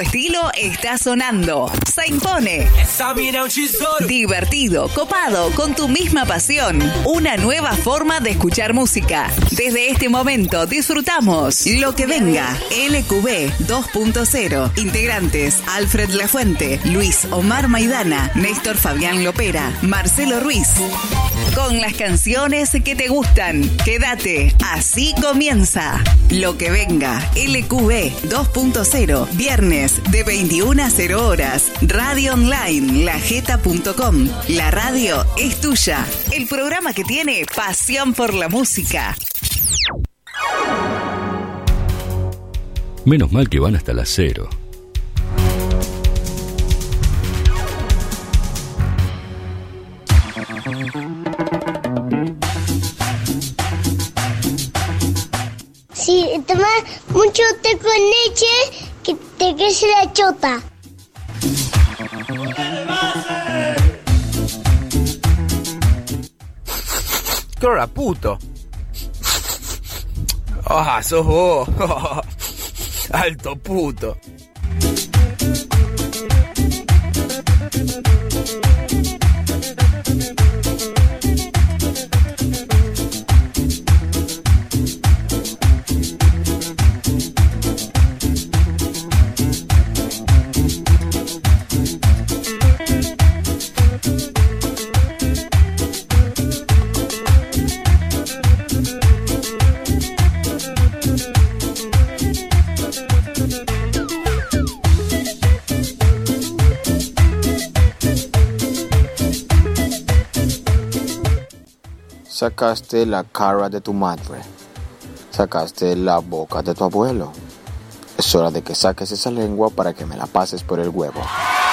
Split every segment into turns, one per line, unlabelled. estilo está sonando. Se impone.
Essa mina é um tesouro.
Divertido, copado, con tu misma pasión. Una nueva forma de escuchar música. Desde este momento disfrutamos lo que venga. LQB 2.0. Integrantes: Alfred Lafuente, Luis Omar Maidana, Néstor Fabián Lopera, Marcelo Ruiz. Con las canciones que te gustan. Quédate. Así comienza. Lo que venga. LQB 2.0. Viernes de 21 a 0 horas. Radio online. Lajeta.com. La radio es tuya. El programa que tiene pasión por la música.
Menos mal que van hasta las cero.
Si tomas mucho té con leche, que te crece la chota.
Corra, puto. Ah, sos vos. Alto puto.
Sacaste la cara de tu madre. Sacaste la boca de tu abuelo. Es hora de que saques esa lengua para que me la pases por el huevo.
este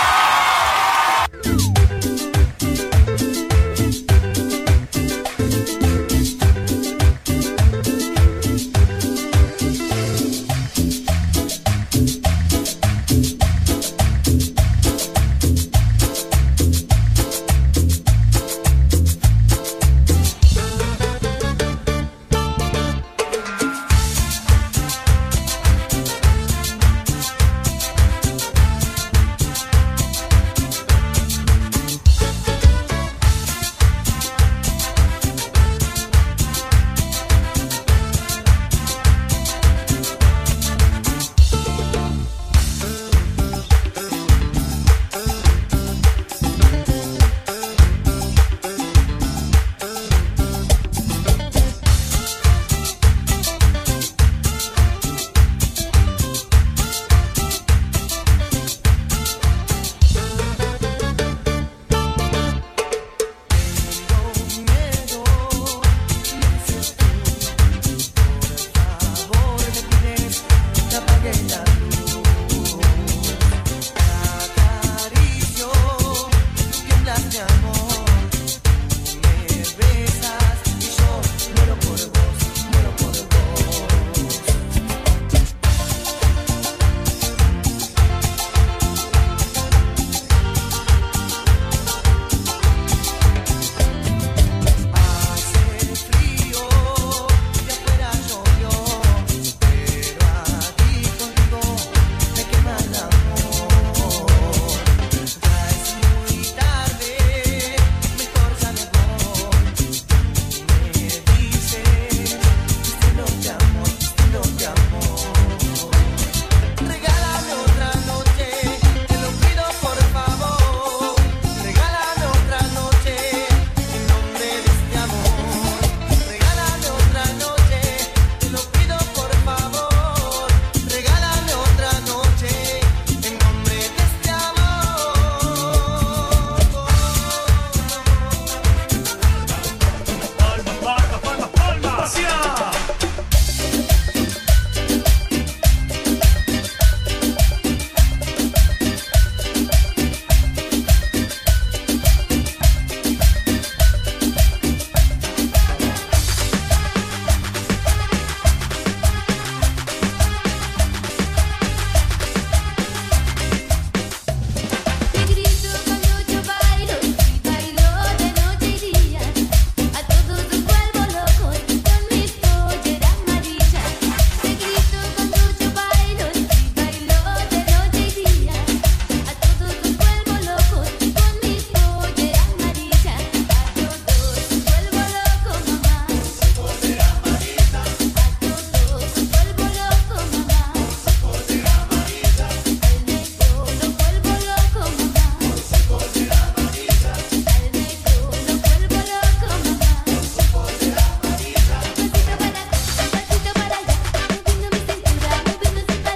este este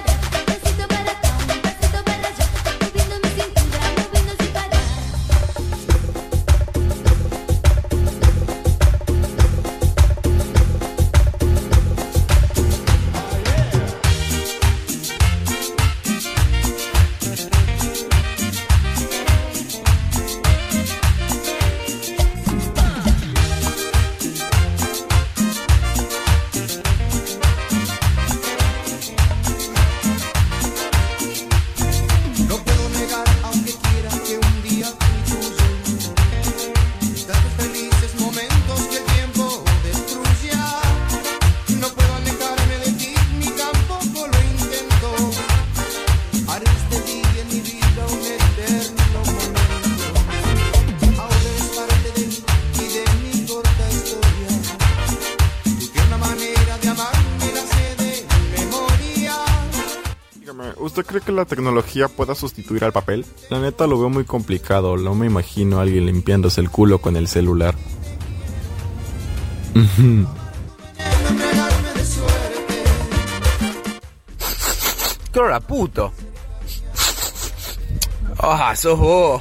¿usted cree que la tecnología pueda sustituir al papel? La neta lo veo muy complicado, no me imagino a alguien limpiándose el culo con el celular.
Cora, puto. Ah, sos vos.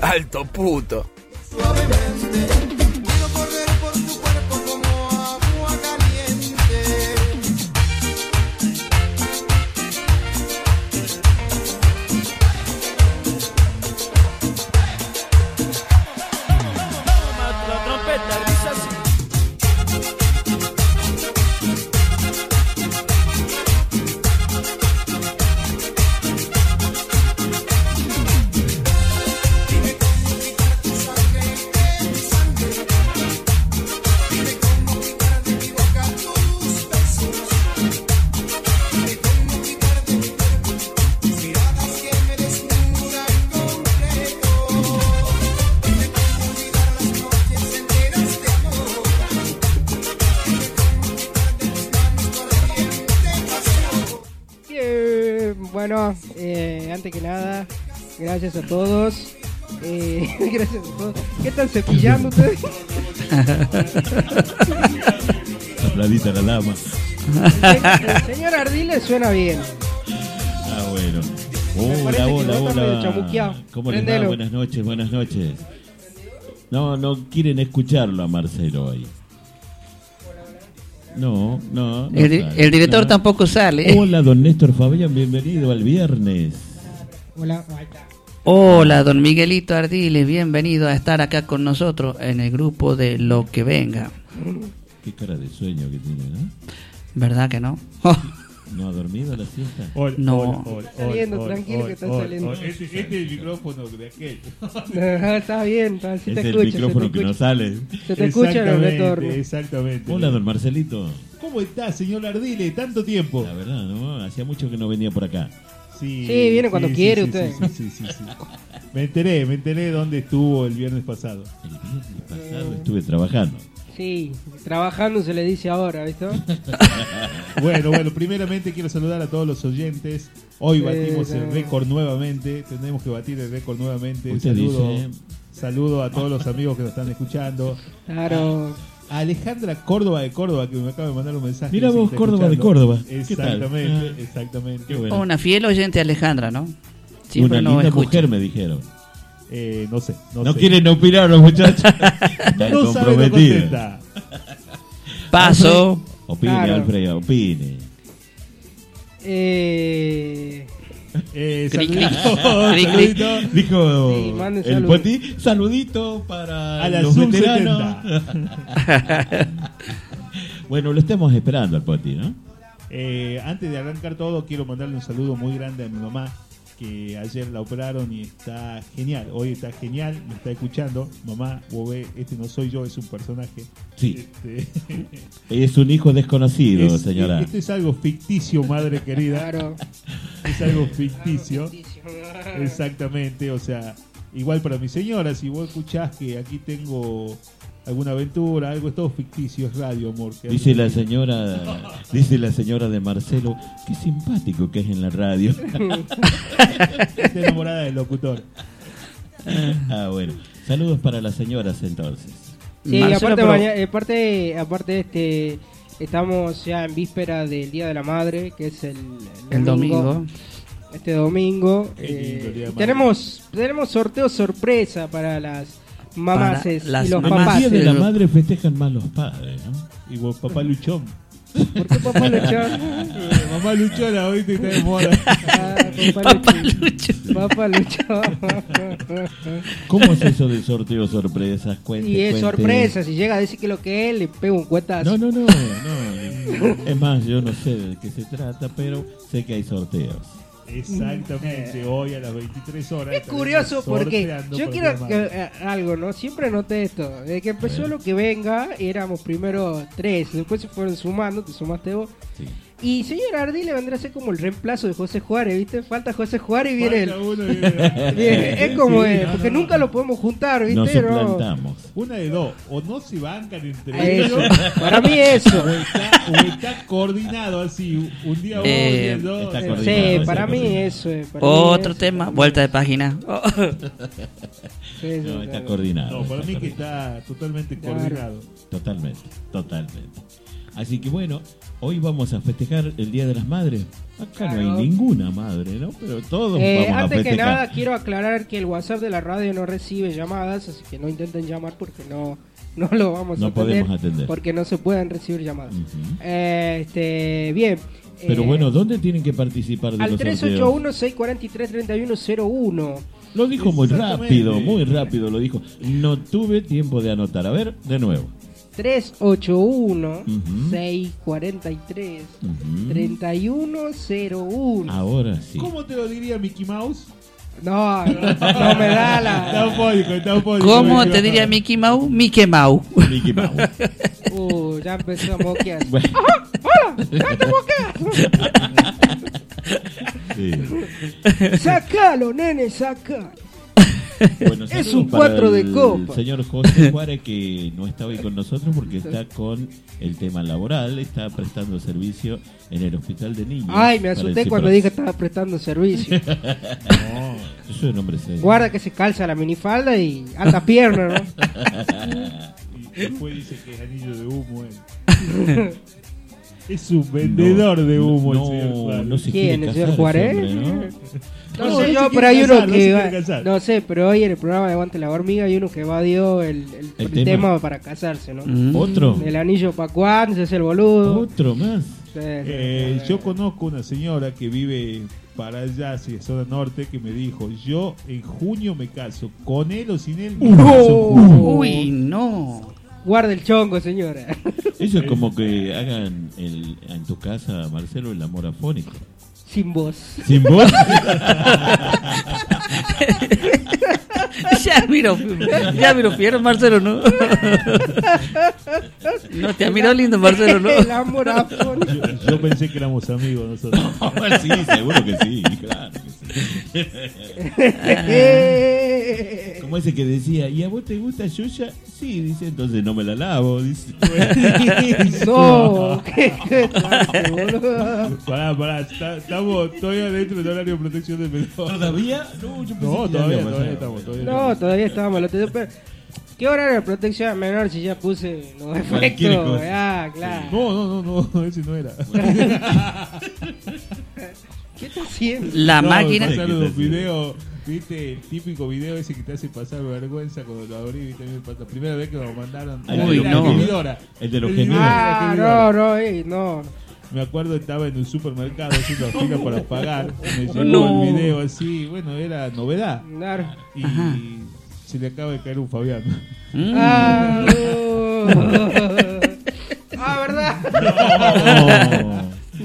Alto puto.
Eh, bueno, eh, antes que nada, gracias a todos. Eh, gracias a todos. ¿Qué están cepillando ustedes?
Apladita la dama.
El señor Ardiles suena bien.
Ah, bueno.
Me parece
Hola,
que
hola,
vos estás medio
hola.
chamuqueado.
¿Cómo les va?
Prendelo.
Buenas noches, buenas noches. No, no quieren escucharlo a Marcelo hoy. No, no. no
El,
sale.
el director
No.
tampoco sale.
Hola, don Néstor Fabián, bienvenido al viernes.
Hola, ahí está.
Hola, don Miguelito Ardiles, bienvenido a estar acá con nosotros en el grupo de Lo que venga.
Qué cara de sueño que tiene, ¿no?
¿Verdad que no?
¿No ha dormido la siesta?
Hola,
No.
hola, hola,
Está saliendo,
hola,
tranquilo
hola,
que está
hola,
saliendo.
hola. Este, este es el micrófono de aquel.
Ajá, está bien, está, sí
es
te
el
escucho,
micrófono
se te
que no
escucha.
sale.
Se te escucha en el
Exactamente,
retorno.
Exactamente.
Hola, don Marcelito.
¿Cómo está, señor Ardile? Tanto tiempo.
La verdad, ¿no? Hacía mucho que no venía por acá.
Sí,
Sí, viene cuando quiere
sí,
usted.
Sí, sí, sí, sí. Me enteré, me enteré dónde estuvo el viernes pasado.
El viernes pasado estuve trabajando.
Sí, trabajando se le dice ahora, ¿viste?
Bueno, bueno, primeramente quiero saludar a todos los oyentes. Hoy
Eh,
batimos el
no.
récord nuevamente. Tenemos que batir el récord nuevamente.
Usted
Saludo,
dice, ¿eh?
saludo a todos los amigos que nos están escuchando.
Claro.
A Alejandra Córdoba de Córdoba, que me acaba de mandar un mensaje.
Mirá
Dice que
vos,
está
Córdoba de
escuchando.
Córdoba. ¿Qué tal?
Exactamente,
Ah.
exactamente.
Qué bueno.
Una fiel oyente Alejandra, ¿no?
Una
nos
linda
escucha.
mujer, me dijeron.
Eh, no sé. No,
No,
sé.
quieren opinar los muchachos. Están
No sabe, no
comprometidos.
contesta.
Paso.
Opine,
Claro.
Alfredo, opine.
Eh,
Eh,
Cri, cri.
saluditos,
Cri, cri.
saluditos.
Dijo
Sí, manden
el
saludos.
Poti, saludito para
A la
los
Zoom
veteranos. bueno, lo estamos esperando al Poti, ¿no?
Eh, antes de arrancar todo, quiero mandarle un saludo muy grande a mi mamá, que ayer la operaron y está genial. Hoy está genial, me está escuchando. Mamá, vos ves, este no soy yo, es un personaje.
Sí,
Este,
es un hijo desconocido,
es-
señora.
Esto este es algo ficticio, madre querida.
claro.
Es algo ficticio. Exactamente, o sea, igual para mi señora, si vos escuchás que aquí tengo alguna aventura, algo, es todo ficticio, es radio, amor. que
Dice
algo-
la señora, dice la señora de Marcelo, qué simpático que es en la radio.
Está enamorada del locutor.
ah, bueno. Saludos para las señoras entonces.
Sí,
Marcelo,
aparte,
pero-
maña- eh, aparte, aparte este, estamos ya en víspera del Día de la Madre, que es el,
El domingo.
Este domingo.
Qué lindo
eh,
Día de Madre.
tenemos, tenemos sorteo sorpresa para las mamases
Para las
y los
mamás.
papás.
El día de
sí,
la
lo-
madre festejan más los padres, ¿no?
Y vos, papá Luchón.
¿Por qué papá lo echó?
Eh, Mamá Luchona, oíste, está de moda.
Ah,
Papá
papá lo
Lucho.
echó. Papá lo echó.
¿Cómo es eso del sorteo sorpresas? Cuente,
Y es
cuente.
sorpresa, si llega a decir que lo que es, le pego un cuetazo.
No, no, no, no. Es más, yo no sé de qué se trata, pero sé que hay sorteos.
Exactamente, hoy a las 23 horas.
Es curioso porque
sorteando
yo
por
quiero
el día
que-
de la madre.
eh, algo, ¿no? Siempre noté esto. Desde que empezó lo que venga, éramos primero tres, después se fueron sumando, te sumaste vos.
Sí.
Y señor Ardile vendrá a ser como el reemplazo de José Juárez, ¿viste? Falta José Juárez y viene él.
Falta uno y viene-
Bien, es como
Sí,
es,
no,
porque
no,
nunca
no.
lo podemos juntar,
Nos
¿viste? No.
suplantamos.
Una de dos, o no se bancan entre
Eso,
ellos,
para mí eso.
o está, o está coordinado así, un día uno y
Eh,
el dos.
está
Eh,
coordinado.
Sí,
está
para mí
coordinado.
eso es. para mí
Otro
eso.
tema, vuelta de página. Oh.
Sí, sí,
No, está
claro.
coordinado.
No, para
está
mí que
coordinado.
está totalmente
Claro.
coordinado.
Totalmente, totalmente. Así que bueno, hoy vamos a festejar el Día de las Madres. Acá no
Claro.
hay ninguna madre, ¿no? Pero todos
Eh,
vamos a
antes que
festejar.
nada, quiero aclarar que el WhatsApp de la radio no recibe llamadas, así que no intenten llamar porque no, no lo vamos
No
a atender.
podemos atender.
Porque no se pueden recibir llamadas.
Ujú.
Eh, este, bien.
Pero
eh,
bueno, ¿dónde tienen que participar de
Al
los sorteos?
381-643-3101.
Lo dijo muy
Exactamente.
rápido, muy rápido lo dijo. No tuve tiempo de anotar. A ver, de nuevo.
381-643.
Ujú.
3101.
Ahora sí.
¿Cómo te lo diría Mickey Mouse? pues,
No, no, no me da
Está
la.
eufórico, está eufórico.
¿Cómo
Mickey
te
Mouse.
diría Mickey Mau? Mickey Mau.
Mickey Mouse.
Uh, ya empezó a moquear.
Bueno. Sí.
Sácalo, nene, saca.
Bueno,
Es
saludos
un
para
cuatro de
el
copa.
Señor José Juárez, que no está hoy con nosotros porque está con el tema laboral, está prestando servicio en el hospital de niños.
Ay, me
para el
asusté cuando
Cipras.
dije que estaba prestando servicio.
Yo soy un hombre serio.
Guarda que se calza la minifalda y alta pierna, ¿no?
Y después dice que es anillo de humo. eh. él. es un vendedor de humo el señor
No,
Juárez.
no se quiere
¿Quién? ¿El señor
casar
Juárez?
ese hombre, ¿no?
No,
No, no
sé
se
yo,
quiere
pero hay uno
casar, no se
que
quiere
va.
casar.
No sé, pero hoy en el programa de Aguante la Hormiga hay uno que va dio el, el,
El
el
tema.
tema. para casarse, ¿no?
Mm.
Otro.
El anillo para cuándo, se hace el boludo.
Otro más.
Sí, sí,
Eh,
sí.
yo conozco una señora que vive para allá, hacia zona norte, que me dijo, yo en junio me caso, con él o sin él. me caso".
Uy, no.
Guarda el chongo, señora.
Eso es como que hagan el, en tu casa, Marcelo, el amor afónico.
Sin voz.
Sin voz.
Ya miro, ya miro fiero, Marcelo, ¿no? No, te miró lindo, Marcelo, ¿no?
El amor afónico.
Yo, yo pensé que éramos amigos nosotros.
sí, seguro que sí, claro que sí.
Eh,
Como ese que decía, ¿y a vos te gusta Yuya? Sí, dice, entonces no me la lavo. Dice.
No, qué qué tarde, boludo.
Pará, pará, está- estamos todavía dentro del horario de protección del menor.
¿Todavía? No, yo pensé
No,
que ya
todavía,
había
todavía
pasado.
estamos, todavía
No, todavía estábamos al otro pero ¿Qué horario de protección al menor si ya puse los
Cualquier
efectos?
cosa.
Ah, claro.
No, no, no, no, ese no era.
¿Qué está haciendo?
La
No,
máquina.
me pasaron
Sí,
los
sí, sí.
videos, viste, el típico video ese que te hace pasar vergüenza cuando lo abrí, viste, a mí me pasa. Primera vez que me lo mandaron.
Ay,
Uy,
la
no.
escribidora.
El de los
El de
gemidos.
la
Ah,
escribidora.
no, no, eh, no.
Me acuerdo estaba en un supermercado haciendo fila para pagar. Me llegó
No.
el video así, bueno, era novedad.
Claro.
Y
Ajá.
se le acaba de caer un Fabián.
Mm.
Ah, uh. Ah, ¿verdad?
No.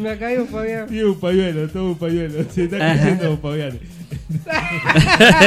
Me ha caído Fabián.
Y un pañuelo, todo un pañuelo. Se está cayendo un pañuelo.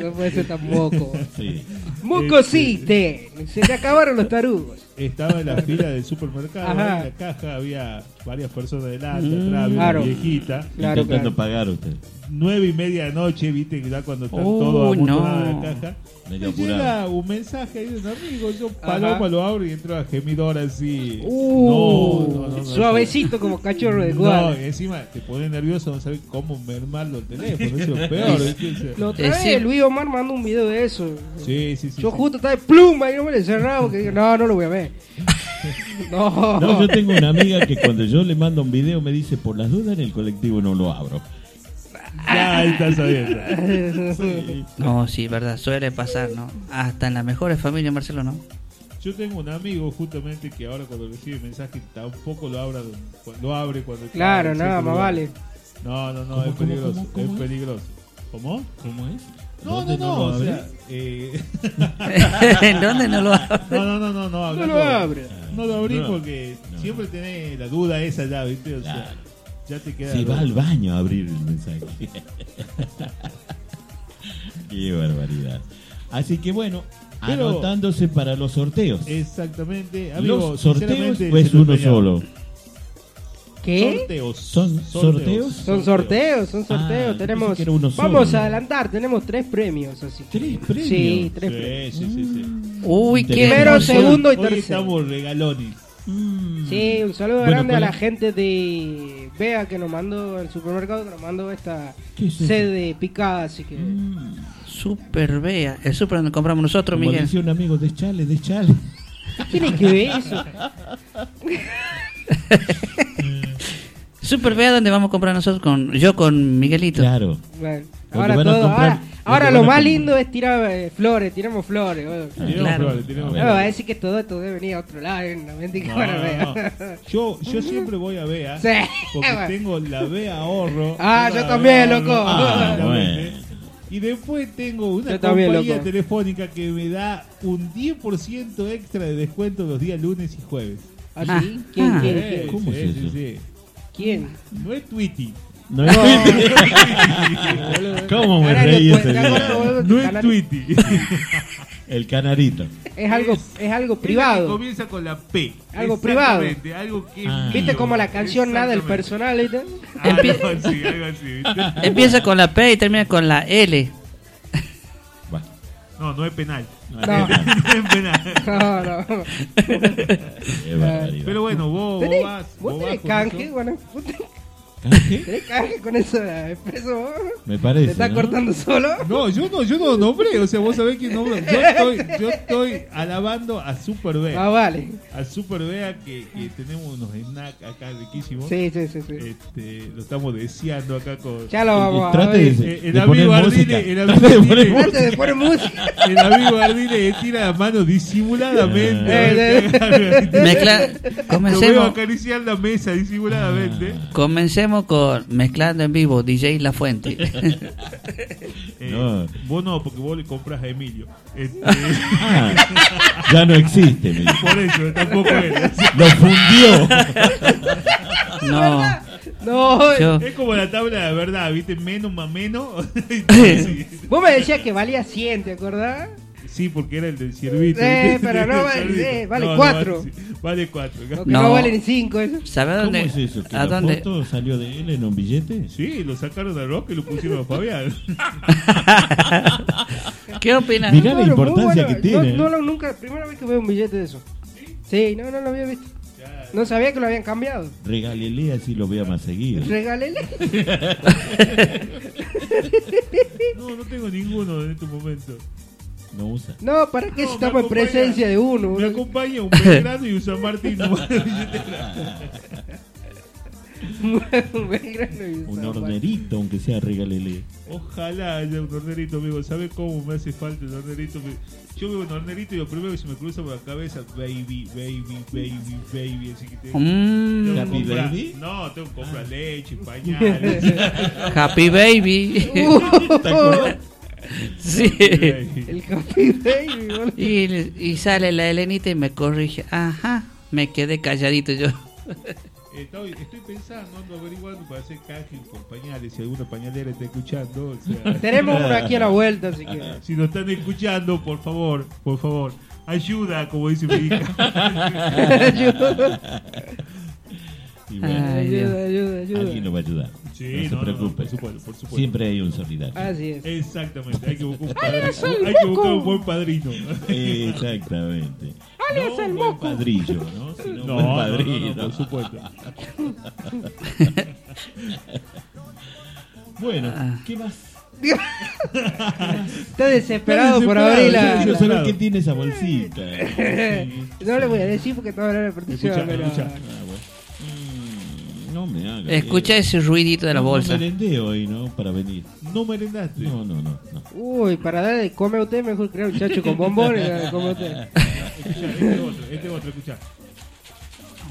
No puede ser tan moco.
Sí.
Mocosite. Se te acabaron los tarugos.
Estaba en la fila del supermercado,
Ajá. Mm,
en la caja había varias personas delante, atrás, había
Claro.
una viejita.
Claro,
Intentando
claro.
pagar usted.
nueve y media de la noche, viste, que ya cuando están
Oh,
todos amontonados
no.
en la caja.
Medio
me llega
apurado.
un mensaje ahí de un amigo, yo
Ajá.
paloma lo abro y entro a gemidora así.
Uh,
no, no, no, no,
suavecito como cachorro de
No,
guarda.
y encima te pones nervioso, no sabes cómo mermarlo el teléfono, eso es lo peor. ¿viste? O sea,
La otra vez
Ese-
Luis Omar mandó un video de eso.
Sí, sí, sí.
Yo
sí.
justo estaba de pluma y no me lo cerraba porque digo, no, no lo voy a ver. No,
No, yo tengo una amiga que cuando yo le mando un video me dice, por las dudas en el colectivo no lo abro.
Ya Ah, ahí estás sabiendo.
No, Oh, sí, verdad, suele pasar, ¿no? Hasta en las mejores familias, Marcelo, ¿no?
Yo tengo un amigo justamente que ahora cuando recibe mensaje tampoco lo, abra, lo abre cuando está
Claro,
en
nada
cierto
más
lugar.
vale.
No, no, no,
¿Cómo,
es
cómo,
peligroso,
cómo, cómo es?
es peligroso. ¿Cómo?
¿Cómo es?
No, no,
¿Dónde
no,
lo
o
abre?
sea, eh,
¿En dónde no lo hago?
no, no, no, no, no, hablando-
lo abre.
No lo abrí
No.
porque
No.
siempre tenés la duda esa ya, ¿viste? O sea,
Claro.
ya te queda.
Se
la
va al
duda.
baño a abrir el mensaje. Qué barbaridad. Así que bueno,
Pero-
anotándose para los sorteos.
Exactamente, amigo,
Los sorteos
sinceramente,
o es
se lo
uno
extrañaba.
solo.
¿Qué?
Sorteos.
¿Son sorteos?
Son sorteos, son sorteos.
Ah, yo pensé
tenemos,
que era uno solo.
vamos a adelantar, tenemos tres premios. Así que-
¿Tres premios?
Sí, tres premios.
Sí, sí, sí, sí.
Uy, qué
Primero,
emoción.
segundo y
Hoy
tercero.
estamos regalones.
Mm.
Sí, un saludo
Bueno,
grande a
¿cuál
la
es?
gente de Vea que nos mandó al supermercado, que nos mandó esta
¿Qué es eso?
sede picada, así que...
Mm.
Super Bea. El super donde compramos nosotros,
Como
Miguel.
decía un amigo, deschale, deschale.
¿Qué tiene que ver eso?
Super Bea donde vamos a comprar nosotros con yo con Miguelito.
Claro. Lo
Bueno,
que
ahora
van a
todo,
comprar-
ahora,
lo que
ahora
van
lo
a
más
comprar.
lindo es tirar eh, flores, tiramos flores. bueno.
Tenemos
claro.
flores, tenemos
A
No,
ver.
flores.
va a decir que todo esto debe venir a otro lado, eh, no me digas,
No,
bueno,
no,
Bea.
no. Yo, yo siempre voy a Bea
Sí,
¿eh? porque
bueno.
tengo la Bea ahorro.
Ah,
Tengo
yo
la
también,
Bea Ahorro,
loco.
Ah,
exactamente.
bueno.
Y después tengo una
Yo también,
compañía
loco.
telefónica que me da un 10% extra de descuento los días lunes y jueves.
¿Ah, sí? ¿Quién,
Ah.
quién,
Eh,
quién?
¿Cómo es eso?
¿Quién?
No es Twitty.
No es ¿Cómo me
Ahora
reí
después,
ese
ya
día?
cuando vuelvo-
No es
Canal-
Twitty.
El canarito.
Es algo, es algo privado.
comienza con la P.
Algo privado.
Exactamente, Algo que es
Ah.
¿Viste
mío.
como la canción nada del
Exactamente. Ah,
personal? ¿viste?
Algo así, algo así. ¿viste?
Empieza con la P y termina con la L.
Bueno,
No, no es penal.
no,
No.
es penal.
No es penal.
No, no.
Es barbaridad.
Pero bueno, vos, vos
¿Tenés,
vas.
vos
vas
tenés
con
canje,
eso.
bueno, vos tenés,
¿Canje?
tenés canje con eso eh, expreso vos.
Me
Te
parece.
está
¿no?
cortando solo.
No, yo no, yo no nombré, o sea, vos sabés que nombré. Yo estoy, yo estoy alabando a Super
Ah,
Bea.
vale.
A Super Bea que, que tenemos unos snacks acá riquísimos.
Sí, sí, sí, sí.
Este, lo estamos deseando acá con.
Ya lo vamos a
Trate
ver.
de,
Eh, el
de
amigo
poner
Ardile,
música.
el amigo
Trate de
Ardile.
poner música.
Trate de poner música.
El amigo Ardile tira la mano disimuladamente.
Eh,
Mezcla-
Lo veo
comencemos, Ah.
acariciar la mesa disimuladamente.
comencemos con mezclando en vivo DJ La Fuente.
Eh,
No.
Vos no, porque vos le compras a Emilio. Este,
Ah, ya no existe. me dijo.
por eso, tampoco él.
Lo fundió.
No,
No, eh,
yo
Es como la tabla de verdad, ¿viste? Menos más menos. sí.
vos me decías que valía 100, ¿te acordás?
Sí, porque era el del ciervito.
Eh,
¿viste?
pero no
El
vale,
ciervito.
eh, vale
No, no,
cuatro.
vale, sí, vale cuatro.
O que no,
No.
vale ni 5 eso.
¿sabes
¿Cómo
dónde?
es eso? ¿Que
¿A
la
dónde?
foto salió de él en un billete?
Sí, lo sacaron a Rock y lo pusieron a Fabián.
¿Qué opinas?
Mirá la
Bueno, muy
importancia
bueno.
que tiene. ¿eh?
No, no, lo- nunca, primera vez que veo un billete de eso. Sí, no, no lo había visto. No sabía que lo habían cambiado.
Regálele así lo vea más seguido.
Regálele.
No, no tengo ninguno en este momento.
No usa.
No, ¿para qué
No,
si
me
estamos en
acompaña-
presencia de uno?
Me
boludo?
acompaña un Belgrano y un San Martín. No,
Un Belgrano y un
Un
San Juan.
hornerito, aunque sea regálele.
Ojalá haya un hornerito, amigo. ¿Sabes cómo me hace falta el hornerito? Me- Yo veo un hornerito y lo primero que se me cruza por la cabeza, baby, baby, baby, baby. Así que te-
Mm, Ah.
tengo que
Happy
comprar-
baby?
No, tengo que comprar leche, pañales.
happy Baby.
¿Te acordás?
Sí.
El Happy Baby, boludo.
Y, y sale la Elenita y me corrige. Ajá, me quedé calladito yo.
estoy, estoy pensando, ando averiguando para hacer canje con pañales. Si alguna pañalera está escuchando, o sea,
Tenemos uno aquí a la vuelta, así que.
si nos están escuchando, por favor, por favor, ayuda, como dice mi hija.
Y bueno,
Ay, Dios.
ayuda, ayuda,
alguien
ayuda.
lo va a ayudar.
Sí,
no se
no, no, no,
preocupe.
por supuesto, por supuesto.
Siempre hay un solidario.
Así es.
Exactamente, hay que buscar un padrino.
soy el
Hay que buscar un
moco!
buen padrino.
Exactamente. No un buen padrillo, ¿no? Sino un buen
No, no, no,
padrino.
no, por supuesto. Ah.
Bueno, ¿qué más?
Está desesperado por abrir la.
Yo
desesperado.
la-
solo que tiene esa bolsita.
No le voy a decir porque estaba hablando de perdición.
Escucha,
pero-
escucha.
Ah, Mm, No me hagas.
Escucha ese ruidito de la
No
bolsa.
merendé hoy, ¿no? Para venir.
No merendaste.
No, no, no. no.
Uy, para dar de come a usted, mejor crear un chacho con eh, bombones. darle de comer a usted.
Escuchá, este es otro, este es otro, escuchá.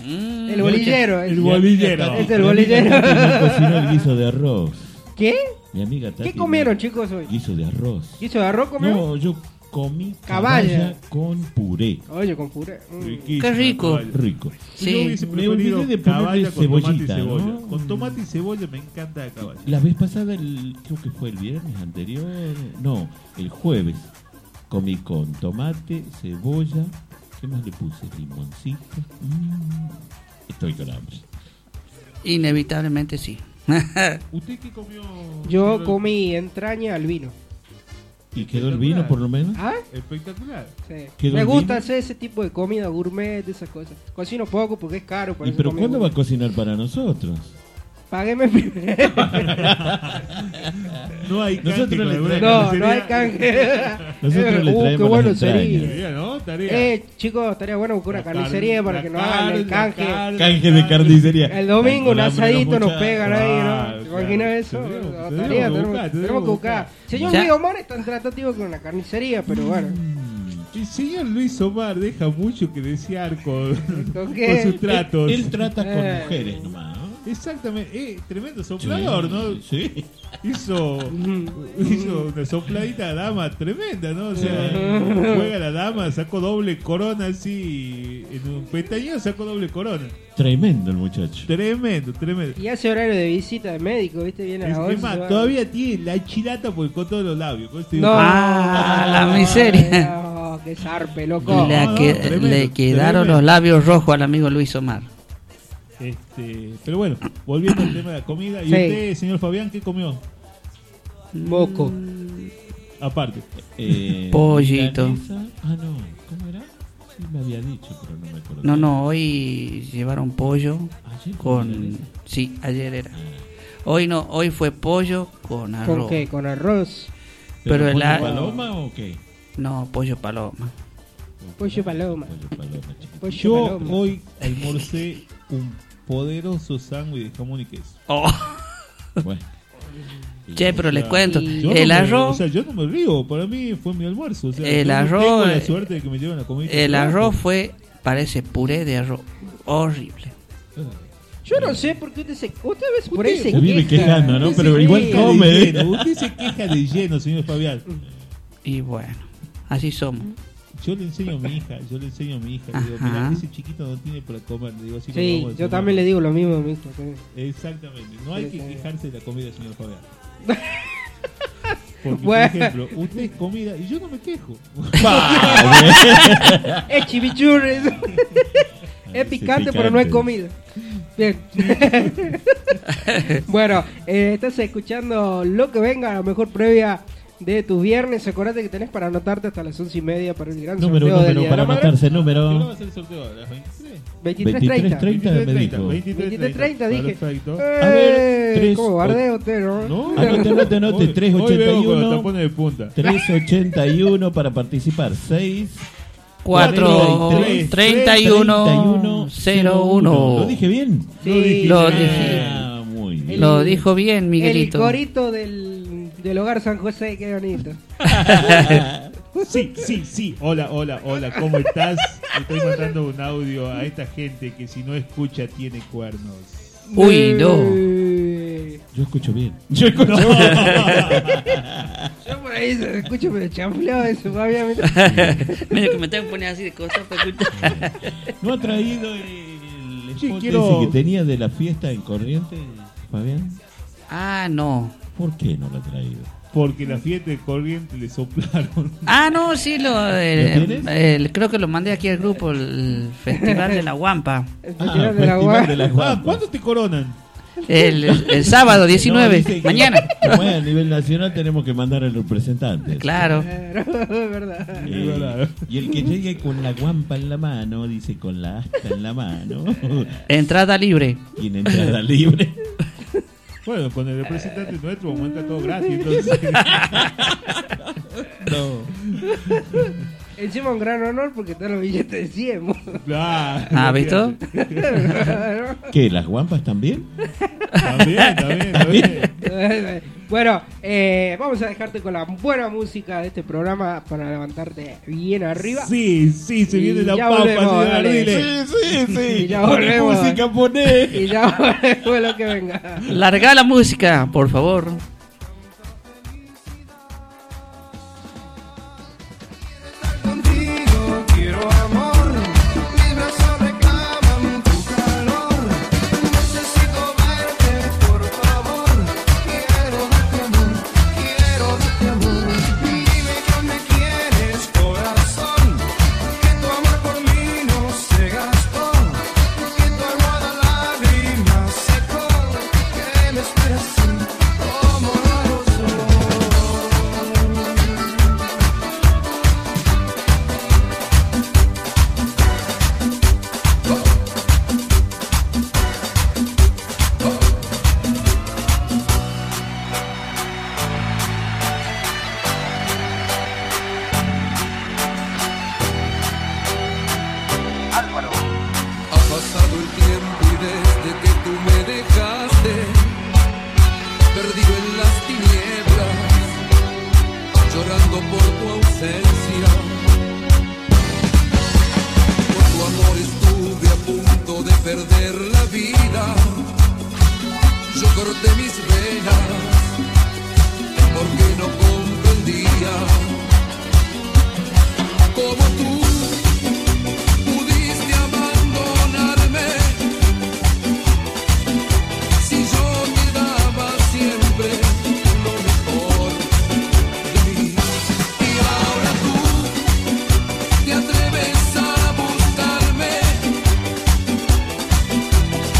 Mm,
El bolillero,
El
el
bolillero.
Es el
Mi amiga
bolillero.
Tati me cocinó el guiso de arroz.
¿Qué?
Mi amiga Tati.
¿Qué comieron, chicos, hoy?
Guiso de arroz.
¿Guiso de arroz comió?
No, yo comí
Caballa.
caballa, con puré.
Oye, con puré. Mm.
Riquísimo,
Qué rico.
caballa.
Rico.
Yo
Sí,
hubiese
Me
preferido
olvidé de ponerle
caballa con tomate y
cebollita,
cebolla.
¿no?
Con tomate y cebolla me encanta la caballa.
La vez pasada, el- creo que fue el viernes anterior, no, el jueves, comí con tomate, cebolla, ¿qué más le puse? Limoncito. Mm, estoy con hambre.
Inevitablemente sí.
¿Usted qué comió?
Yo
señor?
comí entraña al vino.
¿Y quedó el vino por lo menos?
¿Ah?
Espectacular.
Sí.
¿Quedó
Me
el
gusta
vino?
hacer ese tipo de comida gourmet, de esas cosas. Cocino poco porque es caro. por
¿Y
eso
pero
comí
cuándo va a
gourmet.
cocinar para nosotros?
Págueme primero.
No hay
Nosotros
canje con
le
alguna
no,
carnicería.
no hay canje.
Nosotros le
Uh, qué
traemos
bueno
las
sería.
entrañas.
Tarea, ¿no? Tarea.
Eh, chicos, estaría bueno buscar una
La
carnicería
carne,
para
la
que nos hagan
carne,
el
la
canje.
carne,
Canje
la
de carnicería.
El domingo un
Ay, con hambre
asadito nos
mucha-
pegan ahí,
Ah,
¿no? ¿Te imaginas
claro.
eso?
Tenemos-
La
tenemos
tarea,
que
tenemos,
buscar,
tenemos
tenemos
que buscar. Señor
Ya.
Luis Omar está en tratativo con una carnicería, pero bueno.
El Mm, señor Luis Omar deja mucho que desear con,
¿Con
con
qué?
sus tratos.
Él trata con
Eh.
mujeres nomás, ¿no?
Exactamente, eh, tremendo
Sí,
soplador, ¿no?
Sí.
Hizo, hizo una sopladita a dama tremenda, ¿no? O sea, juega la dama, sacó doble corona así, en un pestañeo sacó doble corona.
Tremendo el muchacho.
Tremendo, tremendo.
Y hace horario de visita de médico, ¿viste? Viene a
Es,
las
es
11,
más,
¿no?
todavía tiene la chilata por con todos los labios. con este-
No.
Ah, la miseria.
No, qué zarpe, loco.
Le,
Ah,
no,
que-
tremendo,
le quedaron
tremendo.
los labios rojos al amigo Luis Omar.
Este, pero bueno, volviendo al tema de la comida. ¿Y
Sí.
usted, señor Fabián, qué comió? Mm.
Moco.
Aparte.
Eh,
Pollito.
milanesa- Ah, no. ¿Cómo era? Sí, me había dicho, pero no me acuerdo.
No, no, hoy llevaron pollo
Ayer
con... Sí, ayer era. Hoy no, hoy fue pollo con arroz.
¿Con qué? Con arroz.
Pero
¿Pero
el
el
a-
paloma o qué?
No, pollo paloma.
Pollo paloma.
Pollo paloma, chiquito.
Pollo
Yo
paloma.
hoy almorcé un poderoso sándwich de jamón y queso.
Oh,
Bueno.
che, pero les cuento.
Yo
el
no me-
arroz...
o sea, yo no me río. Para mí fue mi almuerzo. o sea,
El
yo no
arroz,
Tengo la
eh,
suerte de que me llevan a comer.
El arroz fue, parece puré de arroz. Horrible.
Yo no sé por qué usted se. Otra vez por ahí se
Se vive
queja.
quejando, ¿no?
Usted
Pero
se
igual
queja de
come. ¿eh?
lleno, Usted se queja de lleno, señor Fabián.
Y bueno, así somos.
Yo le enseño a mi hija, yo le enseño a mi hija. Le digo,
Ajá.
mira, ese chiquito no tiene para comer. Le digo, así que
Sí,
vamos a
yo
hacer
también
una-
le digo lo mismo a mi hijo. sí.
Exactamente, no hay que quejarse de la comida, señor Fabián. Porque,
pues. Bueno.
por ejemplo, usted es comida y yo no me quejo.
Es chimichurri.
ese
es picante, pero
picante.
no es comida. Bien. bueno, eh, estás escuchando lo que venga, la mejor previa de tu viernes. Acordate que tenés para anotarte hasta las once y media para el gran
Número,
sorteo del
número,
día
para
de la madre.
anotarse,
¿Qué va a
número.
hacer el sorteo? ¿A las 23?
23.30 me
23.30.
23:30,
dijo.
23.30 dije.
Perfecto.
A ver,
Eh,
tres,
¿Cómo bardeo usted, no?
No,
Anote, anote, anote,
Hoy- Hoy veo cuando
381.
te pone de punta.
381 para participar. 6.
4,
43,
31, 01.
¿Lo dije bien?
Sí,
Lo
sí.
dije.
Ah, muy bien.
Lo dijo bien,
El
Miguelito.
corito del, del hogar San José, qué bonito.
Sí, sí, sí. Hola, hola, hola, ¿cómo estás? Estoy mandando un audio a esta gente que si no escucha tiene cuernos.
Uy, no.
Eh,
Yo escucho bien.
Yo escucho.
Yo por ahí se escucho medio chanfleado eso, obviamente.
Medio que me tengo que poner así de pues, cosas para escuchar.
¿No ha traído el
Sí,
spot
quiero-
ese que tenía de la fiesta en Corrientes, Fabián?
Ah, no.
¿Por qué no lo ha traído?
Porque la fiesta de corriente le soplaron.
Ah, no, sí, lo, eh,
¿Lo tienes?
el- creo que lo mandé aquí al grupo, el Festival de la Guampa.
El
Ah,
festival de la
Festival
UAP.
de las
Ah,
Guapas.
¿Cuándo te coronan?
El, el sábado
No,
19,
dice que-
mañana.
Como es a nivel nacional tenemos que mandar al representante.
Claro.
Claro, es verdad.
Eh, y el que llegue con la guampa en la mano, dice con la asta en la mano,
Entrada libre.
tiene entrada libre.
Bueno, con el representante nuestro aumenta todo gratis. Entonces,
Encima un gran honor porque están los billetes de 100. mo.
claro.
Ah, ¿visto?
¿Qué? ¿Las guampas también?
También, también, también.
bueno, eh, vamos a dejarte con la buena música de este programa para levantarte bien arriba.
Sí, sí, se
Y
viene la
ya
papa,
volvemos,
señor
dale.
Ardiles.
sí, sí.
Y ya volvemos.
música, poné.
Y ya fue lo que venga.
Larga la música, por favor.
Contigo quiero amor, mis brazos reclaman tu calor. Necesito verte, por favor. Quiero darte amor, quiero darte amor. Dime que me quieres, corazón. Que tu amor por mí no se gastó. Que tu almohada lágrimas secó. perder la vida. Yo corté mis venas porque no comprendía cómo tú pudiste abandonarme si yo te daba siempre lo mejor de mí. Y ahora tú te atreves a buscarme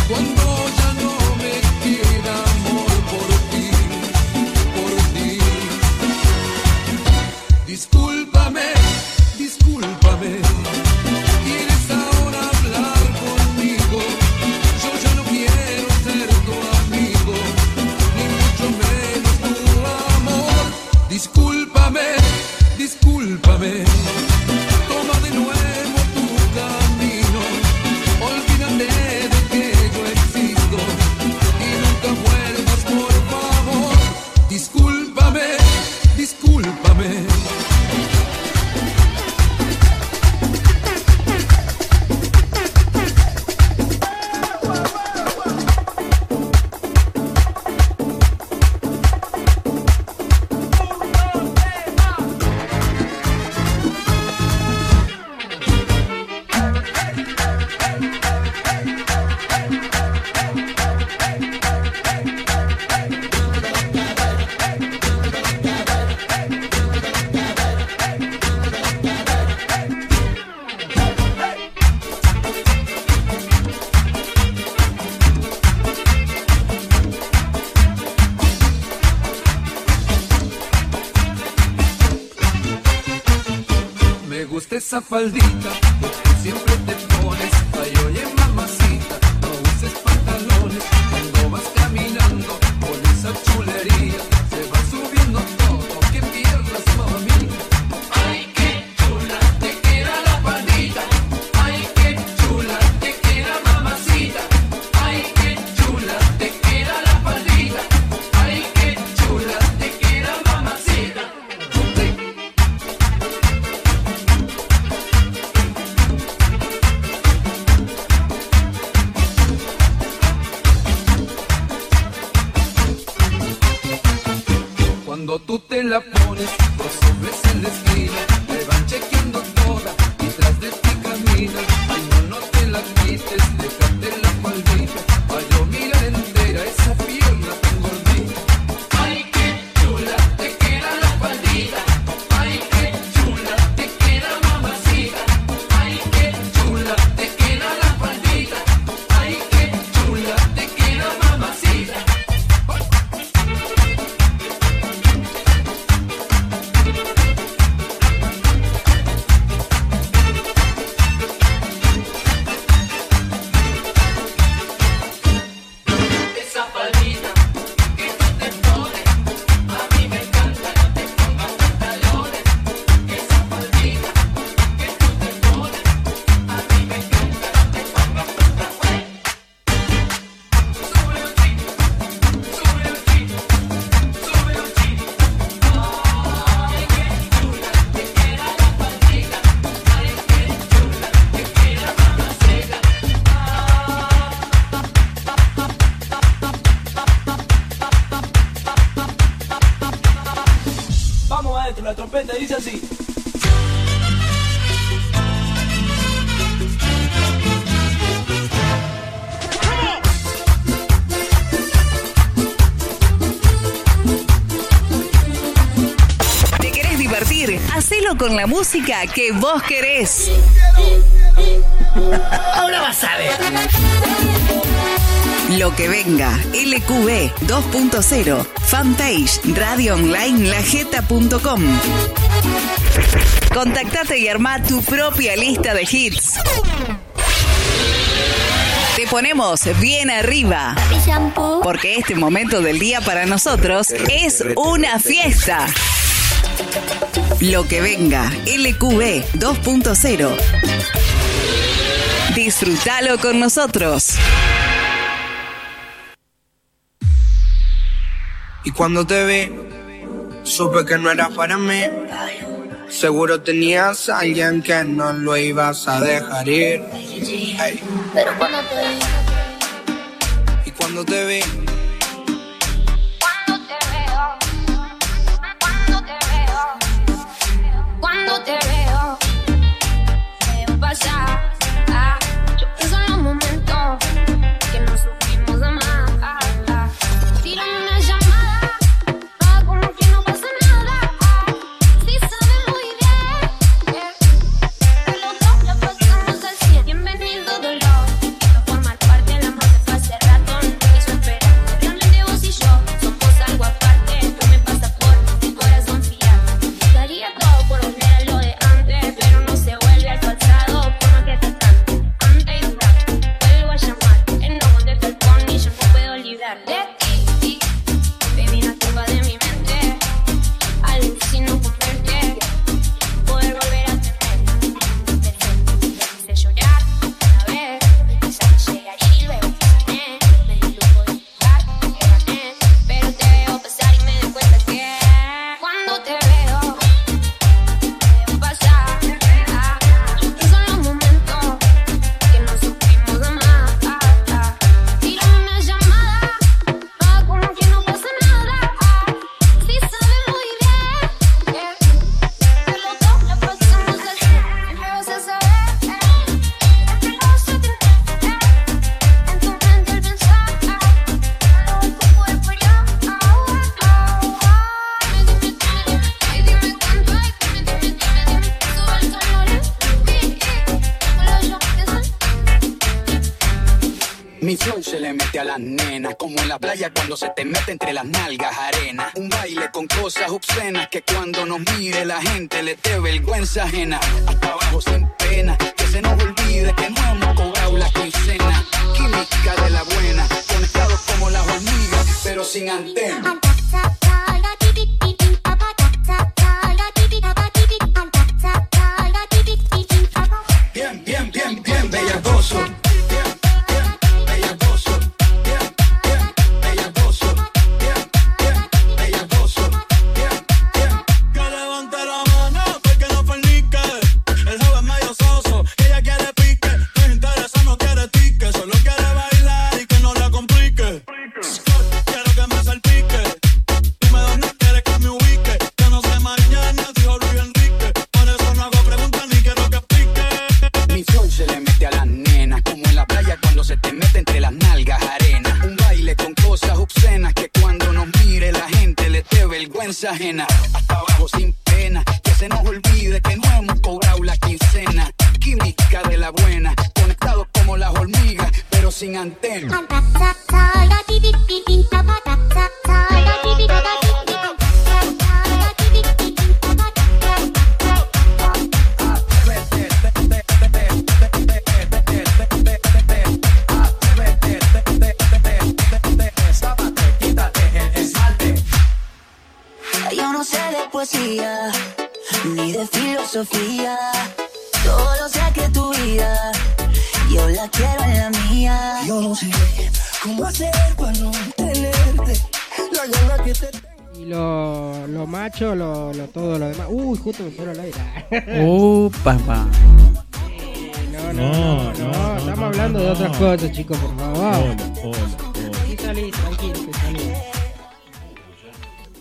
cuando ya no me queda amor por ti, por ti. Discúlpame, discúlpame. Quieres ahora hablar conmigo. Yo ya no quiero ser tu amigo, ni mucho menos tu amor. Discúlpame, discúlpame. Toma de nuevo tu camino. Olvídate de que yo existo y nunca vuelvas, por favor. Discúlpame, discúlpame. Me gusta esa faldita que tú siempre te pones. Ay, oye, mamacita, no uses pantalones cuando vas caminando con esa chulería. Se va subiendo todo, que pierdas, mami. Ay, qué chula, te queda la faldita. Ay, qué chula, te queda mamacita. Ay, qué chula, te queda la faldita. Ay, qué chula, te queda mamacita. Cuando tú te la pones, los hombres en la esquina te van chequeando toda y tras de ti camina. Ay, no, no te la quites, déjate la maldita. Ay, yo mira entera esa pierna tan gordita. Ay, qué chula te queda la faldita. Ay, qué chula te queda mamacita. Ay, qué chula te queda la faldita. Ay, qué chula te queda mamacita. Esa palmita que tú te pones, a mí me encanta, no te pongas pantalones. Esa palmita que tú te pones, a mí me encanta, no te pongas pantalones. Sube un chin, sube un chin, sube un chin. Ay, qué chula, te queda la palmita. Ay, qué chula, te queda mamacita. Vamos maestro, la trompeta dice así.
¿Te querés divertir? Hacelo con la música que vos querés. Ahora vas a ver. Lo que venga, LQB 2.0, fanpage, radio online, lajeta.com. Contactate y armá tu propia lista de hits. Te ponemos bien arriba. Porque este momento del día para nosotros es una fiesta. Lo que venga, LQB 2.0. Disfrútalo con nosotros.
Y cuando te vi, supe que no era para mí.
Seguro tenías a alguien que no lo ibas a dejar ir. Ey.
Pero cuando te vi,
Y cuando te vi,
cuando te veo, cuando te veo, cuando te veo, me veo pasar. Ah, yo pienso en los momentos que nos supimos amar. Ah, ah. Tírame una llamada, ah, como que no pasa nada. Ah, si sabes muy bien, eh, que los dos la pasamos al cien. Bienvenido dolor, no formar parte del amor de fue hace rato, no te quiso esperar. Realmente vos y yo somos algo aparte, no me pasa por mi corazón fiar. Daría todo por volver a lo de antes, pero no se vuelve al pasado, por más que tanto. Ante y dura, vuelvo a llamar, él no contesta el phone y yo no puedo librar de ti. Baby, no es culpa de mi mente, alucino con verte, poder volver a tener. Perfecto, de llorar una vez, quizás llegar y luego gané, me di lujo de jugar, que gané, pero te veo pasar y me doy cuenta que cuando te veo, ah, veo pasar. Ah, y son los momentos que nos supimos amar. Ah, ah. Tírame una llamada, ah, como que no pasa nada. Ah, si sabes muy bien, eh, que los dos la pasamos al cien. Siempre vas a saber, eh, siempre vas a tener, eh, en tu mente el pensar, ah, en tu cuerpo yo, ah, ah, ah. Dime, dime, ay, dime tanto, ay, dime, dime, dime, dime, todo el calor en mí, solo yo pienso en
Mi flow se le mete a las nenas, como en la playa cuando se te mete entre las nalgas arena. Un baile con cosas obscenas que cuando nos mire la gente le dé vergüenza ajena. Hasta abajo sin pena, que se nos olvide que no hemos cobrado la quincena. Química de la buena, conectados como las hormigas, pero sin antena.
eh.
Bien, bien, bien, bien, bellacoso.
Que levante la mano porque no fornique. El joven medio soso y ella quiere pique. No es interesa, no quiere tique. Solo quiere bailar y que no la complique. Quiero que me salpique. Dime dónde quieres que me ubique. Yo no sé mañana, dijo Luis Enrique. Por eso no hago preguntas ni quiero que
Mi flow se le mete a las nenas, como en la playa cuando se te mete entre las nalgas arena. Un baile con cosas obscenas que cuando nos mire la gente le dé vergüenza ajena. Hasta abajo sin pena, que se nos olvide que no hemos cobrado la quincena. Química de la buena, conectados como las hormigas, pero sin antena.
Yo no sé de poesía, ni de filosofía. Solo sé que tu vida, yo la quiero en la mía. Yo no sé cómo hacer para no tenerte. La gana que te
Y lo, lo macho, lo, lo todo, lo demás. Uy, justo me fueron al aire.
Uh, papá.
No, no, no, no, estamos hablando de otras cosas, chicos, por favor.
Hola, hola, hola.
Sí, salí, tranquilo, que salí.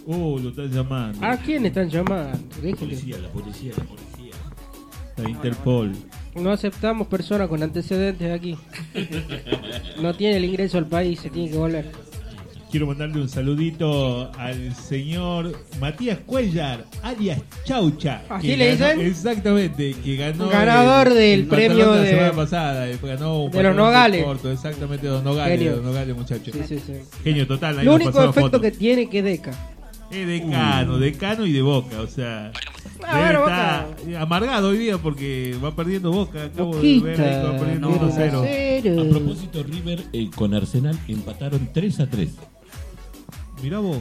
Oh, lo están llamando.
¿A quién están llamando?
La policía, la policía, la policía. La Interpol.
No aceptamos personas con antecedentes aquí. No tiene el ingreso al país, se tiene que volver.
Quiero mandarle un saludito al señor Matías Cuellar, alias Chaucha.
¿Así
que
le
ganó-
dicen?
Exactamente, que ganó.
Ganador del
el pantalón
premio
de. La
de-
semana pasada, eh, ganó un
de los
pantalón
Nogales.
corto, exactamente, de los Nogales,
Genio.
de los Nogales, muchachos.
Sí, sí, sí.
Genio total, ahí
Lo
nos
único
pasaron
efecto
fotos.
que tiene que deca.
Es decano, decano y de boca, o sea.
Ah,
debe
bueno,
estar amargado hoy día porque va perdiendo boca. Acabo de ver ahí que va perdiendo 1 0.
A propósito, River eh, con Arsenal empataron 3 a 3.
Mirá vos.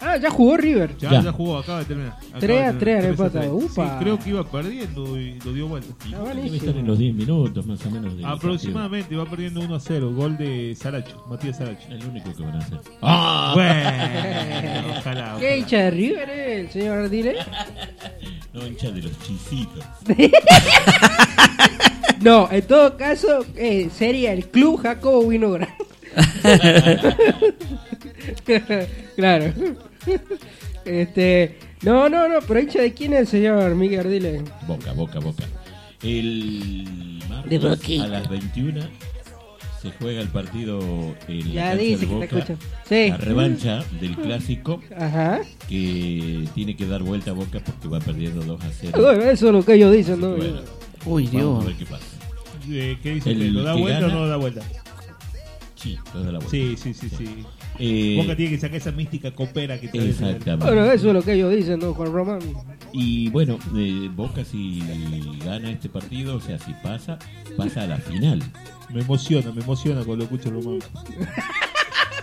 Ah, ya jugó River.
Ya, ya jugó, acaba de terminar. Acaba
Tres
de
a
terminar.
tres al
Tres a
empate,
tres.
upa.
Sí, creo que iba perdiendo y lo dio vuelta.
Ah,
Debe estar en los 10 minutos más o menos. del
Aproximadamente va perdiendo 1 a 0. Gol de Saracho, Matías Saracho.
El único que van a hacer.
¡Ah!
Bueno,
Bueno, ojalá.
¿Qué hincha de River es el señor Ardile?
partido. No hincha de los chisitos.
No, en todo caso, eh, sería el Club Jacobo Winograd. claro. Este, no, no, no, pero hincha de quién es el señor Miguel Ardile.
Boca, boca, boca. El
De
martes
Boquita.
a las 21 se juega el partido en la
Ya
cancha
dice
de
que te
Boca,
escucho. Sí.
La revancha del clásico
Ajá.
que tiene que dar vuelta a Boca porque va perdiendo 2 a 0.
Bueno, eso es lo que ellos dicen, ¿no?
Bueno,
Uy,
vamos
Dios.
a ver qué pasa.
Eh, ¿Qué dice?
El
¿Que ¿Lo da
que
vuelta
gana-
o no lo da vuelta?
Sí, lo da la vuelta.
Sí, sí, sí, sí.
Eh,
Boca tiene que sacar esa mística copera que trae.
Exactamente.
Bueno, eso es lo que ellos dicen, ¿no, Juan Román?
Y bueno, eh, Boca si gana este partido, o sea, si pasa, pasa a la final.
Me emociona, me emociona cuando lo escucho Román.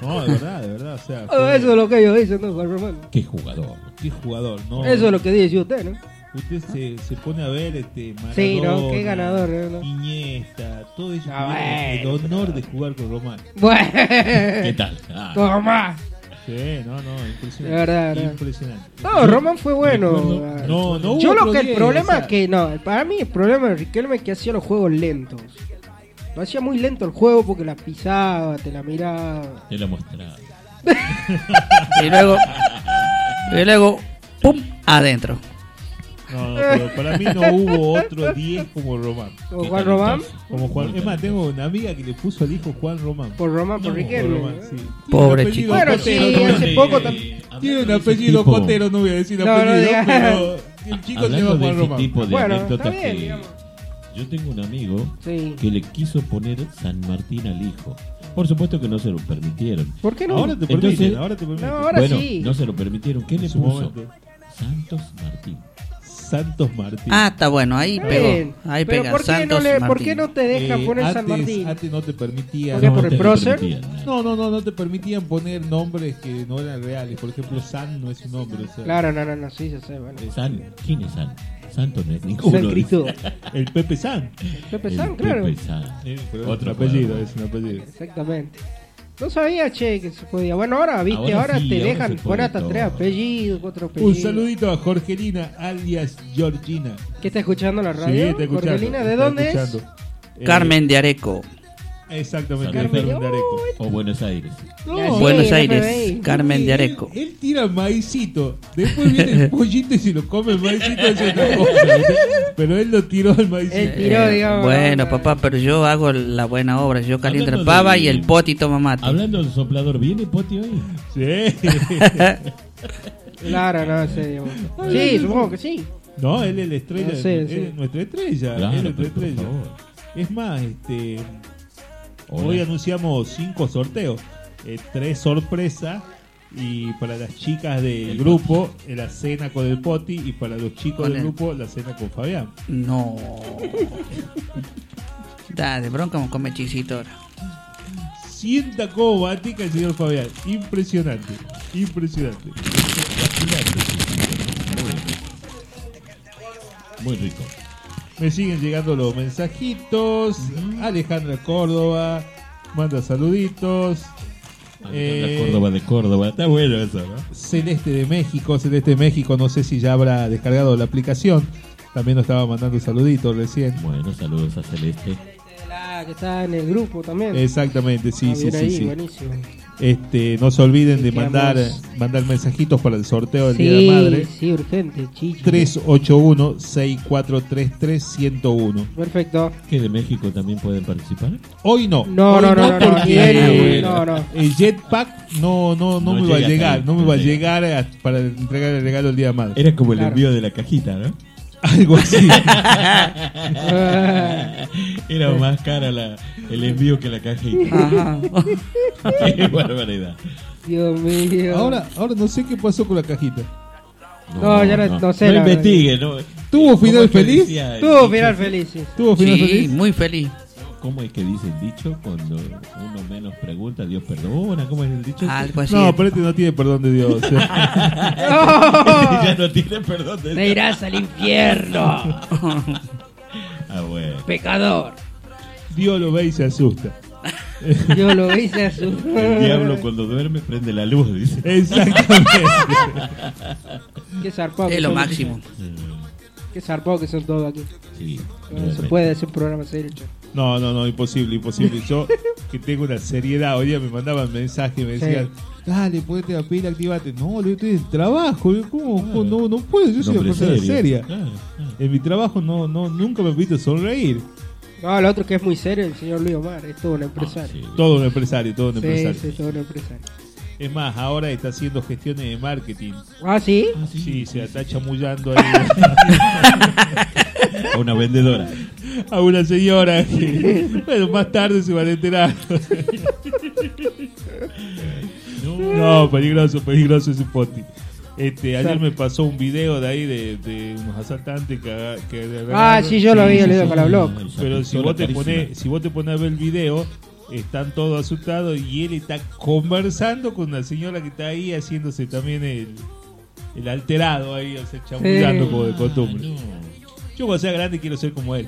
No, Ah, de verdad, de verdad. O sea,
Bueno,
fue-
eso es lo que ellos dicen, ¿no, Juan Román?
Qué jugador.
Qué jugador, ¿no?
Eso es lo que dice usted, ¿no?
Usted se, se pone a ver este Maradona,
Sí, ¿no? Qué ganador, ¿no?
Iniesta, todo eso.
Ah,
el
bueno,
honor de jugar con Román.
Bueno. ¿Qué
tal? Ah.
Tomá.
Sí, no, no, impresionante.
De verdad, de verdad.
impresionante.
No, Roman fue bueno.
Recuerdo- no, no hubo
Yo lo
otro
que el
diez,
problema
o sea-
que no, para mí el problema de Riquelme es que hacía los juegos lentos. Lo hacía muy lento el juego porque la pisaba, te la miraba.
Te lo mostraba.
Y luego, y luego, pum, adentro.
No, no, Ah, pero para mí no hubo otro 10 como Román.
¿Como Juan Román?
Como Juan. Es más, tengo una amiga que le puso al hijo Juan Román.
Por Román, por
No,
Riquelme.
Román, sí.
Pobre
Tiene
chico.
un apellido
Bueno, sí,
Cotero,
hace
tiene-
poco también.
Tiene un
Hablando de ese
apellido
tipo-
Cotero, no voy a decir
No, no
apellido,
digas.
pero el chico se llama
Hablando de
Juan
ese
Román.
tipo de
Bueno, está
anécdotas
bien,
que-
digamos.
Yo tengo un amigo
Sí.
que le quiso poner San Martín al hijo. Por supuesto que no se lo permitieron.
¿Por qué no?
Ahora te permiten,
Entonces-
ahora te permiten.
No, ahora
bueno,
sí.
no se lo permitieron. ¿Qué
En
le
su
puso?
momento.
Santos Martín.
Santos Martín.
Ah, está bueno, ahí
Está
pegó. Ah.
bien.
Ahí
Pero
pega
¿por qué, no
Santos
le, ¿por
Martín.
qué no te dejan
Eh,
poner
antes,
San Martín?
Antes no te permitían.
¿Por qué? ¿Por el
te lo
prócer?
permitían,
No, no, no, no te permitían poner nombres que no eran reales. Por ejemplo, San no es un nombre. o sea,
Claro, no, no, no, sí, ya sé, bueno.
San, ¿quién es San? Santo no es ninguno.
San Cristo.
El Pepe San.
Pepe
El
San, claro.
Pepe San.
Eh, pero
Otro
es un apellido,
jugador.
es un apellido.
Exactamente. No sabía, che, que se podía. Bueno,
Ah,
ahora, viste, ahora,
Ahora sí,
te
ahora
dejan
se puede
poner hasta
todo.
tres apellidos, cuatro apellidos.
Un saludito a Jorgelina, alias Georgina.
¿Qué está escuchando la radio?
está escuchando,
Jorgelina, ¿de
está
dónde es?
escuchando. Eh,
Carmen de Areco.
Exactamente,
Carmen.
Carmen de Areco.
O Buenos Aires.
No,
Buenos
sí,
Aires,
FBI.
Carmen de Areco.
Él, él tira maicito, después viene el pollito y se lo come el maicito es otra cosa, ¿viste? Pero él lo tiró el maicito.
Él tiró, digamos.
Eh, bueno,
la-
papá, pero yo hago la buena obra. Yo caliento la
Hablando
pava
de-
y el poti toma mate.
Hablando del soplador, ¿viene Poti hoy?
Sí.
Claro, no sé, digamos. Sí, supongo que sí.
No, él es la estrella,
No sé,
él
sí.
es nuestra estrella,
Claro,
él es nuestra
pero por
estrella.
favor.
Es más, este
Hola.
hoy anunciamos cinco sorteos, eh, tres sorpresas y para las chicas del
El
grupo eh, la cena con el Poti y para los chicos
Con
del
él.
grupo la cena con Fabián.
No. Da, de bronca vamos a comer chisito ahora.
Sienta como batica el señor Fabián, impresionante, impresionante.
Muy rico.
Me siguen llegando los mensajitos. Alejandra Córdoba manda saluditos.
Alejandra
Eh,
Córdoba de Córdoba. Está bueno eso, ¿no?
Celeste de México, Celeste de México, no sé si ya habrá descargado la aplicación. También nos estaba mandando saluditos recién.
Bueno, saludos a Celeste.
La que está en el grupo también.
Exactamente, sí,
Ah,
sí,
bien
sí,
ahí,
sí.
buenísimo.
Este, no se olviden de
Quedamos-
mandar, mandar mensajitos para el sorteo del
Sí,
Día de la Madre.
sí, urgente, chichi.
381-6433-101.
Perfecto.
¿Que de México también pueden participar?
Hoy no.
No,
Hoy
no, no, no, no,
porque
bien, no, no.
el jetpack no, no,
No
no, me va a
llega hasta
llegar,
ahí,
no me
no
va a
llega.
llegar a- para entregar el regalo el Día de la Madre.
Era como el
Claro.
envío de la cajita, ¿no?
Algo así.
Era más cara la, el envío que la cajita.
Ajá.
Qué barbaridad.
Dios mío.
Ahora, ahora no sé qué pasó con la cajita.
No, ya no- no sé,
No
la
investigue, ¿no.
¿Tuvo
¿Cómo
final
es que
feliz?
decía el
Tuvo
dicho?
final feliz, sí.
¿Tuvo final
Sí,
feliz?
muy feliz.
¿Cómo es que dice el dicho? Cuando uno menos pregunta, Dios perdona. ¿Cómo es el dicho?
Algo así.
No, pero este no tiene perdón de Dios.
ya no tiene perdón de Dios.
Te irás al infierno.
ah, bueno.
Pecador. Dios lo ve y se asusta.
Yo lo hice a su.
El diablo cuando duerme prende la luz, dice.
Qué zarpado.
Es
que
lo
son-
máximo.
Mm.
Qué zarpado que son todos aquí.
Sí,
No se
realmente.
puede hacer un programa serio. che.
No, no, no, imposible, imposible. Yo que tengo una seriedad, hoy día me mandaban mensajes, me
Sí.
decían, dale, ponete la pila, activate. No, boludo, yo estoy en trabajo, yo
Ah.
¿cómo? ¿Cómo? No, no puedo, yo soy una
Nombre
persona
serio.
seria.
Claro,
En mi trabajo no, no, nunca me he visto sonreír.
No, el otro que es muy serio, el señor Luis Omar, es todo un
Ah,
empresario.
Todo un empresario, todo un
Sí,
empresario.
sí, todo un empresario.
Es más, ahora está haciendo gestiones de marketing.
Ah, sí.
Sí, se está chamullando ahí.
A una vendedora.
a una señora que, bueno, más tarde se van a enterar. No, peligroso, peligroso ese poti. Este, ayer
Ah,
me pasó un video de ahí de, de unos asaltantes que, aga- que agarraron.
sí, yo lo vi, Sí, el video sí, con la sí, blog. esa
Pero si
pistola
vos, te
carísima.
pones, si vos te pones a ver el video, están todos asustados y él está conversando con una señora que está ahí haciéndose también el, el alterado ahí, o sea, chamullando como de costumbre. Yo cuando sea grande quiero ser como él.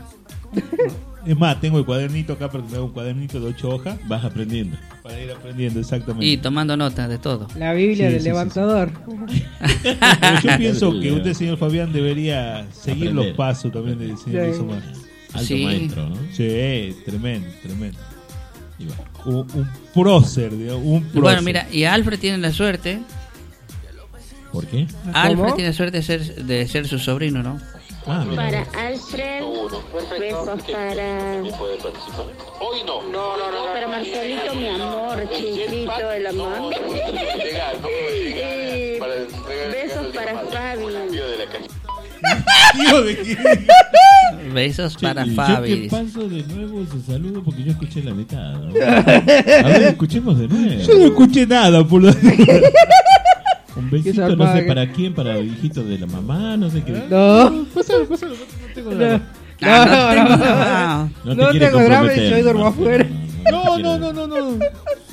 Es más, tengo el cuadernito acá porque me hago un cuadernito de ocho hojas.
Vas aprendiendo.
Para ir aprendiendo, exactamente.
Y tomando nota de todo.
La Biblia
Sí, sí,
del
sí,
levantador.
Pero yo pienso que usted, señor Fabián, debería seguir
Aprender.
los pasos también del señor
Sí.
Luis Omar.
Alto Sí. maestro, ¿no?
Sí, tremendo, tremendo. Un, un prócer, digamos, un prócer.
Bueno, mira, y Alfred tiene la suerte.
¿Por qué?
Alfred tiene la suerte de ser, de ser su sobrino, ¿no?
Ah,
Para Alfred, besos para... Hoy no. No, no, no. Para Marcelito, mi amor, chiquito, el amor. Y besos para Fabi.
¿Tío de qué?
Besos para
y Yo
Fabi.
que paso de nuevo ese saludo porque yo escuché la mitad. ¿no? A ver, escuchemos de nuevo.
Yo no escuché nada, por lo
Un
Qué
besito, no
zarpada
sé
que-
para quién, para el hijito de la mamá, no sé qué.
No.
Pásalo, pásalo, no tengo nada.
No, no, no, no.
No te
No
quiere
tengo drama y
comprometer,
soy duermo
Marcelo.
afuera.
No, no, no, no, no.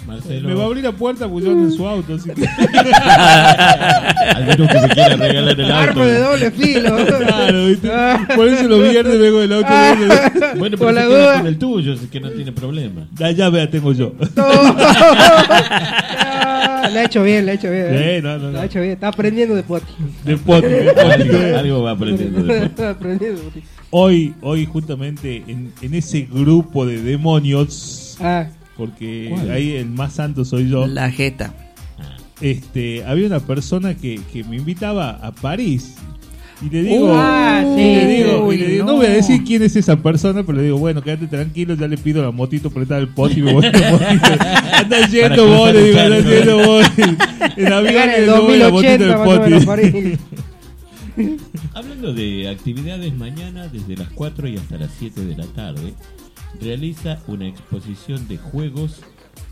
Marcelo.
Me va a abrir la puerta porque yo ando en su auto. Así que...
Al menos que me quiera regalar el auto.
Arma de doble filo. Ah.
Claro, ¿viste? Por eso los viernes vengo del auto.
Bueno,
Ah. Por
pero
la
se queda
duda.
con el tuyo, así que no tiene problema.
La llave la tengo yo.
Ah, la ha hecho bien, la ha hecho bien.
Sí, no, no, no.
La ha hecho bien, está aprendiendo de poti.
De poti, de poti.
Algo, algo va aprendiendo de poti.
Está aprendiendo de poti.
Hoy, hoy justamente en, en ese grupo de demonios,
Ah.
porque
¿Cuál?
ahí el más santo soy yo.
La jeta.
Este, había una persona que, que me invitaba a París. Y le digo,
Uh, ah, sí.
y le digo, y le
Uy,
digo, no.
no.
voy a decir quién es esa persona, pero le digo, bueno, quédate tranquilo, ya le pido la motito prestada el poti, me voy a la motito. Anda yendo
cruzar
vos,
el
le digo, anda
charco.
¿eh?
yendo vos. En avión
Llegar en
le doy la motito
2080
del
más o menos a París.
poti.
Hablando de actividades, mañana desde las 4 y hasta las 7 de la tarde realiza una exposición de juegos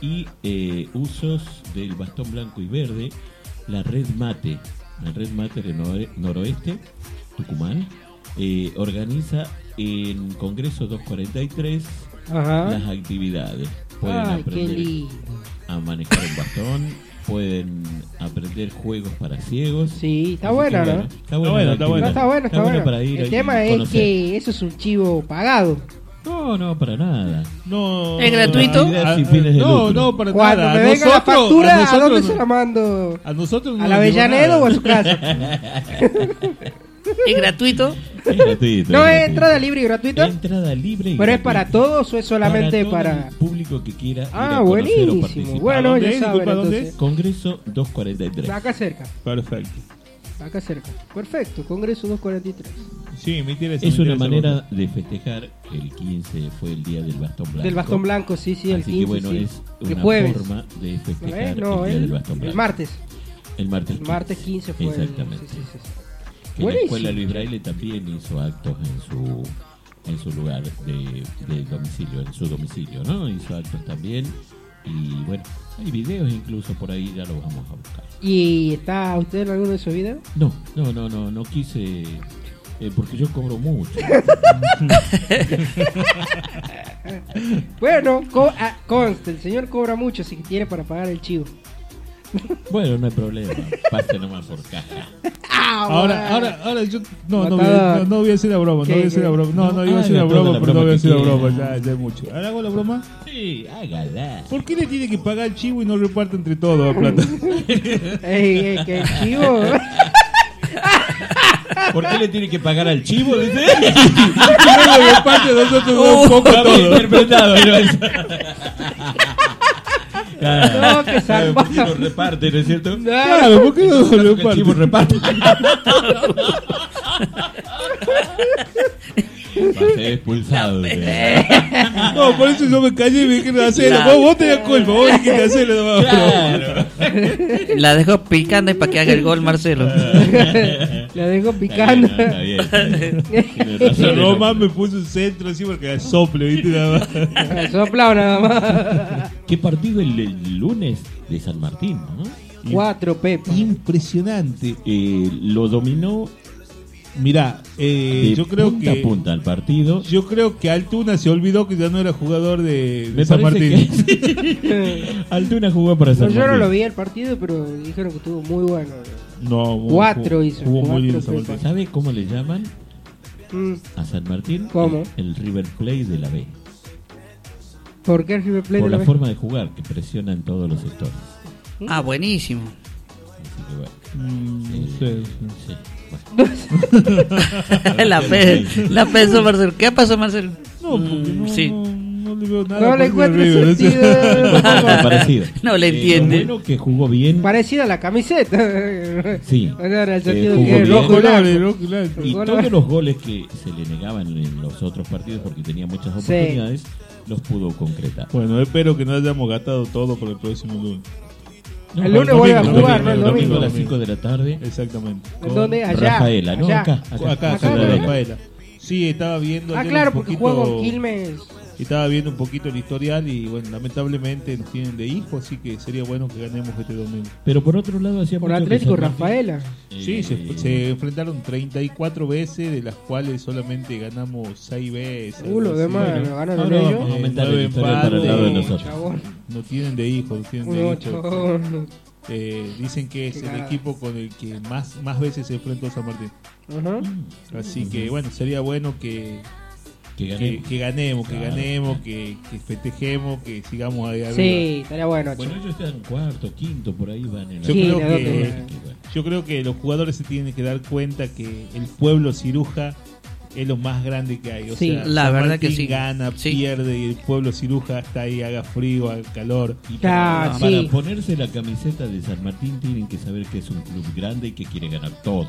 y eh, usos del bastón blanco y verde, la Red Mate, la Red Mate de Nore- Noroeste, Tucumán, eh, organiza en Congreso 243
Ajá.
las actividades. Pueden
Ay, qué
aprender
lindo.
a manejar un bastón, pueden aprender juegos para ciegos.
Sí, Está buena, ¿no?
Está bueno, está bueno.
Está bueno, está, bueno.
para ir
El
ahí
tema
y
es
conocer.
que eso es un chivo pagado.
No, no, para nada.
No,
¿Es gratuito?
no,
Sin fines de
no,
lucro.
no, para
Cuando
nada.
me
A
venga la
nosotros-
factura, ¿a,
nosotros
dónde
no-
se la mando?
A nosotros no
¿A la
nos llegó
Avellaneda
nada.
o a su casa?
¿Es gratuito?
Es gratuito.
¿No es
gratuito.
entrada libre y gratuita?
Entrada libre y
¿Pero es
gratuita.
para todos o es solamente
todo
para...?
el público que quiera ir a
Ah,
conocer o
buenísimo.
participar.
Bueno,
¿A
ya
dónde?
saben,
Disculpa, ¿dónde
entonces.
es? Congreso 243.
Acá cerca,
Perfecto.
acá cerca. Perfecto, Congreso 243.
Sí, me interesa.
Es
me
una
interesa
manera de festejar que el 15 fue el día del bastón blanco.
Del bastón blanco, sí, sí, el
Así
15,
que bueno,
sí.
es
El
una
jueves.
forma de festejar
¿Eh? No,
el día
el-
del bastón
el
blanco.
martes.
El martes.
El martes 15 fue el-
Exactamente.
sí, sí, sí.
Que la
Buenísimo.
escuela Luis Braille también hizo actos en su en su lugar de, de domicilio, en su domicilio, ¿no? Hizo actos también y bueno, hay videos incluso por ahí, ya lo vamos a buscar.
¿Y está usted en alguno de esos videos?
No, no, no, no, no quise, eh, porque yo cobro mucho.
Bueno, co- ah, conste, el señor cobra mucho si tiene para pagar el chivo.
Bueno, no hay problema. Pase nomás por caja.
Ah,
Ah,
Ahora, ahora, ahora yo no, no, voy a-
Matador.
no, no voy a hacer la
Ah.
broma,
¿Qué,
no voy a
qué?
hacer la broma, no, no,
No,
iba a hacer la
haga toda
broma,
la
pero no
broma
voy a
que
hacer la
quiera.
broma, ya, ya es mucho. ¿Ahora hago la broma?
Sí, hágala.
¿Por qué le tiene que pagar el chivo y no reparte entre todos la plata?
Ey,
eh.
ey, que el chivo.
¿Por qué le tiene que pagar al chivo? Dice.
Uh.
Luego de parte de nosotros dos, un poco
está bien
todo.
interpretado, ¿no? Eso.
No, que salva.
¿Por qué no reparte, no es cierto?
Claro, ¿por qué no
Claro que
reparte?
El chivo reparte. Va a ser expulsado.
No, por eso yo me callé y me dijeron hacerlo.
Claro.
Vos, vos tenías culpa, vos dijiste hacerlo. No,
Claro. La dejó picando y para que haga el gol Marcelo.
La dejó picando.
Está bien, está bien, está bien. Tiene razón,
Pero
el
Román me puso un centro así porque sople, ¿viste? Nada más.
Soplado nada más.
¿Qué partido el, el lunes de San Martín? ¿no?
Cuatro pepas.
Impresionante.
Eh, lo dominó.
Mirá, eh,
de
yo creo
punta
que-
a punta al partido.
Yo creo que Altuna se olvidó que ya no era jugador de, de
Me
San
parece
Martín.
Altuna jugó para
No,
San
yo no
Martín.
lo vi el partido, pero dijeron que estuvo muy bueno.
No, bueno,
Cuatro
jugó-
hizo.
jugó muy bien
cuatro
San Martín.
pepas.
¿Sabe cómo le llaman
Mm,
a San Martín?
¿Cómo?
El, el River Plate de la B.
¿Por qué el River Plate
Por
no
la
ve?
forma de jugar que presiona en todos los sectores.
Ah, buenísimo.
Así que bueno.
Mm,
Eh,
sí,
sí,
la pe, la pensó Marcelo. ¿Qué pasó Marcelo?
No, porque
Mm,
no,
sí.
no, no le veo nada.
No le
porque
encuentro
River, o sea.
sentido.
bueno, parecido.
No le
Eh, lo
entiende.
bueno que jugó bien.
Parecida a la camiseta.
Sí.
O sea, en el
Eh,
sentido
jugó
que es
bien.
rojo y blanco.
Colores, rojo y blanco.
Y
Gol-
todos los goles que se le negaban en los otros partidos porque tenía muchas
Sí.
oportunidades, los pudo concretar.
Bueno, espero que no hayamos gastado todo por el próximo lunes.
No,
El lunes vuelve a jugar, ¿no? El
El
domingo.
domingo a las 5 de la tarde.
Exactamente.
¿En dónde? Allá.
Rafaela, ¿no?
Allá.
Acá.
Acá, acá,
Acá,
con
acá.
Rafaela. Sí, estaba viendo.
Ah,
ayer
claro,
un
porque
poquito-
juego con Quilmes.
Estaba viendo un poquito el historial y, bueno, lamentablemente nos tienen de hijo, así que sería bueno que ganemos este domingo.
Pero por otro lado hacía
Por
mucho que
Atlético
San Martín-
Rafaela.
Sí, se, se enfrentaron 34 veces, de las cuales solamente ganamos 6 veces.
Uh,
algo
lo
así.
demás lo ganaron
ahora
ellos.
vamos a aumentar
Eh, Nueve
el historial para el
empates.
lado de
No,
nosotros.
chabón.
No tienen de hijos, no tienen
No,
de hijos.
chabón.
Eh, dicen que es
Qué
el
cagada.
equipo con el que más, más veces se enfrentó San Martín.
Ajá.
Así que bueno, sería bueno que
Que
que,
ganemos.
que ganemos, que
Claro.
ganemos, que, que festejemos, que sigamos ahí arriba.
Sí, estaría bueno.
Bueno, ellos están cuarto, quinto, por ahí van en la
Yo
Sí,
creo
la verdad
que,
que-
yo creo que los jugadores se tienen que dar cuenta que el pueblo ciruja es lo más grande que hay. O
Sí,
sea,
la
San
verdad
Martín
que sí.
gana,
Sí.
pierde y el pueblo ciruja está ahí, haga frío, haga calor.
Y
Ah,
para, para
sí.
ponerse la camiseta de San Martín tienen que saber que es un club grande y que quiere ganar todo.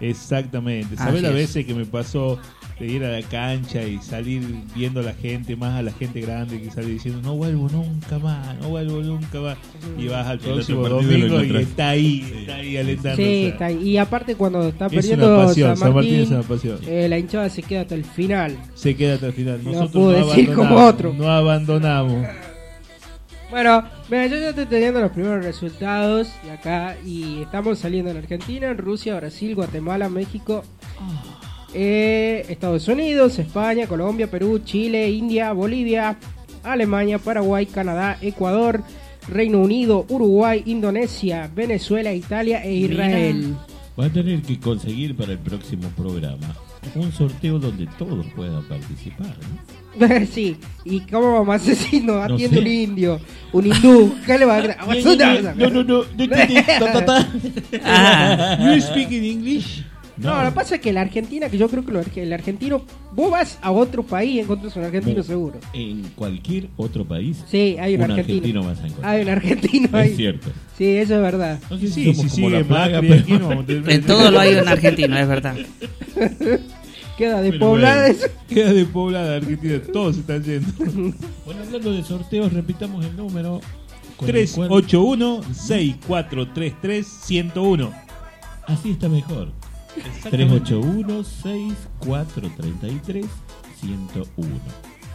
Exactamente. ¿Sabes
Así
las
es.
veces que me pasó de ir a la cancha y salir viendo a la gente, más a la gente grande que sale diciendo no vuelvo nunca más, no vuelvo nunca más? Y vas al
El otro
próximo
partido lo
domingo y este
encontrás.
está ahí, está ahí alentando. o
Sí,
sea,
está ahí. y aparte cuando está
Es
perdiendo
una pasión,
San
San Martín
Martín,
es una pasión.
eh, la hinchada se queda hasta el final.
Se queda hasta el final.
No
Nosotros
puedo decir como
abandonamos,
otro.
No abandonamos.
Bueno, mira, yo ya estoy teniendo los primeros resultados de acá y estamos saliendo en Argentina, en Rusia, Brasil, Guatemala, México, eh, Estados Unidos, España, Colombia, Perú, Chile, India, Bolivia, Alemania, Paraguay, Canadá, Ecuador, Reino Unido, Uruguay, Indonesia, Venezuela, Italia e Israel.
Va a tener que conseguir para el próximo programa un sorteo donde todos puedan participar. ¿no?
sí, ¿y cómo vamos a hacer si nos
No
atiende
sé.
un indio? Un hindú, ¿qué le va a agregar?
No, no, no. de- de- de- ta, ta, ta.
You speak in English?
No, lo que pasa es que la Argentina, que yo creo que lo arge- el argentino, vos vas a otro país y encontrás un argentino
Bueno.
seguro.
En cualquier otro país,
Sí, hay un,
argentino
argentino.
vas a encontrar.
Hay un argentino ahí.
Es cierto.
Sí, eso es verdad.
No sé
Sí,
si
sí,
somos
sí,
como
sigue
la plaga,
Macri
pero-
aquí, no, de-
En todo lo hay un argentino, es verdad.
Queda
Pero
despoblada.
bueno, Queda despoblada Argentina, todos se están yendo.
Bueno, hablando de sorteos, repitamos el número. con el cual-
381-6433-101.
Así está mejor. 381-6433-101. Muy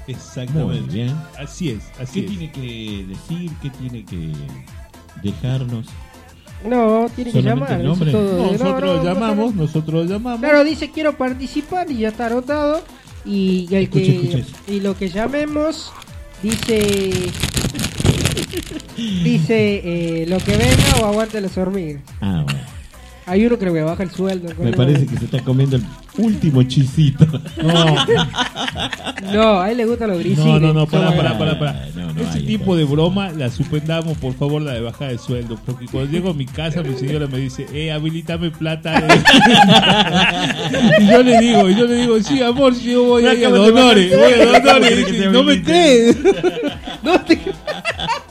Exactamente.
bien.
Así es, así
¿Qué
es.
tiene que decir? ¿Qué tiene que dejarnos?
No, tiene que
Solamente
llamar.
el
eso
nombre.
todo. No,
Nosotros
no, no,
llamamos,
no.
nosotros llamamos.
Claro, dice quiero participar y ya está anotado. Y, y el
Escuche,
que,
escuche
y lo que llamemos dice dice eh, lo que venga o aguante las hormigas.
Ah, bueno.
Hay uno creo que baja el sueldo.
Me parece que se está comiendo el último chisito.
No, a él le gustan los
No,
grisines.
no, no, pará,
Son-
pará, pará. pará.
No, no,
Ese
ahí,
tipo de broma la suspendamos, por favor, la de bajada de sueldo. Porque cuando llego a mi casa, mi señora me dice, eh, habilítame plata. eh. y yo le digo, y yo le digo, sí, amor, sí, yo voy
Me
a ir a
acabo de
Donores,
bajar.
voy a
¿Cómo
Donores. Y
querés que
dice,
te
No me crees. no te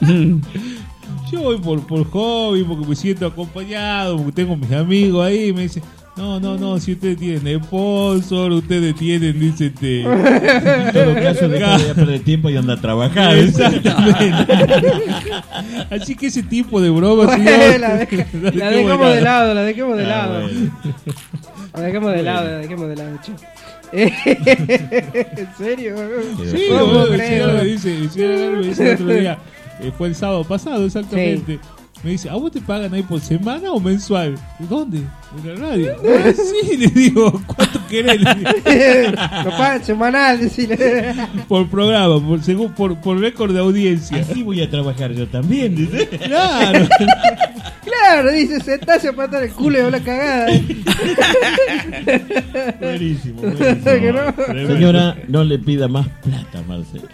Mm.
Yo voy por, por hobby, porque me siento acompañado, porque tengo mis amigos ahí. Y me dice, no, no, no, si ustedes tienen sponsor, ustedes tienen, dice, este,
En todo caso, deja de perder tiempo y anda a trabajar.
Exactamente. Así que ese tipo de broma,
Bueno,
señor,
la deja- la
dejemos Ah,
dejamos de lado, la dejemos de lado.
bueno.
La dejemos de lado, la dejemos de lado, che. ¿En serio?
Sí,
¿Cómo
bueno, el
crees?
señor me dice, el señor me dice el otro día, eh, fue el sábado pasado, exactamente. Me dice, ¿a vos te pagan ahí por semana o mensual? ¿Dónde? En la radio. Ah, sí, le digo, ¿cuánto querés? Le digo.
Lo pagan semanal, decirle.
por programa, por, según, por, por récord de audiencia. Así voy a trabajar yo también, dice. Claro.
Claro, dice, sentase a patar el culo y habla cagada.
Buenísimo,
Que no.
Señora, no le pida más plata, Marcelo.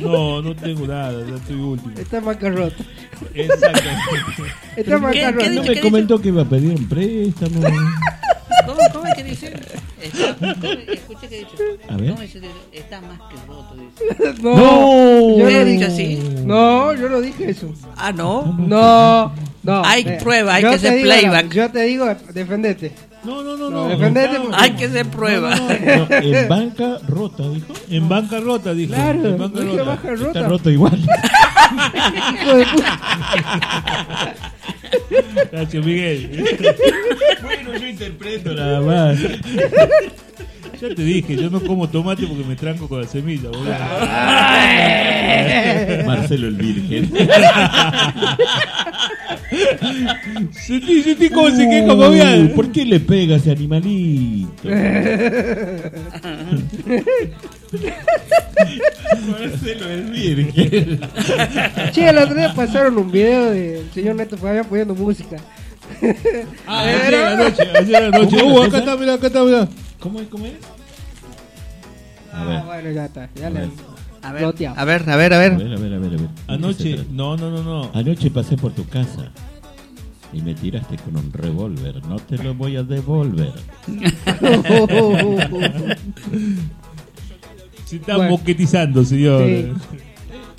No, no tengo nada, ya estoy último.
Está macarrota.
Exactamente.
Está macarrota.
No me comentó que iba a pedir un préstamo.
¿Cómo, cómo es que dice? Está- ¿cómo- Escuché que dice.
A ver.
¿Cómo dice? Está más que roto, dice.
No,
No.
yo
¿He dicho
no dije
así?
No, yo no dije eso.
Ah, no.
No, no.
Hay prueba, hay
yo
que
te
hacer
digo la-
playback.
yo te digo, defendete.
No, no,
no, defendete porque-
Hay que hacer prueba.
No, en banca rota, dijo.
En banca rota, dijo.
Claro,
en banca
dije
rota.
banca rota.
Está roto igual.
Hijo de puta.
Gracias, Miguel.
bueno, yo interpreto
Nada más. Ya te dije, yo no como tomate porque me tranco con la semilla, boludo.
Marcelo el Virgen.
Sentí, sentí como se queja Fabián.
¿Por qué le pega a ese animalito? Marcelo el Virgen.
Che, el otro día pasaron un video del señor Neto Fabián poniendo música.
Ah, ayer a la noche, ayer a la noche.
¿Cómo
Uh,
es esa?
acá está, mirá, acá está, mirá.
¿Cómo es? ¿Cómo es? A ver.
Ah, bueno, ya está. Ya la
A
ver,
A ver, a ver, a
A
ver.
ver, a ver, a ver. a ver. ¿De qué
Anoche,
se
no, no, no, no.
trata? Anoche pasé por tu casa y me tiraste con un revólver. No te lo voy a devolver.
Se está
Bueno.
moquetizando, señor.
Sí.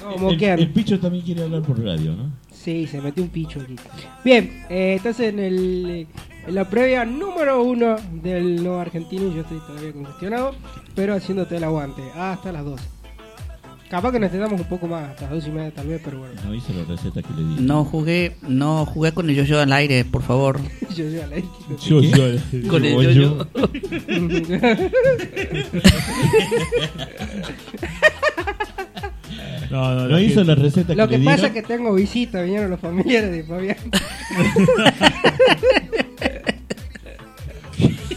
No, moquean.
El, el picho también quiere hablar por radio, ¿no?
Sí, se metió un picho aquí. Bien, eh, estás en, el, en la previa número uno del Nuevo Argentino. Yo estoy todavía congestionado, pero haciéndote el aguante hasta las 12. Capaz que nos tengamos un poco más, hasta las 12 y media tal vez, pero bueno.
No hice la receta que le di.
No jugué, no jugué con el yo-yo al aire, por favor.
Yo, yo, la-
Yo- yo-
Con el
yo-
yo-yo.
No, no,
No hizo la receta
Lo
que
que
le
pasa
dieron.
es que tengo visita, vinieron los familiares de Fabián.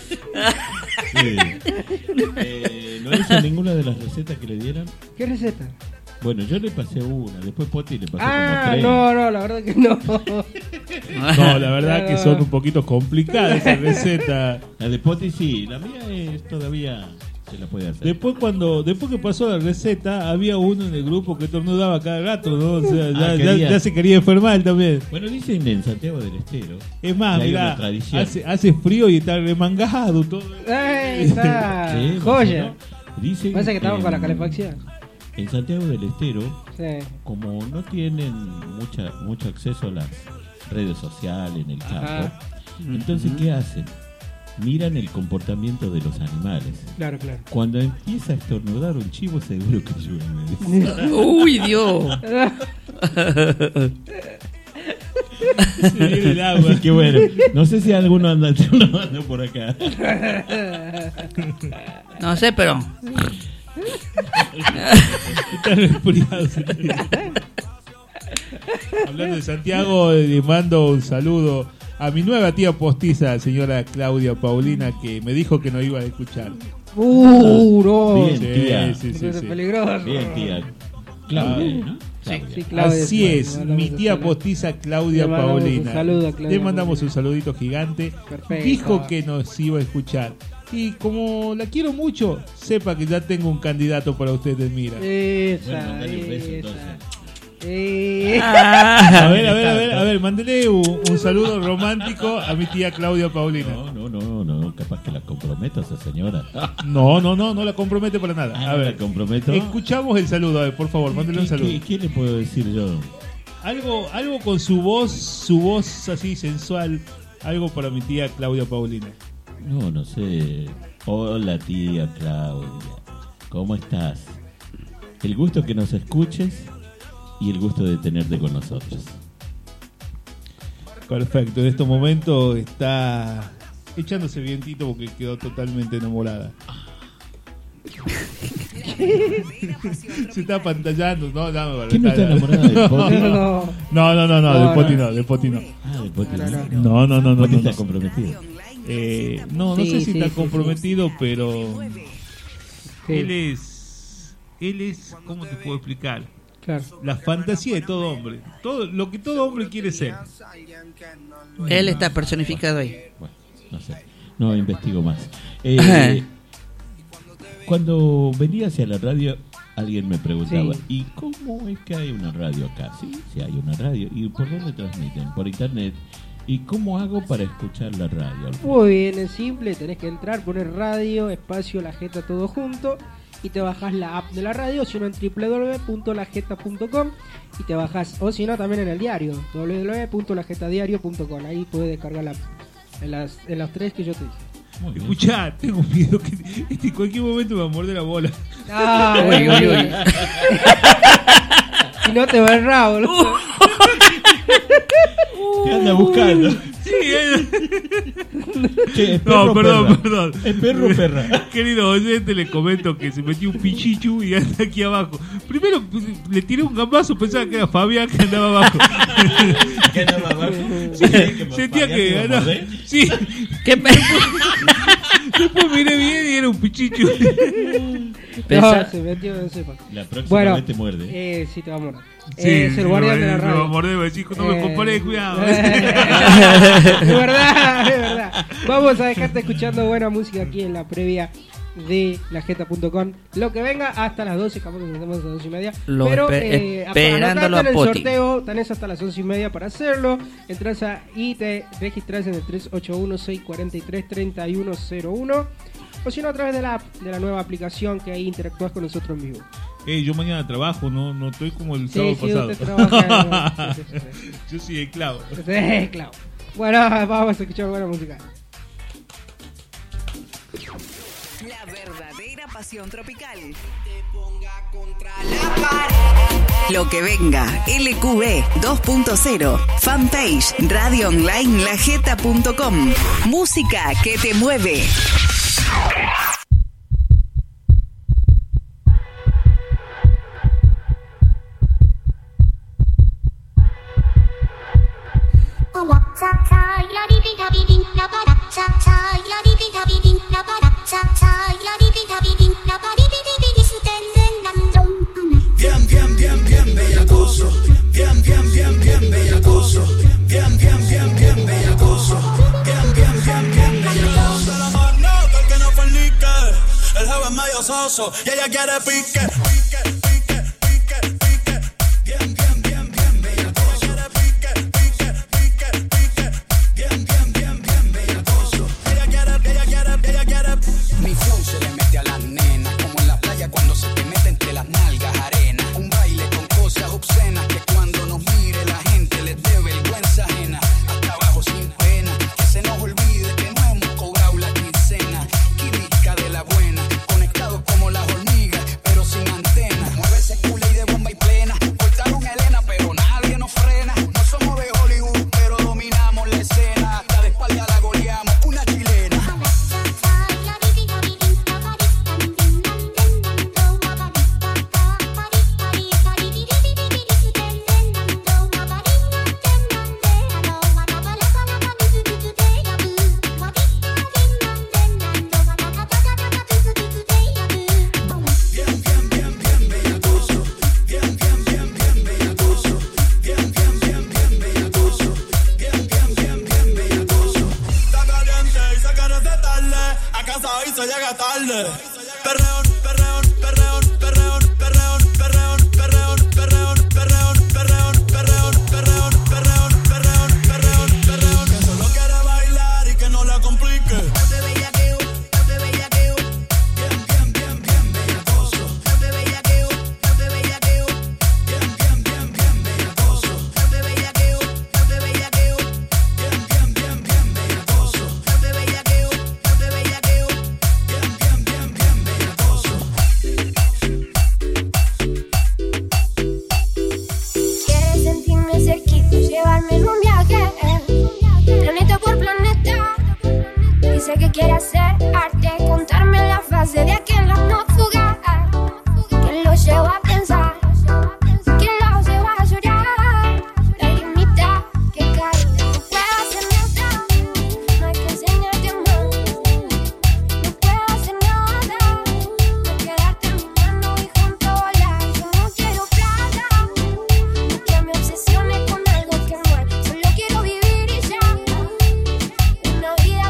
Sí. Eh, no hizo ninguna de las recetas que le dieran.
¿Qué receta?
Bueno, yo le pasé una, después Poti le pasó como
Ah,
tres.
no, no, la verdad que no.
No, la verdad que son un poquito complicadas esas recetas.
La de Poti sí, la mía es todavía se la puede hacer.
Después cuando después que pasó la receta, había uno en el grupo que tornudaba cada rato, ¿no? O sea, ya,
Ah,
ya-
quería.
ya se quería enfermar también.
Bueno, dicen en Santiago del Estero.
Es más,
que hay
mirá,
una tradición.
hace, hace frío y está remangado todo.
Ahí está.
Sí,
Joya.
Marcelo. Dicen
Pasa que estamos
en-
con la calefacción.
En Santiago del Estero,
Sí.
como no tienen mucha mucho acceso a las redes sociales en el campo,
Ajá.
entonces ¿qué hacen? Miran el comportamiento de los animales.
Claro, claro.
Cuando empieza a estornudar un chivo, seguro que llueve.
Uy, Dios.
Se viene el agua. Así que bueno, no sé si alguno anda estornudando por acá.
No sé, pero.
Está resfriado. señor. Hablando de Santiago, eh, le mando un saludo a mi nueva tía postiza, señora Claudia Paulina, que me dijo que no iba a escuchar.
Uh, no.
Bien, tía.
Sí, sí, sí, Es sí. peligroso.
Bien, tía. Claudia, ¿no?
Sí, Claudia.
Así
Bueno,
es,
hablamos
mi
de
tía
Claudia.
postiza Claudia
Le mandamos un
Paulina.
saludo a Claudia
Le mandamos un saludito gigante.
Perfecto.
Dijo que nos iba a escuchar. Y como la quiero mucho, sepa que ya tengo un candidato para ustedes, mira.
Eh. Esa, esa. Eh.
Ah.
A ver, a ver, a ver, a ver, mándele un, un saludo romántico a mi tía Claudia Paulina.
No, no, no, capaz que la comprometa esa señora.
No, no, no, no la compromete para nada.
Ah,
A
no
ver,
la comprometo.
Escuchamos el saludo, a ver, por favor, mándele un
¿Qué-
saludo.
qué- ¿Qué le puedo decir yo?
Algo, algo con su voz, su voz así sensual, algo para mi tía Claudia Paulina.
No, no sé. Hola tía Claudia, ¿cómo estás? El gusto que nos escuches y el gusto de tenerte con nosotros.
Perfecto, en estos momentos está echándose vientito porque quedó totalmente enamorada. Se está pantallando, no, dame, Bárbara,
¿Quién no está enamorada del Poti?
No, no, no, no, del Poti no, del Poti no.
Ah, del Poti no.
No, no, no, no.
Poti
no,
está
no.
comprometido.
Eh, no, no
Sí,
sé si
sí,
está
sí,
comprometido, pero.
Sí.
Él es. Él es. ¿Cómo te puedo explicar?
Claro.
La fantasía de todo hombre. Todo, lo que todo hombre quiere ser.
Él está personificado ahí.
Bueno, no sé. No investigo más. Eh, cuando venía hacia la radio, alguien me preguntaba,
Sí.
¿y cómo es que hay una radio acá? Sí, sí hay una radio. ¿Y por dónde transmiten? Por internet. ¿Y cómo hago para escuchar la radio?
Muy bien, es simple, tenés que entrar, poner radio, espacio, la jeta, todo junto y te bajas la app de la radio, sino en www.lajeta.com y te bajas, o si no también en el diario, www.lajetadiario.com, ahí puedes descargar la app, en las, en las tres que yo te dije.
Escuchá, tengo miedo que este, en cualquier momento me morde la bola.
Ah, bueno, bueno. Si no te va el rabo, ¿no?
Te anda buscando.
eh,
Che, ¿es perro
no,
o
perdón,
perra?
perdón.
¿Es perro o perra?
Querido oyente, les comento que se metió un pichichu y anda aquí abajo. Primero pues, le tiré un gambazo, pensaba que era Fabián que andaba abajo.
¿Qué andaba abajo?
Sentía
Fabián te
que.
iba a
andaba-
¿eh?
morder?
sí. Después miré bien y era un pichichu.
No, se metió, no sepa.
La próxima
Bueno,
vez te muerde.
Eh, sí, te va a morder.
Sí,
Eh, es el
me
guardián
va-
de la
me
radio. Eh,
va a morder, me dice, no me comparé, cuidado.
de verdad, de verdad. Vamos a dejarte escuchando buena música aquí en la previa de lajeta.com. Lo que venga hasta las 12, capaz que nos metemos a las 12 y media.
Lo
Pero
espe-
eh,
esperándolo
anotate
a
en el
Poti.
sorteo, tenés hasta las 11 y media para hacerlo. Entrás a, y te registras en el 381-643-3101. O si no, a través de la app, de la nueva aplicación que ahí interactúas con nosotros en vivo.
Eh, yo mañana trabajo, no, no estoy como el
Sí,
sábado
sí,
pasado.
usted trabaja, sí, sí,
Yo soy esclavo.
Sí, claro. eh, Bueno, vamos a escuchar buena música.
La verdadera pasión tropical. Lo que venga, LQB 2.0, fanpage, radio online, lajeta.com. Música que te mueve.
Bien, bien, bien, bien, bellacoso. Bien, bien, bien, bien, bellacoso. Bien, bien, bien, bien, bellacoso. Bien, bien, bien, bien, bellacoso. La mano, que el que no fornique. El joven es medio soso y ella quiere pique. Pique, pique, pique, pique. Bien, bien, bien, bien, bellacoso. Ella quiere pique, pique, pique, pique. Bien, bien, bien, bien, bellacoso. Ella quiere, ella quiere, ella quiere.
Mi flow se le mete a las nenas, como en la playa cuando se te mete entre las nalgas arena. Un baile con cosas obscenas que cuando nos mire la gente les dé vergüenza ajena. Hasta abajo sin pena, que se nos olvide que no hemos cobrado la quincena. Química de la buena, conectados como las hormigas, pero sin antena.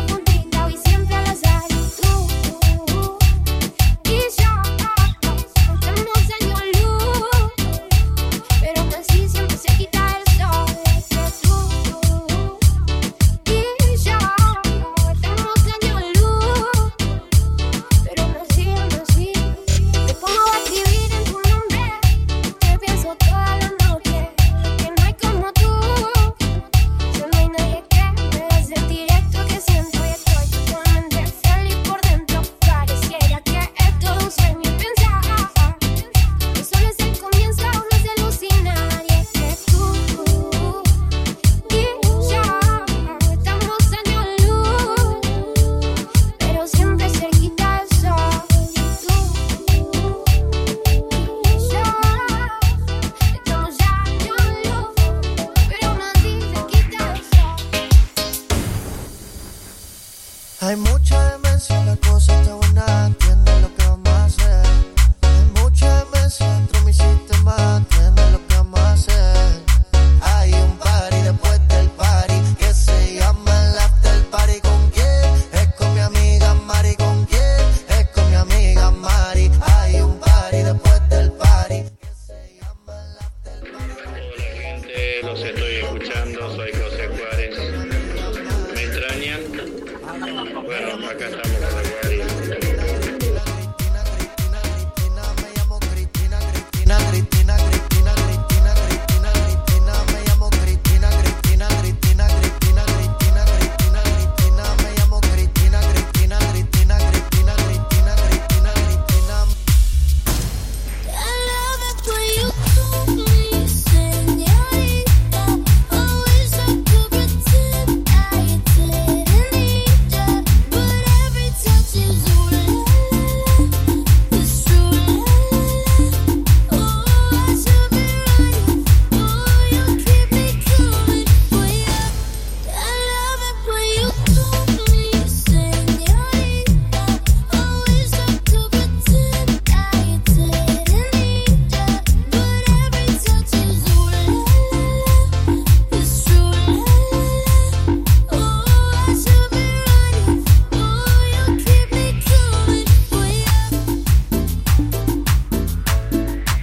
ah,
Hay mucha demencia, la cosa está buena, entiende lo que vamos a hacer. Hay mucha demencia dentro de mi sistema, entiende lo que vamos a hacer. Hay un party después del party que se llama el after party. ¿Con quién? Es con mi amiga Mari. ¿Con quién? Es con mi amiga Mari. Hay un party después del party.
gente, los estoy escuchando, soy José Juárez. ¿Me extrañan? Bueno, acá estamos José Juárez.
Cristina, Cristina, Cristina, Cristina, Cristina, Cristina, me llamo Cristina, Cristina, Cristina, Cristina, Cristina, Cristina, Cristina, me llamo Cristina, Cristina, Cristina, Cristina, Cristina, Cristina, Cristina.
Oh,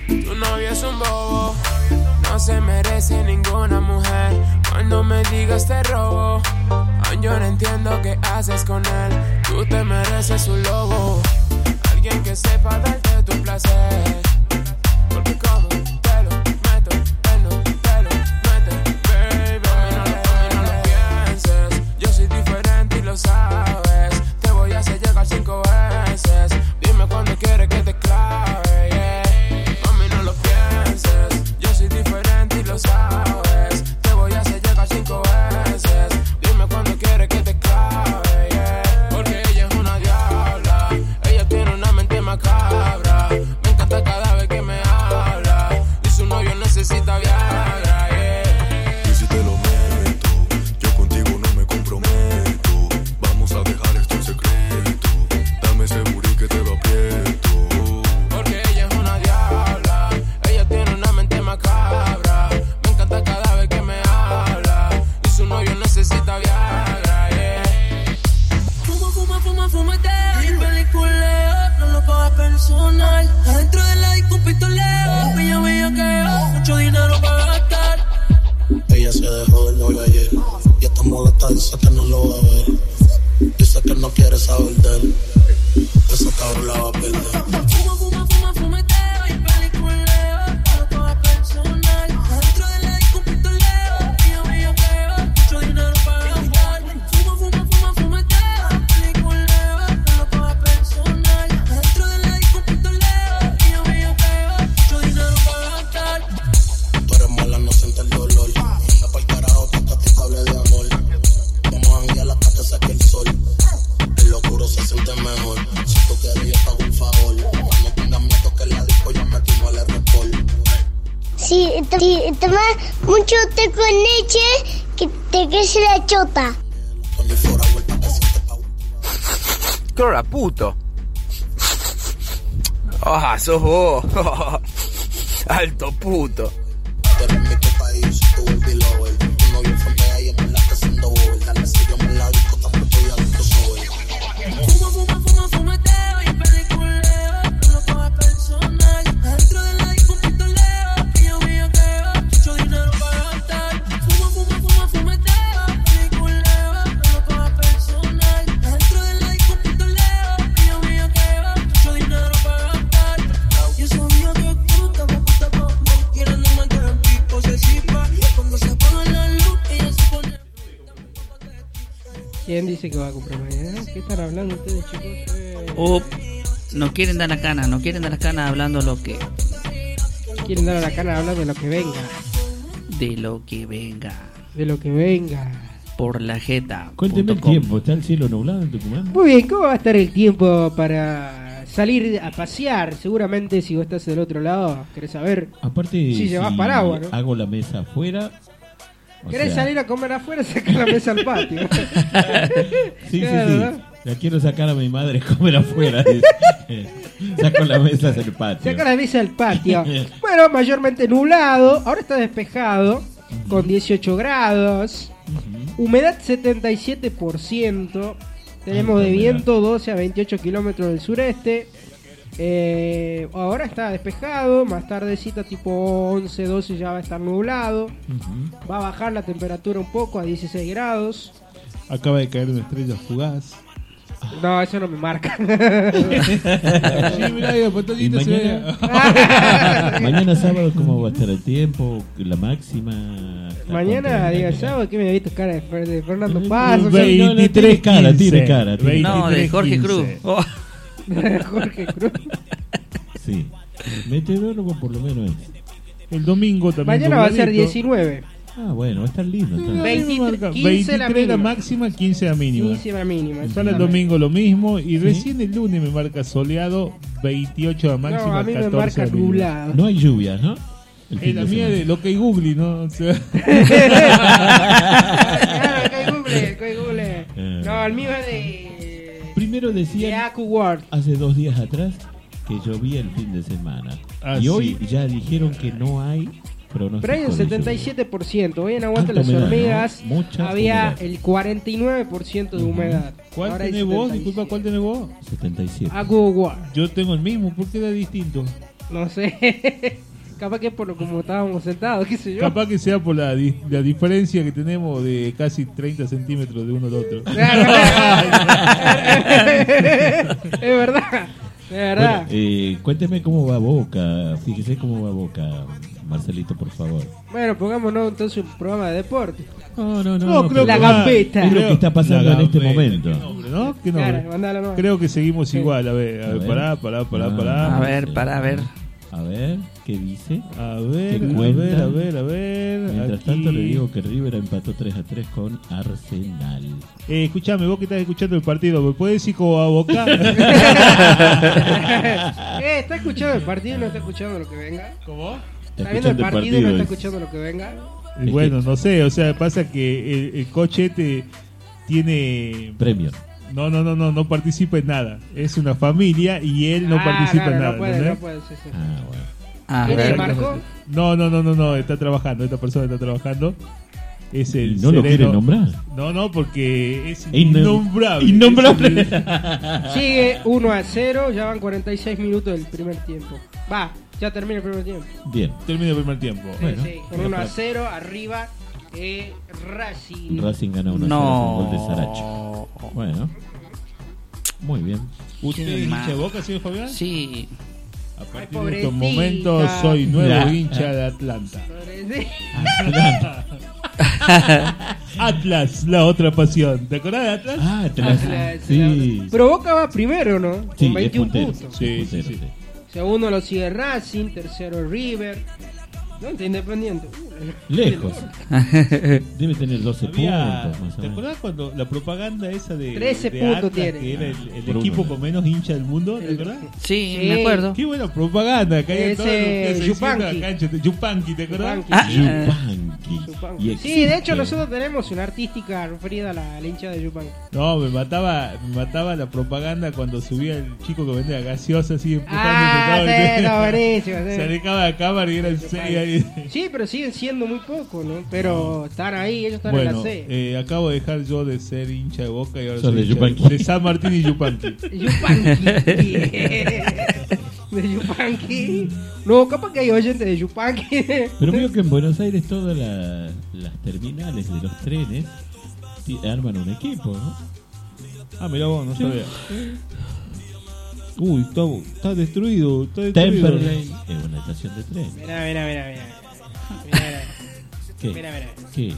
Tu novio es un bobo, no se merece ninguna mujer. Cuando me digas te robo, aún yo no entiendo qué haces con él. Tú te mereces un lobo, alguien que sepa darte tu placer. Porque como te lo meto, él no te lo mete, baby. A mí no le- a mí no lo pienses, yo soy diferente y lo sabes. Te voy a hacer llegar cinco veces. Dime cuándo quieres que te clave, yeah. Mami, no lo pienses. Yo soy diferente y lo sabes. Te voy a hacer llegar cinco veces. Dime cuándo quieres que te clave, yeah. Porque ella es una diabla. Ella tiene una mente macabra. Me encanta cada vez que me habla. Y su novio necesita viagra, yeah.
Y si te lo meto, yo contigo no me comprometo. Vamos a dejar esto en secreto. Dame ese booty que te lo aprieto.
Porque ella es una diabla. Ella tiene una mente macabra. Me encanta cada vez que me habla. Y su novio necesita viagra, yeah.
Fuma, fuma, fuma, fumate. El peliculeo, no lo cojas personal. Adentro de la disco un pistoleo. Bella, bella que mucho dinero para gastar.
Ella se dejó del novio ayer. Y está molesta, dice que no lo va a ver. Dice que no quiere saber de él. Esa cabrón la va a perder.
Fuma, fuma, fuma, fumate. El peliculeo, no lo cojas personal. Adentro de la disco un pistoleo. Bella, bella que mucho dinero para gastar. Fuma, fuma, fuma, fumate. El peliculeo, no lo cojas personal. Adentro de la disco un pistoleo. Bella, bella que mucho dinero para gastar.
Tú eres mala, no sientes el dolor. Anda pa'l carajo, toca tu cable de amor. Vamos a janguear hasta que saque el sol. El locuro se siente mejor. Si tú querías, te hago un favor. No tengas miedo que en la disco ya metimos el error.
Si, to- si tomas mucho té con leche, que te crece la chota.
Cora, puto. Ah, sos vos. Alto puto.
Tú eres mi copa y yo soy tu baby lover. Tu novio frontea y en verdad está siendo bobo. Dale, si yo me la disco, tampoco estoy adicto sober.
Fuma, fuma, fuma, fumeteo y peliculeo, no lo cojas personal. Adentro de la disco un pistoleo, pillo, billeteo, mucho dinero para gastar. Fuma, fuma, fuma, fumeteo, peliculeo, no lo cojas personal. Adentro de la disco un pistoleo, pillo, billeteo, mucho dinero para gastar. Yo soy yo que puta, pa' puta, pa' puta, quiero no mantener mi posesiva. Cuando se apaga la luz, ella se pone...
¿Quién dice que va a comprar mañana? ¿Qué están hablando ustedes, chicos? Eh,
O no quieren dar la cana, no quieren dar la cana hablando lo que
Quieren dar a la cara hablando de lo que venga.
de lo que venga
De lo que venga.
por la jeta.
Cuénteme el
punto com.
tiempo, ¿está el cielo nublado en Tucumán?
Muy bien, ¿cómo va a estar el tiempo para salir a pasear? Seguramente si vos estás del otro lado, querés saber
Aparte,
si llevas paraguas, ¿no?
hago la mesa afuera. o
¿Querés
sea,
salir a comer afuera? Sacar la mesa al patio.
Sí, sí,
Claro,
sí.
¿no?
La quiero sacar a mi madre, comer afuera. dice. Eh, Saco la mesa hacia el patio. Eh,
Saca la mesa del patio. Bueno, mayormente nublado. Ahora está despejado. Con 18 grados. Humedad 77%. Tenemos
Alta
de
humedad.
viento 12 a 28 kilómetros del sureste. Eh, ahora está despejado. Más tardecita, tipo 11, 12, ya va a estar nublado. Va a bajar la temperatura un poco a 16 grados.
Acaba de caer una estrella fugaz.
Ah.
No, eso no me marca.
Sí, mirá, ahí,
pues,
Y
apostadito se
mañana,
eh.
ve.
mañana sábado, ¿cómo va a estar el tiempo? ¿La máxima?
Mañana, diga, ¿sabes qué me había visto cara de Fer- de Fernando Paz?
no, no, no, tire cara, tire cara. tire
No,
cara.
de Jorge Cruz. Oh.
Jorge Cruz.
Sí. Meteorólogo por lo menos es.
El domingo también.
Mañana va a ser
nubladito.
19.
Ah, bueno, va a estar lindo. está bien.
23,
23 la,
15 la mínima.
máxima, 15 la mínima.
15 la mínima.
Para el
exactamente.
domingo lo mismo y recién el lunes me marca soleado, 28 la máxima,
No, a mí me
14 la
marca
mínima.
nublado.
No hay lluvias, ¿no? El
Eh,
fin
la
de
mía
semana.
de lo que hay Google, ¿no? O sea-
Claro, que hay Google, que hay Google.
Eh.
No, el mío es de.
Primero
de
decía
Aku World.
hace dos días atrás que llovía el fin de semana.
Ah,
y
sí.
hoy ya dijeron que no hay pronóstico.
Pero hay un
de lluvia.
77%. Hoy en Aguante
Alta
las
humedad, ¿no?
Hormigas
Mucha
había
humedad.
el 49% de humedad.
¿Cuál
Ahora hay
tenés vos?
77.
Disculpa, ¿cuál tenés vos?
77.
Aku World.
Yo tengo el mismo, ¿por qué era distinto?
No sé. Capaz que es por lo como estábamos sentados, qué sé yo.
Capaz que sea por la, di- la diferencia que tenemos de casi 30 centímetros de uno al otro.
es verdad. Es verdad.
Bueno, eh, cuénteme cómo va Boca. Fíjese cómo va Boca, Marcelito, por favor.
Bueno, pongámonos entonces un programa de deporte.
No,
No, creo
la
que-
gambeta.
Es lo que está pasando
La
en este
gambeta,
momento.
qué nombre, ¿no? Qué
Claro,
nombre.
mandalo nomás.
Creo que seguimos igual. A ver, a
A
ver,
ver.
pará, pará, pará,
Ah,
pará.
A ver, para ver.
A ver, ¿qué dice?
A ver,
¿Qué
a
cuenta?
ver, a ver, a ver.
Mientras
aquí.
tanto le digo que River empató 3 a 3 con Arsenal.
Eh, escuchame, vos que estás escuchando el partido, ¿me puedes decir cómo va Boca?
Eh, ¿Está escuchando el partido y no está escuchando lo que venga?
¿Cómo?
¿Está viendo el
escuchando el
partido y no está
partido.
escuchando lo que venga?
Y bueno, no sé, o sea, pasa que el, el coche este tiene...
Premio.
No, no, no, no, no participa en nada. Es una familia y él no
Ah,
participa
claro,
en nada.
No puede,
¿entendés?
no puede, sí, sí.
Ah, bueno.
A
¿Quién
ver.
le marcó?
No, no, no, no, no, está trabajando, esta persona está trabajando. Es el
¿No lo
sereno-
quiere nombrar?
No, no, porque es
Innom-
innombrable.
innombrable.
Es el-
Sigue 1 a 0, ya van 46 minutos del primer tiempo. Va, ya termina el primer tiempo.
Bien.
Termina el primer tiempo.
Bueno,
Sí, con 1 a 0, arriba eh, Racing.
Racing gana 1
No.
con gol de Saracho. Bueno. Muy bien.
¿Usted
Qué
es hincha de
mal.
Boca, señor Fabián?
Sí.
A partir de
pobrecita.
estos momentos soy nuevo
Ya.
hincha de Atlanta.
Sobre-
Atlas, la otra pasión. ¿Te acordás de Atlas?
Ah, tras-
Atlas,
Sí.
Pero Boca va primero, ¿no? Con
Sí, es
21
puntero,
puntos.
Sí,
es
sí,
puntero,
sí.
Segundo lo sigue Racing, tercero River. No, está Independiente. Uh,
Lejos. Debe tener 12
Había-
puntos más o
¿Te
menos.
acordás cuando la propaganda esa de,
13
de
puntos
Atlas,
tiene.
que era el, el
Por uno,
equipo
¿no?
con menos hincha del mundo? ¿Te acordás?
Sí,
Sí.
me acuerdo.
Qué buena propaganda que hay en
Ese
todas las que se hicieron en
Yupanqui.
la cancha. Yupanqui, ¿te acordás?
Yupanqui.
Ah,
Yupanqui. Y
Yupanqui. Sí, de
existe.
hecho nosotros tenemos una artística referida a la, a la hincha de Yupanqui.
No, me mataba, me mataba la propaganda cuando subía el chico que vendía gaseosa así empujando.
Ah, sí, está buenísimo. sí.
Se alejaba de la cámara y era el seis ahí.
Sí, pero siguen siendo muy pocos, ¿no? Pero están ahí, ellos están en
Bueno,
la C.
eh, acabo de dejar yo de ser hincha de Boca y ahora
Sos
soy
de
hincha
Yupanqui.
de San Martín y Yupanqui.
Yupanqui. de Yupanqui. No, capaz que hay oyentes de Yupanqui.
Pero veo que en Buenos Aires todas la- las terminales de los trenes ti- arman un equipo, ¿no?
Ah, mirá vos, no sabía. Uy, está, está destruido, está destruido.
Temperley es una estación de tren.
Mirá, mirá, mirá, mirá. Mirá,
¿Qué?
mirá, mirá.
¿Qué?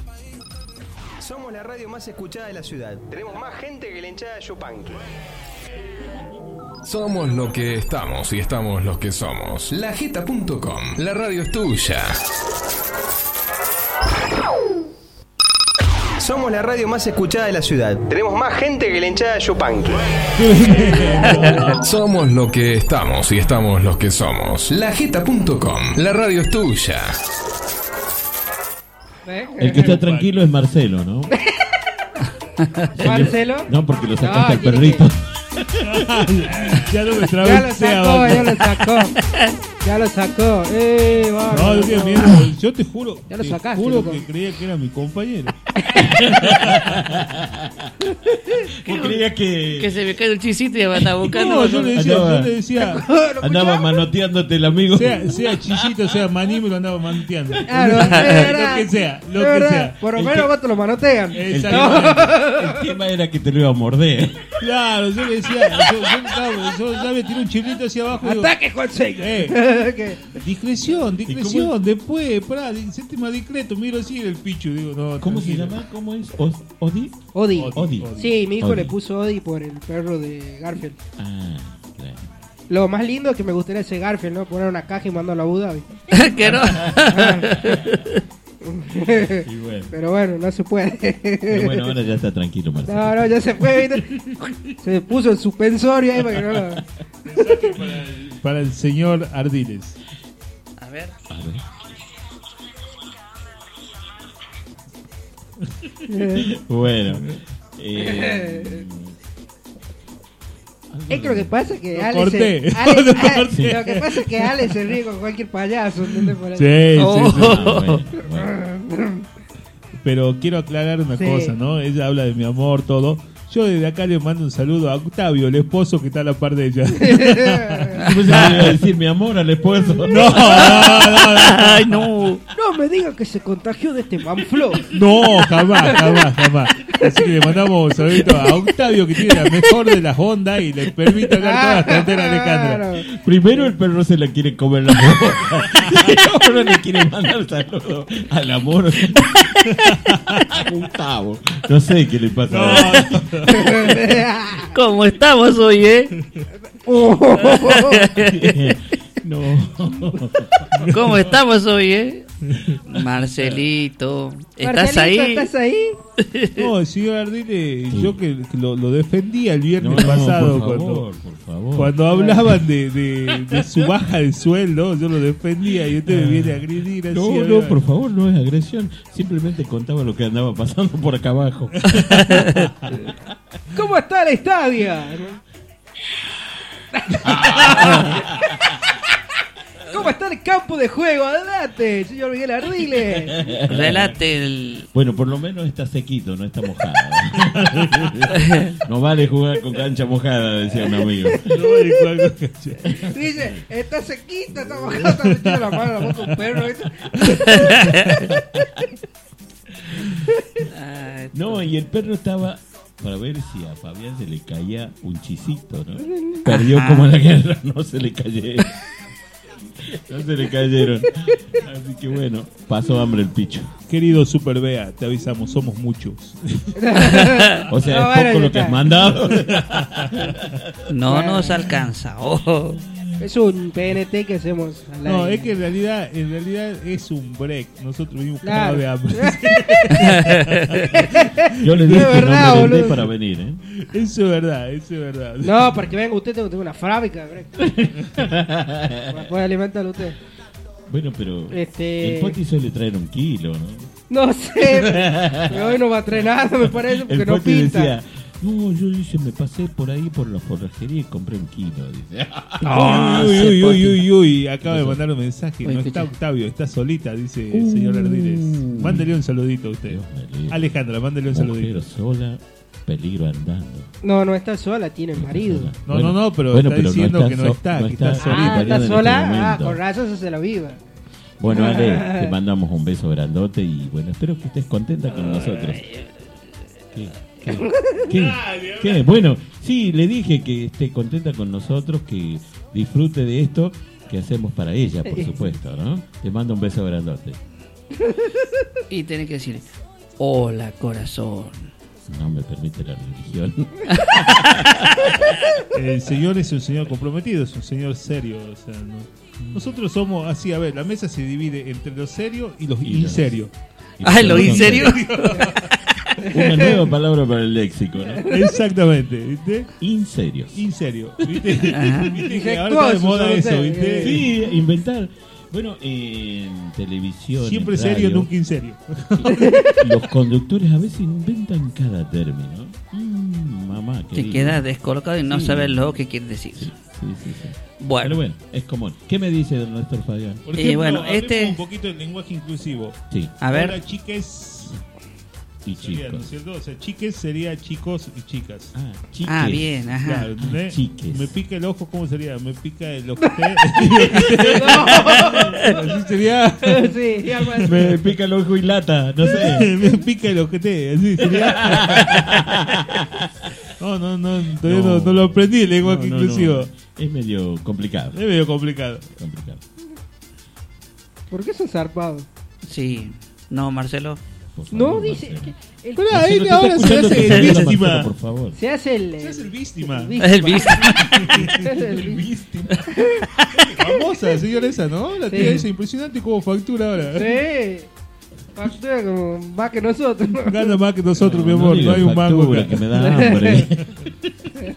Somos la radio más escuchada de la ciudad. Tenemos más gente que la hinchada de Yupanqui.
Somos lo que estamos y estamos los que somos. Lajeta.com. La radio es tuya.
Somos la radio más escuchada de la ciudad. Tenemos más gente que la hinchada de Yupanqui.
Somos lo que estamos y estamos los que somos. Lajeta.com. La radio es tuya.
¿Eh?
El que está tranquilo es Marcelo, ¿no?
Marcelo.
No, porque lo sacaste al
No,
perrito.
ya lo me
Ya lo sacó,
traveseaba.
ya lo sacó. Ya lo sacó. Eh, vamos,
No, yo,
vamos.
te miedo, yo te juro,
Ya lo
te
sacaste,
juro
loco.
que creía que era mi compañero.
Vos creías que.
Que se me cae el chisito y va a estar buscando.
No, yo le decía, yo le decía,
Andaba manoteándote el amigo.
sea, sea chichito, sea maní, me lo andaba manteando.
Claro, es verdad.
lo que sea, lo
Es
que
verdad,
sea.
Por lo
El
menos
que-
vos te lo manotean.
El
No.
tema, el tema era que te lo iba a morder.
Claro, yo le decía, yo, yo, estaba- yo ya me tiré un chilito hacia abajo. digo,
Ataque, Juan Seca.
Eh, discreción,
cómo-
discreción, después, pará, di- séptima discreto, miro así el pichu, digo, no.
¿Cómo se
tranquilo.
llama? ¿Cómo es? ¿Os- ¿Odi?
Odi.
Odi.
Sí, mi hijo
Odi.
le puso Odi por el perro de Garfield.
Ah, claro.
Lo más lindo es que me gustaría ese Garfield, ¿no? Poner una caja y mandarlo a Abu Dhabi.
Que no.
Y bueno.
Pero bueno, no se puede.
Pero bueno, ahora ya está tranquilo, Marcelo.
No, no, ya se fue, ¿viste? Se puso el suspensorio ahí para que no lo...
Para el señor Ardiles.
A ver.
A ver. Bueno. eh,
Es que lo que pasa es que
Lo
Ale
corté.
se... Ale-
Lo
Ale-
corté.
Lo que pasa es que Ale se ríe con cualquier payaso, ¿entendés? Por ahí.
Sí, sí,
Oh.
sí.
Ah,
Pero quiero aclarar una
Sí.
cosa, ¿no? Ella habla de mi amor, todo. Yo desde acá le mando un saludo a Octavio, el esposo que está a la par de ella.
Yo pensé que le iba a decir mi amor al esposo. No,
no, no, no.
Ay, no.
No me digas que se contagió de este manflo.
No, jamás, jamás, jamás. Así que le mandamos un saludo a Octavio que tiene la mejor de las ondas y le permite hablar todas las tonteras de Alejandra.
Primero el perro se la quiere comer la boca. Y ahora le quiere mandar saludos al amor. Gustavo. No sé qué le pasa. a él.
¿Cómo estamos hoy, eh?
No.
¿Cómo estamos hoy, eh? Marcelito, ¿estás
Marcelito,
ahí?
¿Estás ahí?
No, el señor Ardile, yo que que lo, lo defendía el viernes
No,
pasado
por
cuando,
favor, por favor.
cuando hablaban de, de- de su baja de sueldo, yo lo defendía y usted me viene a agredir así.
No,
a
no,
ver.
por favor, no es agresión. Simplemente contaba lo que andaba pasando por acá abajo.
¿Cómo está la estadia? ¿Cómo está el campo de juego? Adelante, señor Miguel Ardiles.
Relate el...
Bueno, por lo menos está sequito, no está mojado. no vale jugar con cancha mojada, decía un amigo.
No, vale jugar con cancha.
Dice, está sequita, está mojado, está metiendo la mano en la boca de un perro. ¿viste?
Ah,
No, y el perro estaba para ver si a Fabián se le caía un chisito, ¿no? Perdió como la guerra, no se le cayeron. No se le cayeron. Así que bueno, pasó hambre el picho.
Querido Super Bea, te avisamos, somos muchos.
O sea,
No,
es poco
bueno,
lo que
ya.
has mandado.
No nos alcanza. ojo.
Es un PNT que hacemos al
No,
aire.
es que en realidad, en realidad es un break. Nosotros vimos
Claro.
cagados de hambre.
Yo le
De
dije
verdad,
no me
Ah, boludo.
vendé para venir, ¿eh?
Eso es verdad, eso es verdad.
No, para que venga usted, tengo, tengo una fábrica. Puede alimentarlo usted.
Bueno, pero
Este-
el poti suele traer un kilo, ¿no?
No sé, pero hoy no va a traer nada, me parece, porque
El
no
poti
pinta.
decía, no, yo dice, me pasé por ahí por la forrajería y compré un kilo. Dice.
Ah,
uy,
ese
uy, uy,
Poti.
uy, uy, acaba de
Entonces,
mandar un mensaje.
Uy,
No
escucha. Uh.
está Octavio, está solita, dice el señor Ardiles. Mándele un saludito a usted.
Dios me libre.
Alejandra, mándele un saludito.
Mujer sola, peligro andando.
No, no está sola, tiene marido.
No, no, no, pero está diciendo que no está, que está solita.
Ah,
Mariana en
está
este
sola, ah,
momento.
con razón se se la viva.
Bueno, Ale, te mandamos un beso grandote y bueno, espero que estés contenta con nosotros. ¿Qué? ¿Qué? ¿Qué? ¿Qué? Bueno, sí, le dije que esté contenta con nosotros, que disfrute de esto que hacemos para ella, por supuesto, ¿no? Te mando un beso grandote.
Y tiene que decir, hola corazón.
No me permite la religión.
El señor es un señor comprometido, es un señor serio. o sea, ¿no? Nosotros somos así, a ver, la mesa se divide entre los serios y los
Y los-
inserios.
Y
Ay, Ah, lo
nosotros
en serio.
Una nueva palabra para el léxico, ¿no?
Exactamente, ¿viste?
Inserios.
Inserio, ¿viste?
Ajá.
¿Viste que ahora está de
Infectuoso,
moda
yo no
eso,
sé,
¿viste?
eh.
Sí, inventar. Bueno, en televisión.
Siempre
en
serio,
radio,
nunca inserio.
Los conductores a veces inventan cada término. Mm, mamá,
Te
querida.
quedas descolocado y no
Sí.
sabes lo que quiere decir.
Sí, sí, sí.
Bueno.
Pero bueno, es común. ¿Qué me dice don Néstor Fabián?
Por ejemplo,
bueno,
hablemos
este-
un poquito del lenguaje inclusivo.
Sí.
A ver.
Hola, chiques.
Y
Sería, ¿no
chicos.
es cierto? O sea, chiques sería chicos y chicas.
Ah,
chiques. Ah, bien, ajá.
Claro, ¿entendés?
Ah, chiques.
Me pica el ojo, ¿cómo sería? Me pica el ojete. así sería.
Sí, algo así.
Me pica el ojo y lata, no sé.
me pica el ojete, así sería. no, no, no, todavía no, no lo aprendí el lenguaje
No, no, no.
inclusivo.
Es medio complicado.
Es medio complicado.
complicado.
¿Por qué son zarpados?
Sí. No, Marcelo.
No, dice. que el-
Pará, él ahora se hace el víctima.
Se hace el.
Se hace el víctima.
El víctima.
Se hace el
víctima. Famosa la señora esa, ¿no? La tía
Sí.
esa, impresionante como factura ahora.
Sí. Factura como más que nosotros.
Gana más que nosotros, mi
No, no
amor. No,
digas
hay un mango
factura,
acá.
que me da hambre.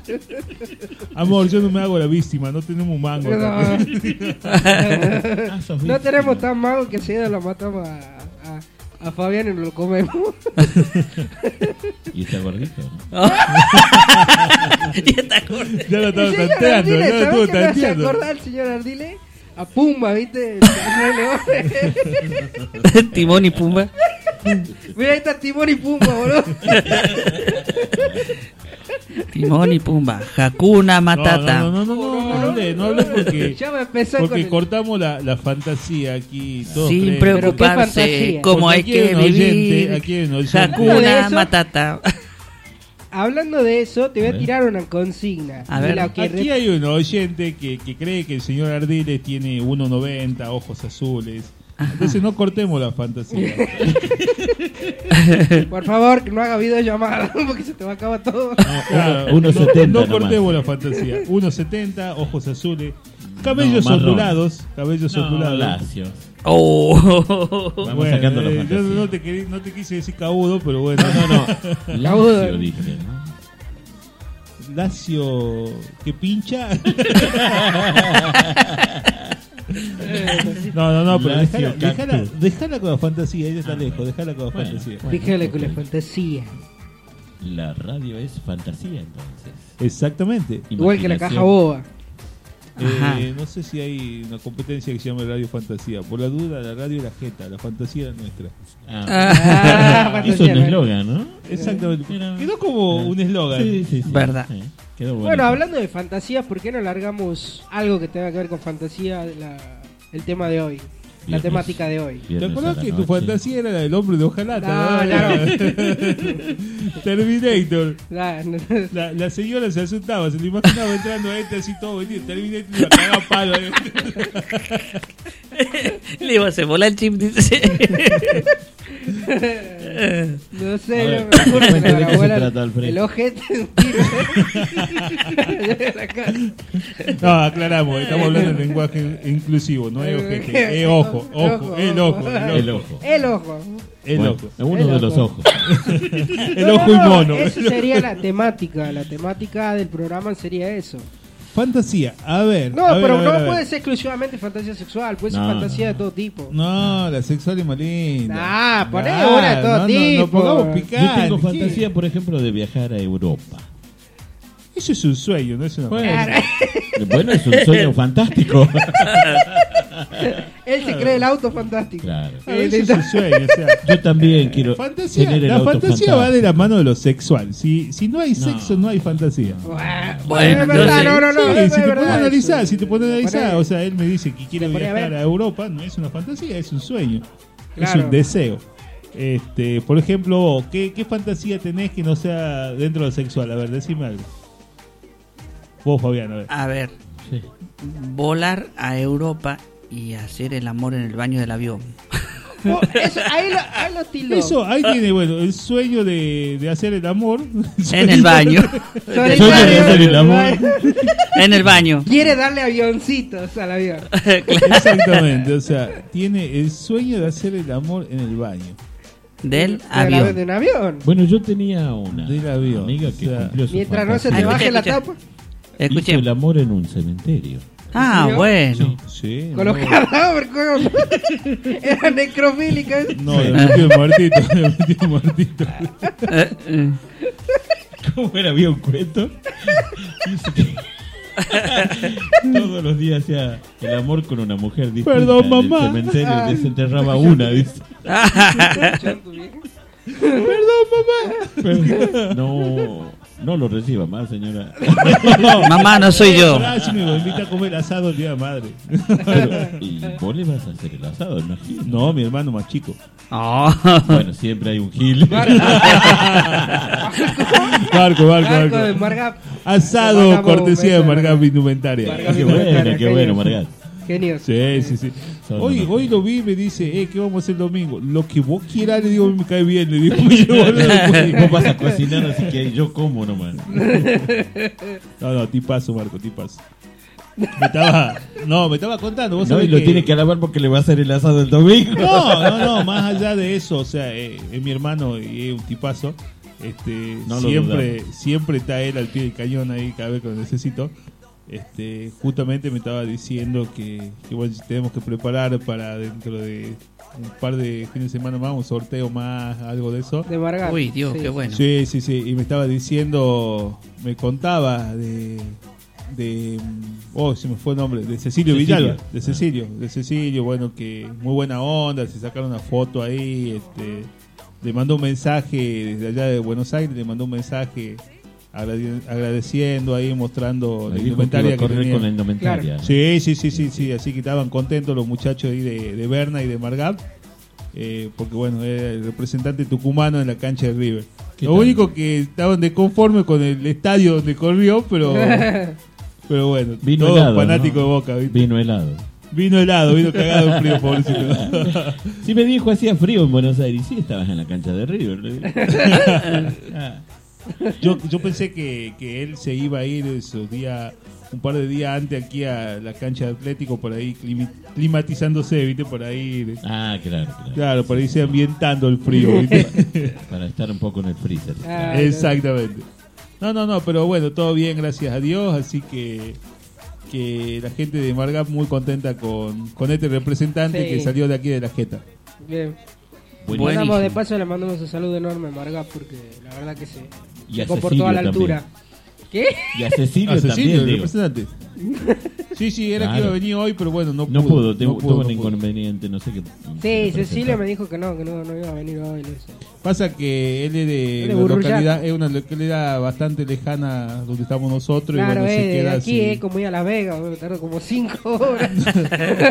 amor, yo no me hago la víctima, no tenemos un mango. acá.
No, No tenemos tan mago que si no lo matamos a, a, a Fabián y nos lo comemos.
Y está gordito.
Ah.
y está gordito.
Ya lo estaba
El señor
tanteando,
Ardile,
ya lo
¿sabes
estuvo
qué me hace
tanteando.
acordar el señor Ardile? A Pumba, ¿viste? El león.
Timón y Pumba.
Mira, ahí está Timón y Pumba, boludo.
Timón y Pumba. Hakuna Matata.
No, no, no, no, no, no, no hablé, no hablé porque,
Ya va a empezar con
porque
el-
cortamos la, la fantasía aquí. Todos
Sin
creen.
preocuparse,
Pero qué fantasía.
como
Porque
hay
aquí
que
un oyente,
vivir.
aquí hay un oyente.
¿De
Hakuna
eso?
Matata.
Hablando de eso, te voy
A
a
ver.
tirar una consigna.
A ver.
De la que
Aquí
re-
hay un oyente que, que cree que el señor Ardiles tiene 1.90, ojos azules. Entonces no cortemos la fantasía.
Por favor, que no haga videollamada, porque se te va a acabar todo.
Claro,
1.70
Ah, No, no
nomás.
cortemos la fantasía. 1.70, ojos azules, cabellos
No, marrón.
ondulados. Cabellos
No,
ondulados.
lacios.
Oh.
Vamos sacando la
eh, yo
fantasía.
no te, querí- no te quise decir cabudo, pero bueno.
No, no, Lacio, dije, ¿no?
Lacio que pincha. No, no, no, pero
Lacio
dejala, dejala,
cactus. Ah,
dejala con la fantasía, ella está lejos, dejala con la
Bueno,
fantasía.
bueno.
Déjale con la fantasía.
La radio es fantasía, entonces.
Exactamente.
Igual que la caja boba.
Eh,
Ajá.
no sé si hay una competencia que se llama Radio Fantasía. Por la duda, la radio es la jeta, la fantasía es nuestra.
Ah. Ah, Eso es un eslogan, ¿no?
Exactamente.
Mira.
Quedó como un eslogan.
Sí, sí, sí.
Verdad.
Sí, quedó bueno.
Bueno, hablando de fantasía, ¿por qué no largamos algo que tenga que ver con fantasía la- el tema de hoy? La
Viernes.
temática de hoy.
¿Te
Viernes
acuerdas
a la
que tu
noche.
fantasía era la del hombre de ojalá? Terminator.
La-
La, la señora se asustaba, se le imaginaba entrando a este así todo venido. Terminator y la cagaba a palo. ¿eh?
Le iba a hacer volar el chip, dice.
No
A
sé,
ver,
no me acuerdo.
cuéntame de
pero
qué
la
se
abuela-
trata, Alfred.
El ojete es un tiro. De la cara.
No, aclaramos, estamos hablando de lenguaje inclusivo, no es ojete, es ojo, ojo, el ojo, el ojo.
Eh, El ojo.
El
Bueno,
ojo.
Uno
El
de
ojo.
los ojos.
El
No,
ojo y
no, no,
mono.
Eso sería la temática. La temática del programa sería eso.
Fantasía, a ver.
No,
a ver,
pero
a ver,
no
a ver.
puede ser exclusivamente fantasía sexual, puede ser
No,
fantasía de todo tipo.
No, la sexual es más linda.
Ah, poné
Ah,
una de todo
no, no,
tipo.
No, pongamos
Yo
picante.
tengo
¿qué?
fantasía, por ejemplo, de viajar a Europa.
Eso es un sueño, no es una fantasía.
Bueno, es un sueño fantástico.
Él se cree el auto fantástico.
Claro.
A ver, Eso es un sueño, o sea.
Yo también quiero
Eh, Fantasía,
tener el
la
auto
fantasía
fantástico.
va de la mano de lo sexual. Si, si no hay sexo, no hay fantasía.
Bueno,
es verdad,
entonces-
no, no, no,
Sí,
no, es
si te pones a
verdad.
analizar, si te pones a analizar,
Ponele.
o sea, él me dice que quiere
ponés a
viajar
ver.
a Europa, no es una fantasía, es un sueño,
Claro.
es un deseo. Este, por ejemplo, ¿qué, qué fantasía tenés que no sea dentro de lo sexual? A ver, decime algo. Vos, Fabián, a ver.
A ver,
Sí.
volar a Europa y hacer el amor en el baño del avión.
Oh, eso, ahí lo, ahí lo tildó.
Eso, ahí tiene, bueno, el sueño de, de hacer el amor.
En el baño.
Solitario,
Sueño de hacer el amor.
en el baño.
Quiere darle avioncitos al avión.
Exactamente, o sea, tiene el sueño de hacer el amor en el baño.
Del
Pero la vez de
avión.
un avión.
Bueno, yo tenía una
Del avión,
amiga que
o sea,
cumplió su
Mientras no se
fantasía.
te baje la
escuché.
tapa.
Hizo
Escuchen.
el amor en un cementerio.
Ah, bueno.
Sí.
Con los cadáveres, weón. Era necrofílica. esa.
No, de metido muertito, de metido muertito.
Eh,
¿Cómo era? Había un cuento. Dice que Todos los días hacía el amor con una mujer distinta.
Perdón,
en el
mamá.
cementerio
Ay.
desenterraba una, dice.
Ah.
Perdón, mamá.
No, no lo reciba más, señora.
Mamá, no soy yo.
Horacio me invita a comer asado el día de madre. Pero, ¿Y vos le vas a hacer el asado? Imagino. No, mi hermano más chico.
Oh.
Bueno, siempre hay un gil. Barco, barco, barco.
Barco de Margap.
Asado,
Margap,
cortesía de
Margap.
Margap Indumentaria.
Margap
qué bueno,
Indumentaria,
qué bueno,
genios.
Margap.
Genios.
Sí, sí, sí.
Son
Hoy,
unos-
hoy lo vi y me dice, eh, ¿qué vamos a hacer el domingo? Lo que vos quieras, le digo, me cae bien. Le digo, yo, boludo, pues,
Vos vas a cocinar, así que yo como nomás.
No, no, tipazo, Marco, tipazo. Me estaba, no, me estaba contando. Vos
No, y
sabés
lo
que-
tiene que alabar porque le va a hacer el asado el domingo.
No, no, no, más allá de eso, o sea, eh, es mi hermano y es un tipazo. Este,
No lo
siempre, siempre está él al pie del cañón ahí cada vez que lo necesito. Este, justamente me estaba diciendo que, que, bueno, tenemos que preparar para dentro de un par de fines de semana más, un sorteo más, algo de eso.
De Vargas. Uy, Dios, Sí. qué bueno.
Sí, sí, sí. Y me estaba diciendo, me contaba de. de oh, se me fue el nombre, de
Cecilio.
Cecilio,
Ah.
Villalba. De Cecilio, de Cecilio, bueno, que muy buena onda, se sacaron una foto ahí, este, le mandó un mensaje desde allá de Buenos Aires, le mandó un mensaje agrade- agradeciendo ahí, mostrando
Le dijo
la
que
indumentaria
iba a
que
correr
tenía.
con la indumentaria. Claro.
Sí, sí, sí, sí, sí, así que estaban contentos los muchachos ahí de, de Berna y de Margap, eh, porque bueno, era el representante tucumano en la cancha de River. Lo
tal?
único que estaban desconformes con el estadio donde corrió, pero, pero bueno,
Vino
todos
helado. ¿no?
fanáticos de Boca, ¿viste?
Vino helado.
Vino helado, vino cagado en frío, pobrecito.
Sí me dijo, hacía frío en Buenos Aires. Sí, estabas en la cancha de River. le digo.
Ah. yo, yo pensé que, que él se iba a ir esos días, un par de días antes aquí a la cancha de Atlético, por ahí climi- climatizándose, ¿viste? Por ahí.
Ah, claro, claro.
Claro, por ahí se ambientando el frío, ¿viste?
Para estar un poco en el freezer.
Exactamente. No, no, no, pero bueno, todo bien, gracias a Dios, así que que la gente de Margap muy contenta con, con este representante
Sí.
que salió de aquí de la Jeta.
Bien.
Buenísimo.
Mandamos de paso, le mandamos un saludo enorme a Marga porque la verdad que se,
Y
se
a
comportó a la
Cecilio
altura. ¿Qué?
Y a Cecilio
A
también,
Cecilio, el
digo.
representante. Sí, sí, era que
Claro.
iba a venir hoy, pero bueno, no pudo.
No pudo, te-
no
tuvo
no
un inconveniente, no sé qué.
Sí, Cecilia me dijo que no, que no, no iba a venir hoy. le decía.
Pasa que él es de
Él es
una
Burruyac.
localidad, es una localidad bastante lejana donde estamos nosotros y
Claro,
bueno, se
eh, de
queda
aquí
así.
es como ir a Las Vegas, me tardo como 5 horas.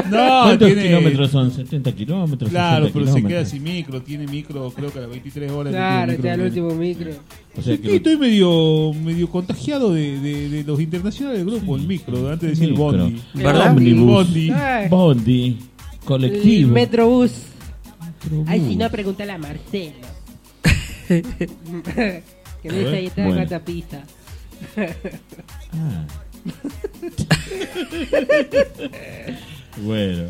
No,
¿Cuántos
tiene-
kilómetros son? ¿70 kilómetros?
Claro,
60
pero se queda
kilómetros?
sin micro, tiene micro creo que a las 23 horas. el
Claro,
último
está el
micro
último micro.
que-
O sea
Sí,
que-
Estoy medio medio contagiado de, de- de los internacionales del grupo, el micro, antes de decir el
Micro.
bondi.
¿Verdad? Ómnibus.
Bondi.
Ah.
Bondi,
El
colectivo.
Metrobús. Ay,
Metrobús.
si no, pregúntale a Marcelo. que no
A ver,
está ahí, está
bueno.
en Catapista.
Ah. Bueno.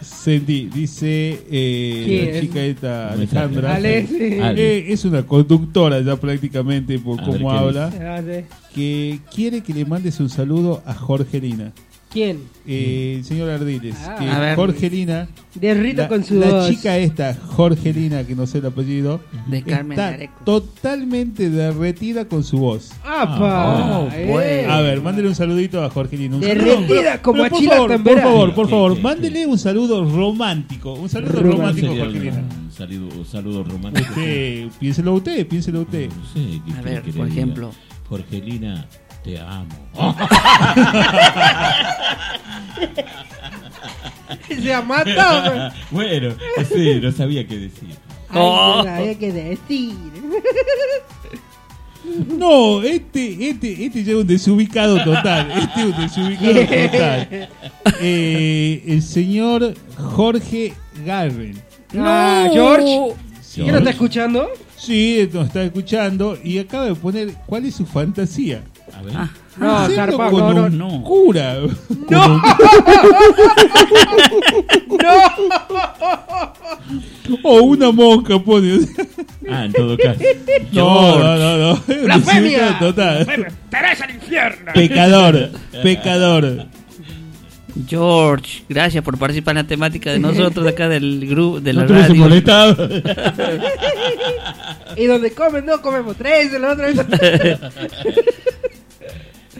Sentí, dice eh, la
¿Quién?
chica esta,
Me sale.
Alejandra.
Ale, sí.
Eh, es una conductora ya prácticamente por
A ver
cómo
qué
habla.
dice. Ah, sí.
Que quiere que le mandes un saludo a Jorgelina.
¿Quién?
Eh, el señor Ardiles.
Ah.
que
A ver.
Jorgelina.
Derrito
la,
con su
la
voz.
chica esta, Jorgelina, que no sé el apellido.
De Carmen
está
Areco.
totalmente derretida con su voz.
¡Apa! Oh, Eh. bueno.
A ver, mándele un saludito a Jorgelina. Un
Derretida
saludo, pero-
como
pero
a
por
Chila
favor, por
Tambera.
favor, por
Sí,
favor,
sí,
mándele un saludo romántico. Un saludo
Romántico.
romántico a
Sería
Jorgelina.
Un saludo, un saludo romántico.
Usted, piénselo usted, piénselo usted.
No sé, ¿qué
A
quiere
ver,
que le
por
diga?
ejemplo.
Jorgelina, te amo.
Se pues. ha matado.
pues.
bueno, sí, no sabía qué decir.
Ay,
Ah.
no sabía qué decir.
No, este, este, este ya es un desubicado total. Este es un desubicado
Yeah.
total. Eh, el señor Jorge Garben.
Ah, George. ¿Qué no está escuchando?
Sí, nos está escuchando y acaba de poner cuál es su fantasía. Ah,
A ver.
Ah. No, zarpado,
con
no,
un
no, no.
cura.
¡No!
O una monja pone.
Ah, en todo caso.
No, no, no, no. Es un desubicado total.
¡Teresa al infierno!
Pecador, pecador.
George, gracias por participar en la temática de nosotros de acá del grupo de la
No te hubiese
radio.
molestado.
y donde comen, no comemos tres, el otro.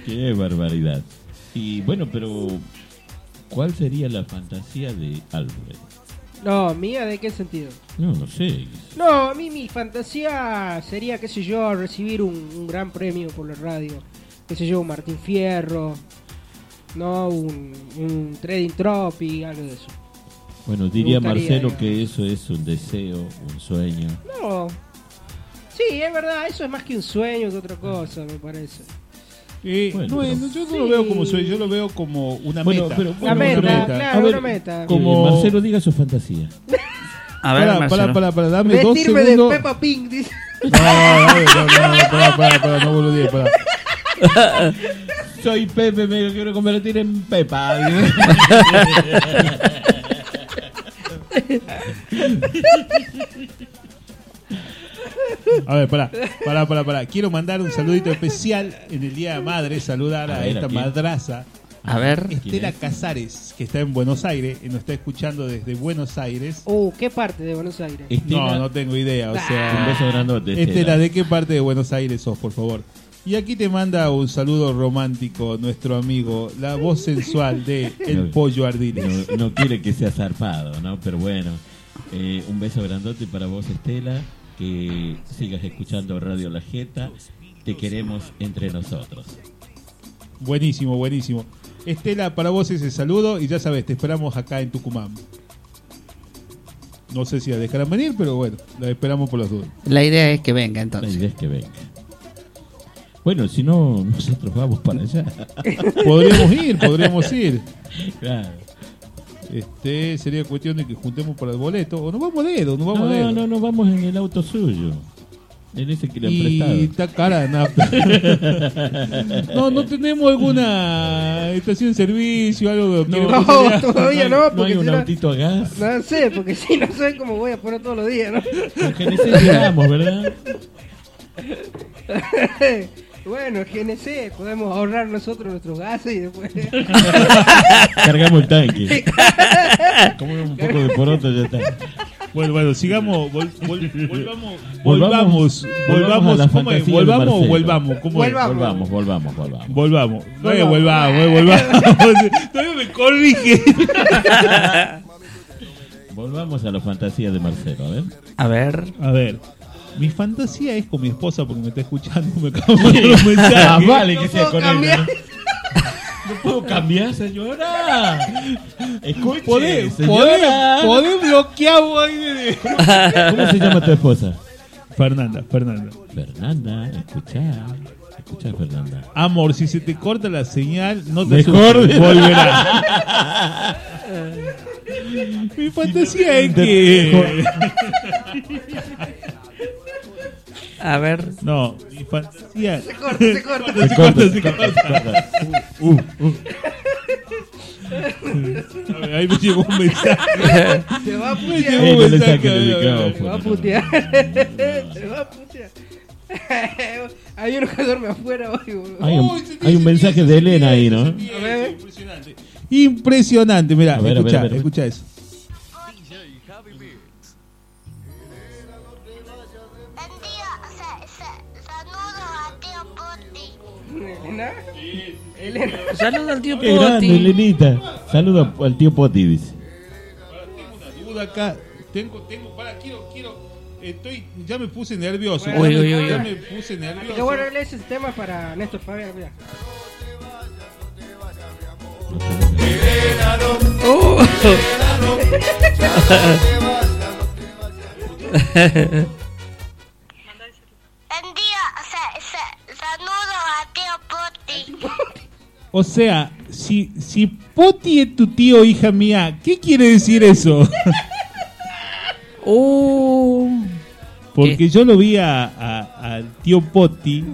Qué barbaridad. Y bueno, pero ¿cuál sería la fantasía de Alfred?
no, mía, ¿de qué sentido?
No, no sé.
No, a mí mi fantasía sería, qué sé yo, recibir un, un gran premio por la radio. Qué sé yo, un Martín Fierro, no, un, un Trading Trophy, algo de eso.
Bueno,
Me
diría
gustaría,
Marcelo
digamos.
que eso es un deseo, un sueño.
No. Sí, es verdad, eso es más que un sueño que otra cosa, me parece.
Eh, no, eh, no, yo no lo
Sí.
veo como sueño, yo lo veo como una
Bueno,
meta.
pero- Una bueno, meta, claro,
A ver,
una meta.
Como
Eh, Marcelo diga su fantasía.
A ver,
Pará,
Marcelo.
pará, pará, pará, dame dos
Vestirme de
segundos.
Peppa Pig, dice.
No, no, no, no, no, pará, pará, pará, no boludíes, pará.
Soy Pepe, me quiero convertir en Pepa.
A ver, pará, pará, pará, pará. Quiero mandar un saludito especial en el Día de Madre, saludar a,
A ver, ¿a
esta
quién?
madraza.
A ver.
Este
Estela Casares, que está en Buenos Aires, y nos está escuchando desde Buenos Aires.
Uh, ¿qué parte de Buenos Aires?
No, no tengo idea, o sea.
Un beso grandote,
Estela.
Estela,
¿de qué parte de Buenos Aires sos, por favor? Y aquí te manda un saludo romántico nuestro amigo, la voz sensual de El Pollo Ardiles.
No, no quiere que sea zarpado, ¿no? Pero bueno, eh, un beso grandote para vos, Estela. Que sigas escuchando Radio La Jeta. Te queremos entre nosotros.
Buenísimo, buenísimo. Estela, para vos ese saludo y ya sabes, te esperamos acá en Tucumán. No sé si la dejarán venir, pero bueno, la esperamos por las dudas.
La idea es que venga entonces.
La idea es que venga. Bueno, si no, nosotros vamos para allá.
Podríamos ir, podríamos ir.
Claro.
Este, sería cuestión de que juntemos para el boleto. O nos vamos a dedo, nos vamos
no,
a dedo.
no, no, vamos en el auto suyo. En ese que le han prestado.
Y está cara de nafta. no, no tenemos alguna estación de servicio, algo que
No, todavía no,
No hay
porque
un
si no-
autito a gas.
No sé, porque si no sé cómo voy a poner todos los días, ¿no?
Con GNC llegamos, ¿verdad?
bueno, GNC, podemos ahorrar nosotros nuestros gases y después.
Cargamos el tanque. Como un poco de poroto ya está.
Bueno, bueno, sigamos, vol- vol- volvamos,
Volvamos,
volvamos,
volvamos a la
volvamos, ¿cómo es?
fantasía de
volvamos, o
Marcelo.
volvamos, ¿cómo es?
Volvamos, volvamos, volvamos.
Volvamos, no es volvamos, es volvamos. Todavía me corrige.
Volvamos a la fantasía de Marcelo, a ver.
A ver.
A ver. Mi fantasía es con mi esposa porque me está escuchando, me acabo de mandar un mensaje.
Ah, vale que sea
puedo
con él,
cambiar.
¿no? No puedo cambiar, señora. Escuche,
Podés,
señora.
podés- podés bloquear vos ahí de-
¿Cómo se llama tu
este?
esposa?
Fernanda, Fernanda.
Fernanda, escuchá. Escuchá, Fernanda.
Amor, si se te corta la señal, no te
Mejor.
asustes, volverá. Mi fantasía es que.
A ver.
No, mi fantasía.
Se corta, se corta.
se corta, se corta. Uh, uh. A ver, Ahí me llegó un mensaje.
Se va a
Me
putear.
llegó un mensaje.
saquen el
a ver, a ver.
Se va a putear. Se va a putear. Hay uno que duerme afuera hoy, boludo.
Hay un, hay un mensaje de Elena ahí, ¿no?
A ver,
Impresionante, mira,
A ver, a ver, a
escucha,
ver, a ver.
escucha eso.
Elena. Elena.
Saluda al tío
Qué grande,
Poti.
Elenita. Saluda al tío Poti, dice.
duda acá. Tengo, tengo, para, quiero, quiero. Estoy, ya me puse nervioso.
Uy,
ya
uy,
me-
uy,
ya
uy.
me puse
Qué
nervioso.
bueno él es el tema para Néstor Fabián. mira.
Oh.
O sea, si, si Poti es tu tío, hija mía, ¿qué quiere decir eso?
Oh.
Porque yo lo vi a- a- al tío Poti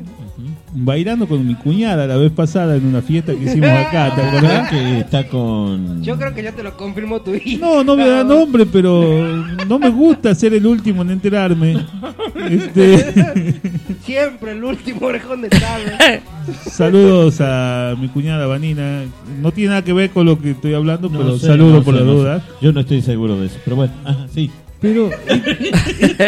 bailando con mi cuñada la vez pasada en una fiesta que hicimos acá, ¿te acordás?
Que está con.
Yo creo que ya te lo confirmó tu hijo.
No, no me da nombre, pero no me gusta ser el último en enterarme. Este,
Siempre el último orejón de tarde.
saludos a mi cuñada Vanina. No tiene nada que ver con lo que estoy hablando,
No
pero
sé,
saludo
no
por
sé,
la
no sé.
duda.
Yo no estoy seguro de eso, pero bueno, ajá, sí.
Pero el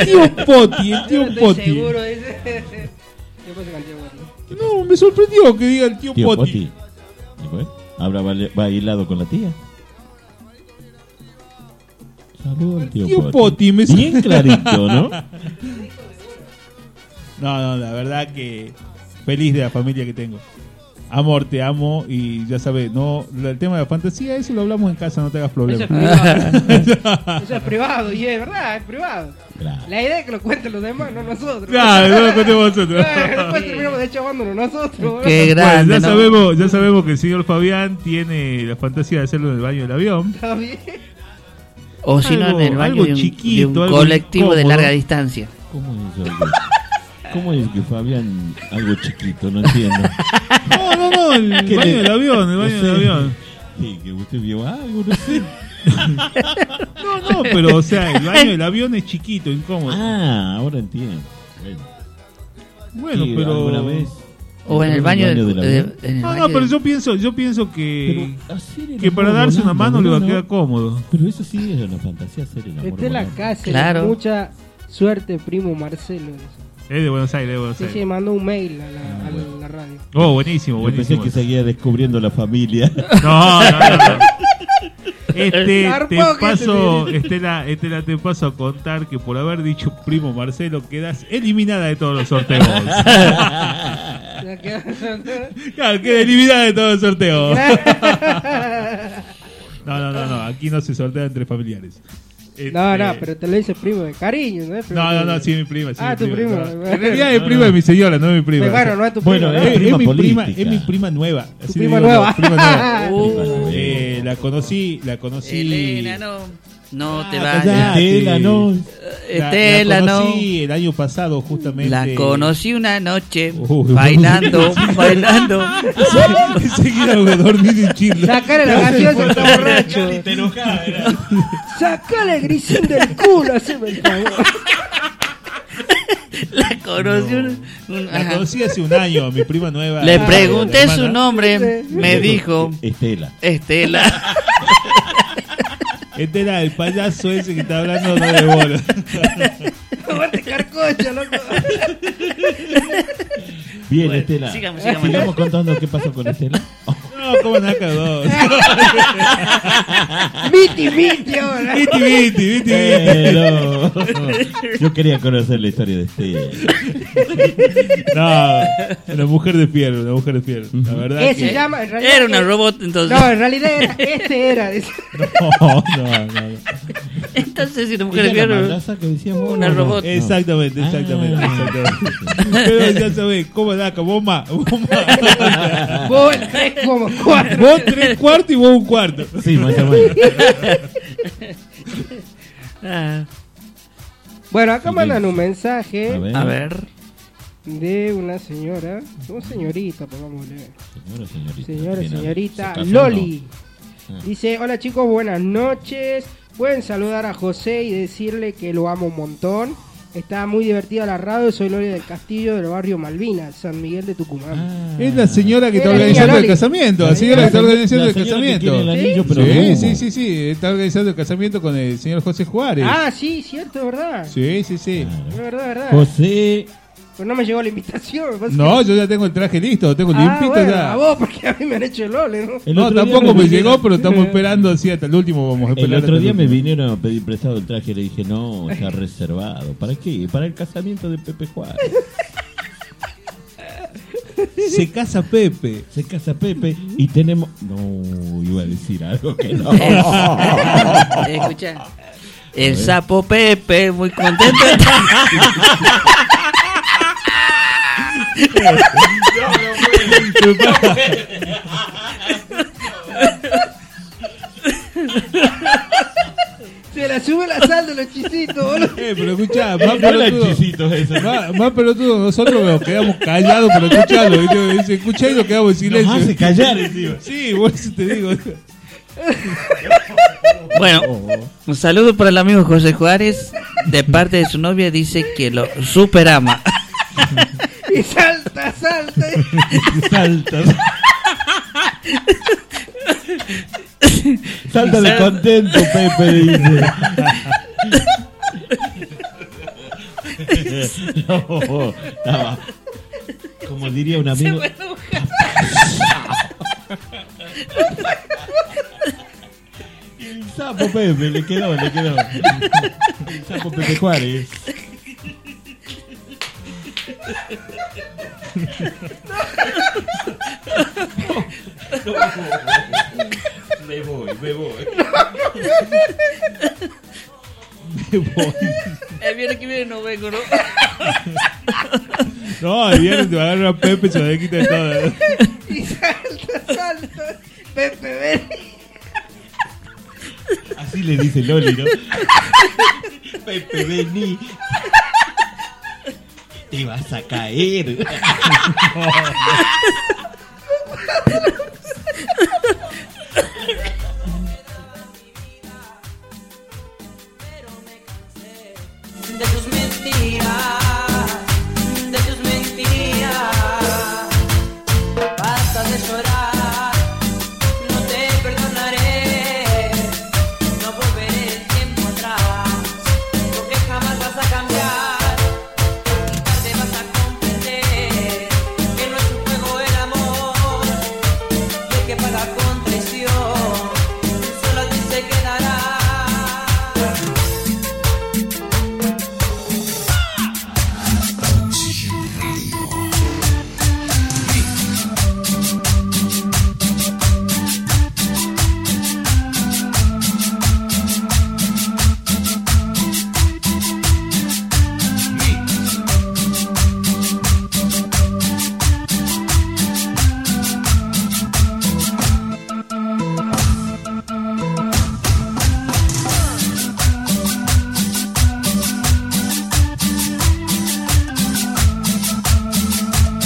tío Poti, el tío
Estoy
Poti.
seguro, dice. pues ¿Qué pasa con el tío Poti?
No, me sorprendió que diga el tío,
Tío
Poti.
Poti. Y bueno, ¿Habrá baile- bailado con la tía? Saludos al tío,
Tío
Poti.
Poti, me-
Bien clarito, ¿no?
No, no, la verdad que feliz de la familia que tengo. Amor, te amo y ya sabes, no, lo- el tema de la fantasía, eso lo hablamos en casa, no te hagas problema.
Eso es privado, y es verdad, es privado. La idea es que lo cuenten los demás, no nosotros.
Claro, no lo contemos nosotros.
Eh, Después terminamos de echabándonos nosotros.
Bueno,
grande,
ya,
¿no?
sabemos, ya sabemos que el señor Fabián tiene la fantasía de hacerlo en el baño del avión.
Está bien.
O si no, en el baño de un- de un colectivo de larga distancia.
¿Cómo es eso? algo- ¿Cómo es que Fabián algo chiquito? No entiendo.
No, no, no, el
¿Qué
baño del avión, el baño
sé.
del avión.
Sí, que usted vio algo, no sé.
No, no, pero o sea, el baño del avión es chiquito, incómodo.
Ah, ahora entiendo.
Bueno,
Sí,
pero
alguna vez.
O en el baño del- de- en el
No,
baño
no, pero
del-
yo pienso, yo pienso que
el
que para
amor
darse una
volando,
mano le va a
¿no?
quedar cómodo.
Pero eso sí era una fantasía hacer el amor.
Estela
volando.
Cáceres,
Claro.
mucha suerte, primo Marcelo.
Es de Buenos Aires, de Buenos
Sí,
Aires.
sí, mandó un mail a la,
Ah,
a la radio.
Oh, buenísimo,
Yo pensé
buenísimo.
que seguía descubriendo la familia.
No, no, no, no. Este, te
Zarpó que
paso, este,
te-
Estela, Estela, te paso a contar que por haber dicho primo Marcelo quedas eliminada de todos los sorteos. claro, queda eliminada de todos los sorteos. No, no, no, no, aquí no se sortea entre familiares.
No, no,
Este,
pero te lo dice primo de cariño, ¿no? es primo
No, no, no,
de-
sí, mi prima. sí,
ah,
mi
tu primo.
no. En realidad es prima de mi señora, no es mi prima.
Pero bueno, no es tu
Bueno,
prima,
es,
¿no?
es
Prima
mi prima,
política.
es mi prima nueva. Así le
prima
digo yo,
nueva.
prima nueva.
Uh.
Eh, la conocí, la conocí.
Elena, no. No te
Ah,
vayas.
cállate.
Estela, no.
La-
Estela,
la
no.
conocí el año pasado, justamente.
La conocí una noche
Uy.
bailando, bailando.
Enseguida me dormí de un chirlo.
Sacale la gaseosa, está borracho.
Te enojaba, ¿verdad?
Sacale grisín del culo, haceme el favor.
La conocí una- un-
La
ajá.
conocí hace un año, mi prima nueva.
Le
mi
pregunté
hermana. Este,
su nombre, me dijo
Estela.
Estela.
Estela, Este el payaso ese que está hablando no de bola.
Aguante carcocha, loco.
Bien,
Bueno,
Estela.
sigamos,
¿Te
sigamos.
Estamos contando qué pasó con Estela.
No, como naca dos.
Miti, miti ahora.
Viti, viti, viti,
Eh,
viti.
no. Yo quería conocer la historia de Estela.
No, una mujer de piel, una mujer de piel. La verdad
Ese
que...
llama, en realidad,
Era una
eh,
robot, entonces.
No, en realidad era, este era. dice.
No, no, no.
Entonces, si una mujer
Ella
es
la
bien-
madraza que decíamos,
una
¿no?
robot.
Exactamente, exactamente,
Ah.
exactamente. Pero ya sabés, ¿cómo naca? Vos más, vos más.
Vos tres como cuatro.
Vos tres cuartos y vos un cuarto.
Sí, más o menos.
Ah,
Bueno, acá mandan un mensaje.
A ver.
De una señora, o señorita, pongámosle.
Señora, señorita.
Señora,
Bien,
señorita,
¿se casó
Loli.
o no? Ah.
Dice, hola chicos, buenas noches. Pueden saludar a José y decirle que lo amo un montón. Está muy divertida la radio, soy Loli del Castillo del barrio Malvinas, San Miguel de Tucumán.
Ah. Es la señora que está
Era
organizando
niña
el
Loli.
casamiento, la
La
señora que está
señora-
organizando
la
el
señora que
casamiento.
quiere el anillo,
pero
sí,
¿cómo?
sí, sí, sí, está organizando el casamiento con el señor José Juárez.
Ah, sí, cierto, es verdad.
Sí, sí, sí.
Es verdad, es verdad.
José.
Pero no me llegó la invitación. me parece
No,
que-
yo ya tengo el traje listo, lo tengo
Ah,
limpito
bueno,
ya.
A vos, porque a mí me han hecho el ole, ¿no?
El
no,
otro día
tampoco
me
me
vinieron-
llegó, pero estamos esperando así hasta el último. Vamos a
El
esperar
otro
hasta
día me
último.
vinieron a pedir prestado el traje y le dije, no, está reservado. ¿Para qué? Para el casamiento de Pepe Juárez.
Se casa Pepe.
Se casa Pepe y tenemos... No, iba a decir algo que no.
Escucha. El sapo Pepe, muy contento.
Se la sube la sal de los chisitos, boludo.
Eh, pero escuchá,
Eh,
más
no eran
pelotudo.
chisitos esos.
Más, más pelotudo, nosotros nos quedamos callados pero escucharlo. ¿viste? Dice, escuchá y nos quedamos en silencio.
hace callar encima.
Sí, vos te digo.
Bueno, un saludo para el amigo José Juárez. De parte de su novia dice que lo superama.
Y salta, salta.
Salta. Salta de contento, Pepe dice.
No, estaba- como diría un amigo. El sapo Pepe, le quedó, le quedó. El sapo Pepe Juárez. No, no. Me voy, me voy.
Me voy.
El viernes Eh, que viene no vengo, ¿no?
No, el viernes te va a agarrar a Pepe y se va a quitar todo.
Y salta, salta. Pepe, ven.
Así le dice Loli, ¿no? Pepe, vení.
Te vas a caer.
de tus mentiras, de tus mentiras. Basta de llorar, no te perdonaré, no volveré el tiempo atrás, porque jamás vas a cambiar. Y tarde vas a comprender que no es un juego el amor, y el que paga con traición, solo a ti se quedará.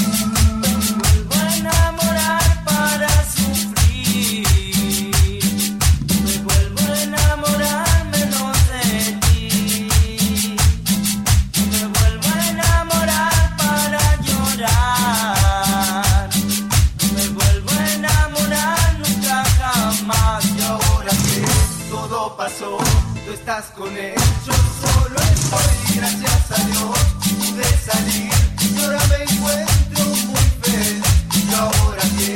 Vuelvo a enamorar para sufrir. Me vuelvo a enamorar menos de ti. Me vuelvo a enamorar para llorar. Me vuelvo a enamorar nunca jamás.
Y ahora que todo pasó, tú estás con él. Yo solo estoy, y gracias a Dios, pude salir. Y ahora me encuentro muy feliz. Y ahora que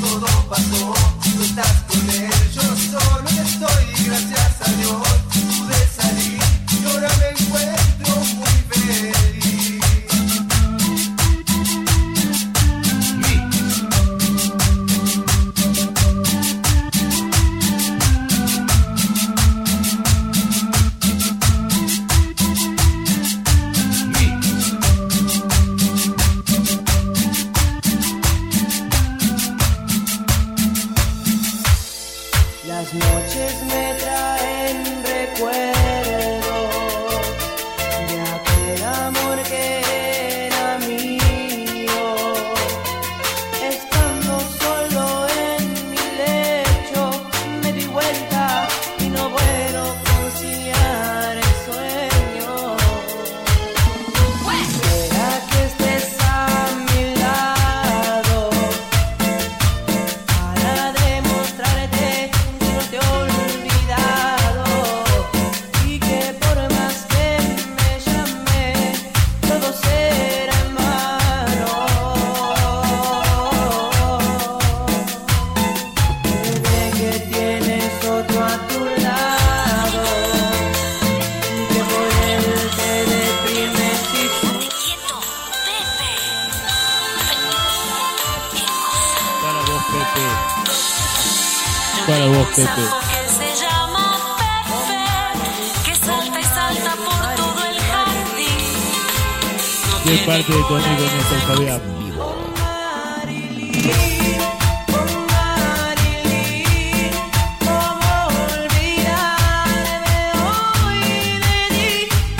todo pasó, tú estás con él. Yo solo estoy, y gracias a Dios, pude salir. Y ahora me encuentro muy feliz.
Las noches me traen recuerdos de aquel amor que era mío. Estando solo en mi lecho, me di vuelta y no puedo conciliar el sueño. Será que estés a mi lado. Para demostrarte que no te he olvidado y que por más que me llamé, todo será en vano. Desde que tienes otro a tu lado, que por él te deprimes y
Para vos, Pepe. Para vos,
que
Pepe.
se llama Pepe, que salta y salta por todo el jardín.
Y es parte de tu amigo Néstor Fabián.
¿Cómo olvidarme hoy de ti?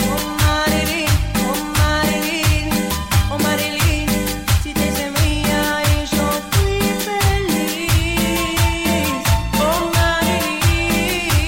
Oh Marilyn, oh Marilyn, oh Marilyn Si te hice mía y yo fui feliz Oh Marilyn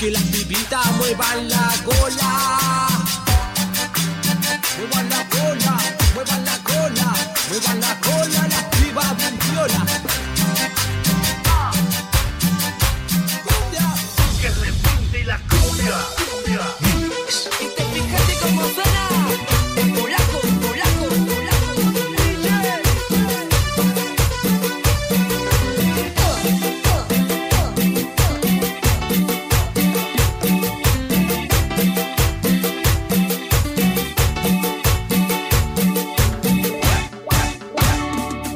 este muevan la cola. Muevan la cola, muevan la cola, muevan la cola, las pibas del viola. Que repente la cumbia, cumbia. Y te fijaste cómo suena. El polaco, polaco, polaco, DJ.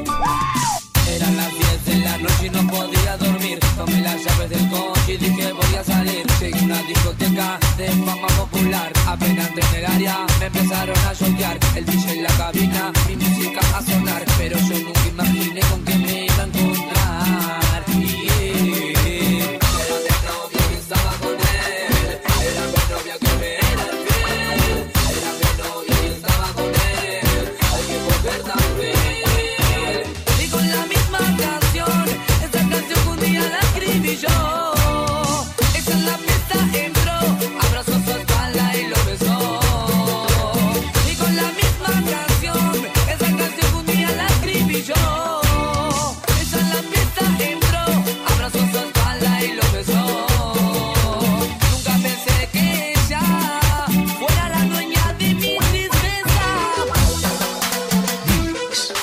Eran las 10 de la noche y no podía dormir. Tomé las llaves del coche y dije voy a salir. Llegué a una discoteca de fama popular. Apenas entré en el área me empezaron a choquear. El DJ en la cabina, mi música a sonar. Pero yo nunca imaginé con qué me iba a encontrar. Yeah. Era de novio y estaba con él. Era mi novia que me era fiel. Era mi novio y estaba con él. Hay que volver a ver. Y con la misma canción, esa canción que un día la escribí yo. Esa en la pista entró, abrazó su espalda y lo besó. Y con la misma canción, esa canción que un día la escribí yo. Esa en la pista entró, abrazó su espalda y lo besó. Nunca pensé que ella fuera la dueña de mi tristeza.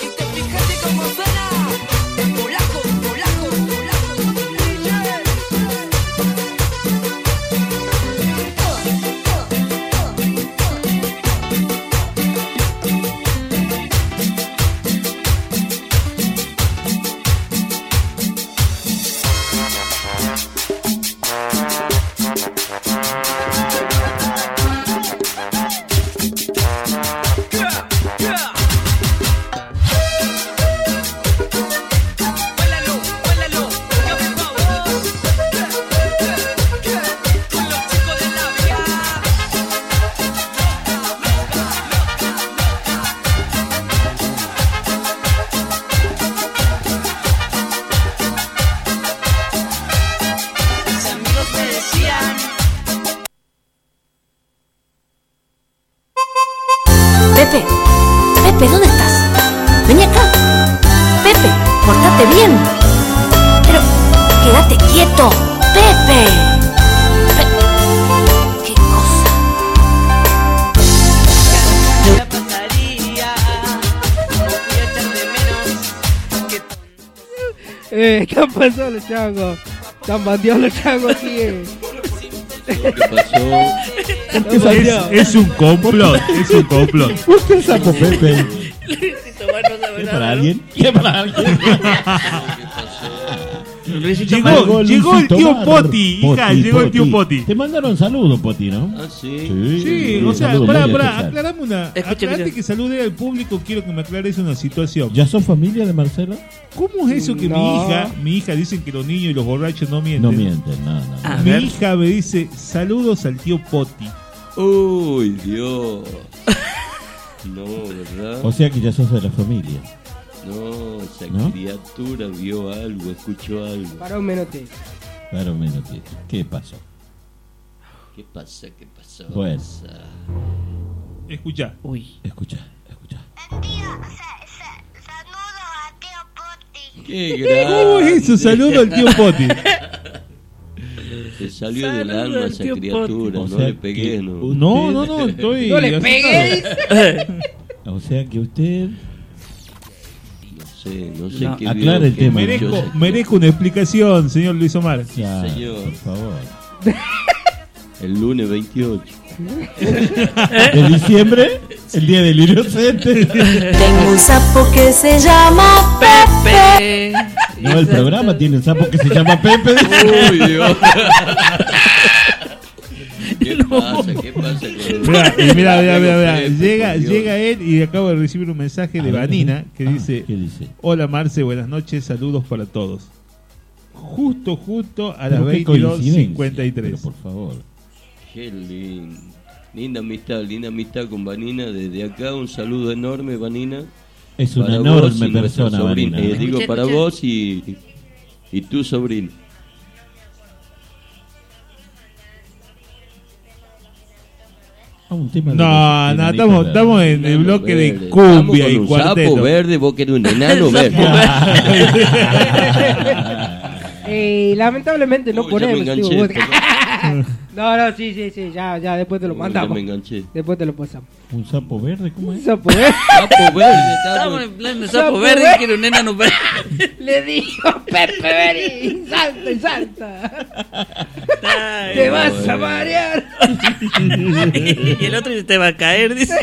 Y te fijaste cómo suena el polaco, polaco, polaco, DJ. Mis amigos me decían
Pepe, Pepe, ¿dónde estás? Vení acá. Pepe, portate bien. Pero, quédate quieto. Pepe. Pe- Qué cosa.
Eh, ¿Qué han pasado los changos? Están bandeados los changos aquí. eh.
Usted sabe- es, es un complot, es un complot.
Usted sapo Pepe.
¿Es para alguien? ¿Es para alguien?
Llegó, llegó el tío
Mar.
Poti, hija, llegó el tío Poti. Te mandaron saludos, Poti, ¿no? Ah, sí. Sí,
Sí, o sea, pará, pará, aclarame una. Aclarate que salude al público, quiero que me aclares una situación.
¿Ya son familia de Marcelo?
¿Cómo es eso que mi
No.
hija, mi hija dicen que los niños y los borrachos no mienten?
No mienten, no, no. A
Mi
ver.
hija me dice, saludos al tío Poti.
Uy, Dios. No, ¿verdad?
O sea que ya sos de la familia.
No, esa
¿No?
criatura vio algo, escuchó algo.
Para un menote.
Claro, menos que. ¿Qué pasó?
¿Qué pasa? ¿Qué pasó?
Bueno.
Escucha.
Uy. Escucha.
¿Qué
¿Cómo es eso? Saludo al tío Poti.
Te salió del
Saludo
alma
al
esa
tío
criatura,
Poti.
no
O sea
le pegué,
que
no.
usted- No, no, no, estoy No le pegué,
asustado.
O sea que usted.
No sé, no sé qué
aclara
vio,
el
qué
tema.
escuchó
Merezco,
esa
merezco una explicación, señor Luis Omar.
Ya, Señor. por
favor.
El lunes 28.
¿De diciembre? El día del inocente.
Tengo un sapo que se llama Pepe.
No, el programa tiene un sapo que se llama Pepe.
Uy, Dios. ¿Qué pasa? ¿Qué pasa con el-
Mira, y mira, mira, mira, mira.
Pepe,
Llega,
por Dios.
llega él y acabo de recibir un mensaje de
ver. Ah,
Vanina que dice,
dice?
Hola Marce, buenas noches, saludos para todos. Justo, justo a las
Pero qué coincidencia,
22.53.
Por favor.
Qué lindo. Linda amistad, linda amistad con Vanina. Desde acá un saludo enorme, Vanina.
Es una
Para vos
enorme
y nuestra
persona,
sobrina.
Vanina.
Eh, digo
Escuché,
para
escuché.
vos y, y tu sobrino.
Ah, tema de
No,
los
no,
enanitos
estamos,
verdes.
estamos en el
Enano
bloque
verde.
de
Estamos
cumbia
con
y
un sapo
cuarteto.
verde, vos querés un enano verde.
Eh, lamentablemente no
Uy, ya me
ponemos.
enganché,
tío.
perdón.
no, no, sí, sí, sí, ya, ya, después te lo mandamos.
me enganché.
Después te lo pasamos.
¿Un sapo verde? ¿Cómo es?
Sapo verde.
Sapo verde,
Estamos en plan de sapo verde y quiero un enano verde.
Le dijo Pepe Veri, salta y salta. Te vas a marear.
y el otro dice, te va a caer, dice.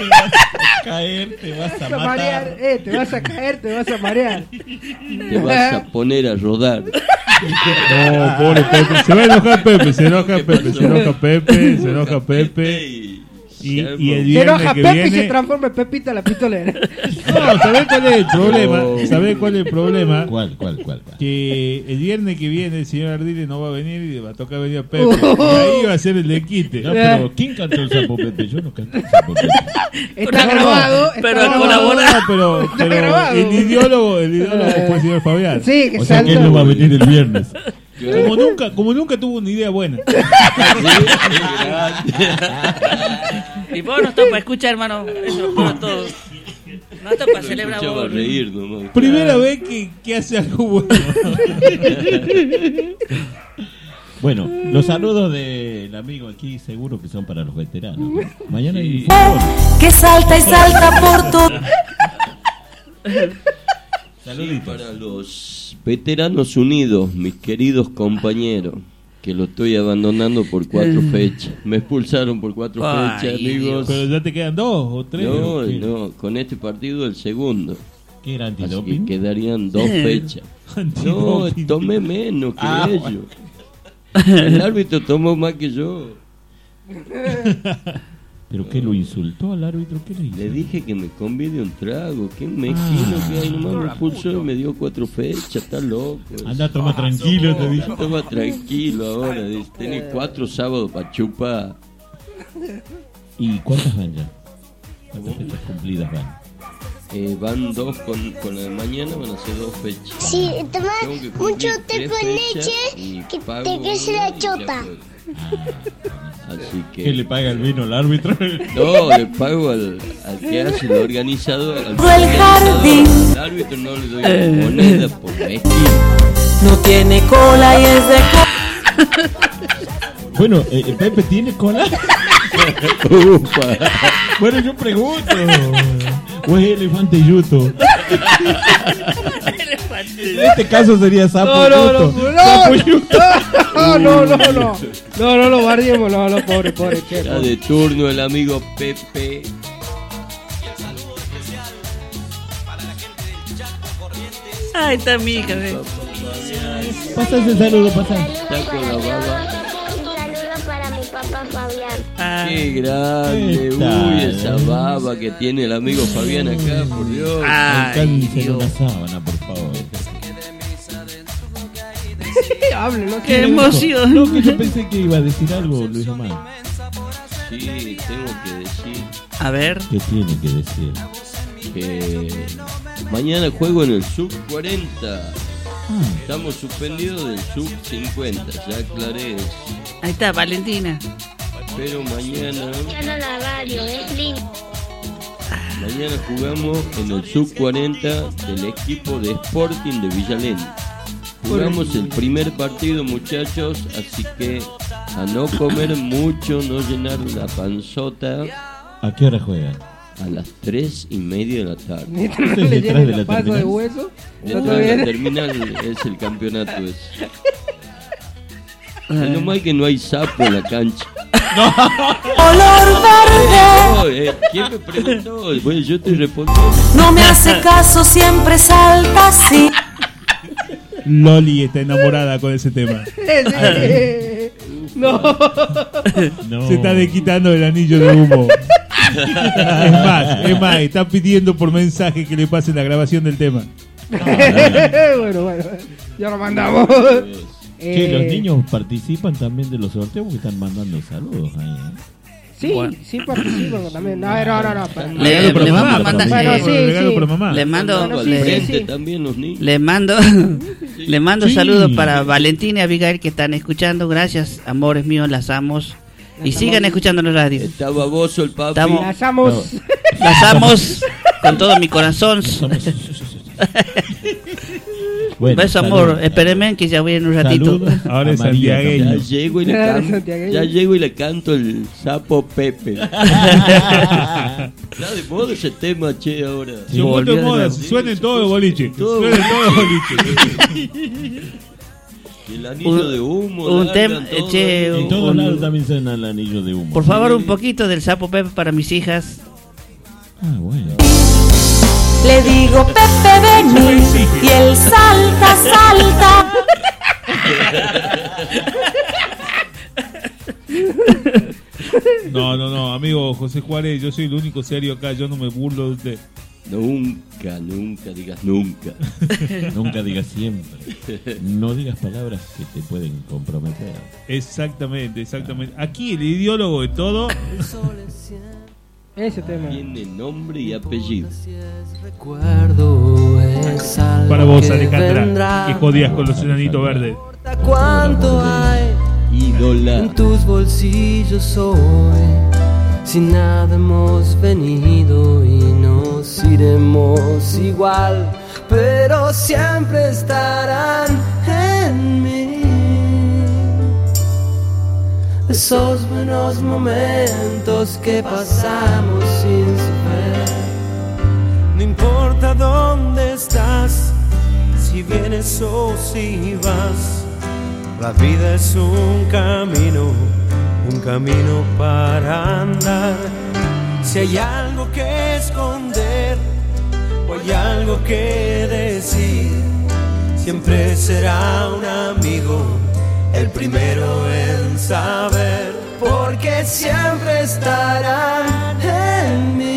caer, te vas
Te vas a marear, eh, te vas a caer, te vas a marear.
Te vas a poner a rodar.
No, pobre Pepe. Se va a enojar Pepe, se enoja Pepe, se enoja Pepe, se enoja Pepe. Y, y el
Se
viernes
enoja
que
Pepe y se
viene.
transforma en Pepita la pistolera.
No, ¿sabés cuál es el problema?
Oh.
¿Sabés cuál es el problema?
¿Cuál, cuál, cuál?
Que el viernes que viene el señor Ardile no va a venir y le va a tocar venir a Pepe.
Oh.
Y ahí va a ser Eh. el de quite.
No, pero
¿quién cantó el sapo Pepe? Yo no canté.
Está grabado, está
pero
grabado.
colabora.
pero, pero
grabado. Eh,
el ideólogo, el ideólogo fue el señor Fabián.
Sí, que
o sea que él
salta.
no va a venir el viernes. Como nunca, como nunca tuvo una idea buena.
Y vos no estás para escuchar, hermano. Eso lo pone todo. No estás para celebrar
Yo
vos.
va a reír nomás.
Primera vez que, que hace algo bueno.
Eh.
Bueno, los saludos del amigo aquí seguro que son para los veteranos. Mañana hay
Que salta y salta por todo.
Sí, para los veteranos unidos, mis queridos compañeros, que lo estoy abandonando por cuatro fechas. Me expulsaron por cuatro
Ay,
fechas, amigos.
Pero ya te quedan dos o tres.
No,
¿o qué?
no, con este partido el segundo.
¿Qué era
Así
antidoping?
que quedarían dos fechas. No,
Antidoping.
tomé menos que
Ah,
ellos.
bueno.
El árbitro tomó más que yo.
¿Pero qué lo insultó al árbitro? ¿Qué le hizo?
Le dije que me convide un trago. Qué
Ah.
mezquino que hay. Nomás me expulsó y me dio cuatro fechas. Está loco.
Anda a tomar tranquilo, te dije.
Toma tranquilo ahora. dice, Tenés cuatro sábados para chupar.
¿Y cuántas van ya? ¿Cuántas fechas cumplidas van?
Eh, van dos con, con la de mañana, van a ser dos fechas.
Si tomas
Tengo que cumplir
mucho té
tres
con
fechas y
leche, que
pago
te crece
una
la
y ya
chota.
fue. Así que.
¿Qué le paga el vino al árbitro?
No, le pago al, al
Eh.
que hace el organizador. Al
Del jardín.
Al árbitro no le doy
Eh.
una moneda por mezquino.
No tiene cola y es de cola.
Bueno, eh, eh, Pepe tiene cola. Bueno, yo pregunto. ¿O es elefante yuto? En este caso sería sapo
No, no, no,
yuto.
no,
Sapo yuto.
no, no, no, no, no, no, no, guardemos, no, no, pobre, pobre, che,
Está
pobre.
de turno el amigo Pepe.
Ahí está mi hija, ve.
Pasa ese saludo, pasa.
Está con la baba.
Un saludo para mi papá Fabián.
Qué grande. Uy,
eh.
esa baba que tiene el amigo Fabián acá, por Dios.
Alcáncele una sábana, por favor.
Hable, no,
Qué
sé.
emoción.
No, que yo pensé que iba a decir algo, Luis Román.
Sí, tengo que decir
A ver.
¿Qué tiene que decir?
que mañana juego en el sub 40.
Ah.
Estamos suspendidos del sub 50, ya aclaré eso.
Ahí está, Valentina.
Pero mañana,
Mañana la radio, ¿eh, es lindo.
mañana jugamos en el sub 40 del equipo de Sporting de Villalén. Jugamos el primer partido, muchachos, así que a no comer mucho, no llenar la panzota
¿A qué hora juegan?
a las 3 y media de la tarde.
Mientras no le llenen la pasa de hueso, no
Detrás de la
te
terminal es el campeonato ese. Menos mal que no hay sapo en la cancha.
Olor verde.
No, eh, ¿Quién me preguntó? Bueno, yo te respondo.
No me hace caso, siempre salta así.
Loli está enamorada con ese tema.
viene. No.
Se está desquitando el anillo de humo. Es más, es más, está pidiendo por mensaje que le pasen la grabación del tema.
bueno, bueno, ya lo mandamos.
Che, los
Eh,
niños participan también de los sorteos porque están mandando saludos ahí. ¿eh?
Sí, sí participan también. No, no, no, no. para-
Le-
Regalo para
le
mamá,
vamos a
para
mandar-
mamá.
eh, Bueno, sí,
Regalo
sí.
para mamá.
Le mando-
Bueno,
le-
al frente también los niños.
Les mando, les mando
Sí.
saludos para Valentina y Abigail que están escuchando. Gracias, amores míos, las amos. Y sigan escuchando la radio.
Está baboso el papi.
Estamos-
Las amos.
Las amos con todo mi corazón.
Bueno,
Beso,
saludos.
amor. Espérenme que ya voy en un ratito.
Saludos. Ahora es santiagueño.
Ya llego, y le
Claro,
can-
santiagueño.
ya llego y le canto el sapo Pepe. Está de moda ese tema, che, ahora.
Se ha puesto de moda, suenen todo el boliche.
Todo
Suenen todo el
boliche.
boliche.
El anillo de humo.
un
largan
tema, eh,
todo.
che,
Y
un-
todo
todos lados también suena el anillo de humo.
Por favor, un poquito del sapo Pepe para mis hijas.
Ah, bueno.
Le digo Pepe vení y él salta, salta.
No, no, no, amigo José Juárez, yo soy el único serio acá, yo no me burlo de usted.
Nunca, nunca digas nunca.
Nunca digas siempre. No digas palabras que te pueden comprometer.
Exactamente, exactamente. Aquí el ideólogo de todo.
Ese tema.
Tiene nombre y apellido.
Recuerdo
eh.
Para vos, Alejandra, que jodías con los enanitos verdes.
cuánto hay en tus bolsillos hoy. Sin nada hemos venido y nos iremos igual, pero siempre estarán en mí esos buenos momentos que pasamos sin saber. No importa dónde estás, si vienes o si vas. La vida es un camino, un camino para andar. Si hay algo que esconder o hay algo que decir, siempre será un amigo el primero en saber. Porque siempre estará en mí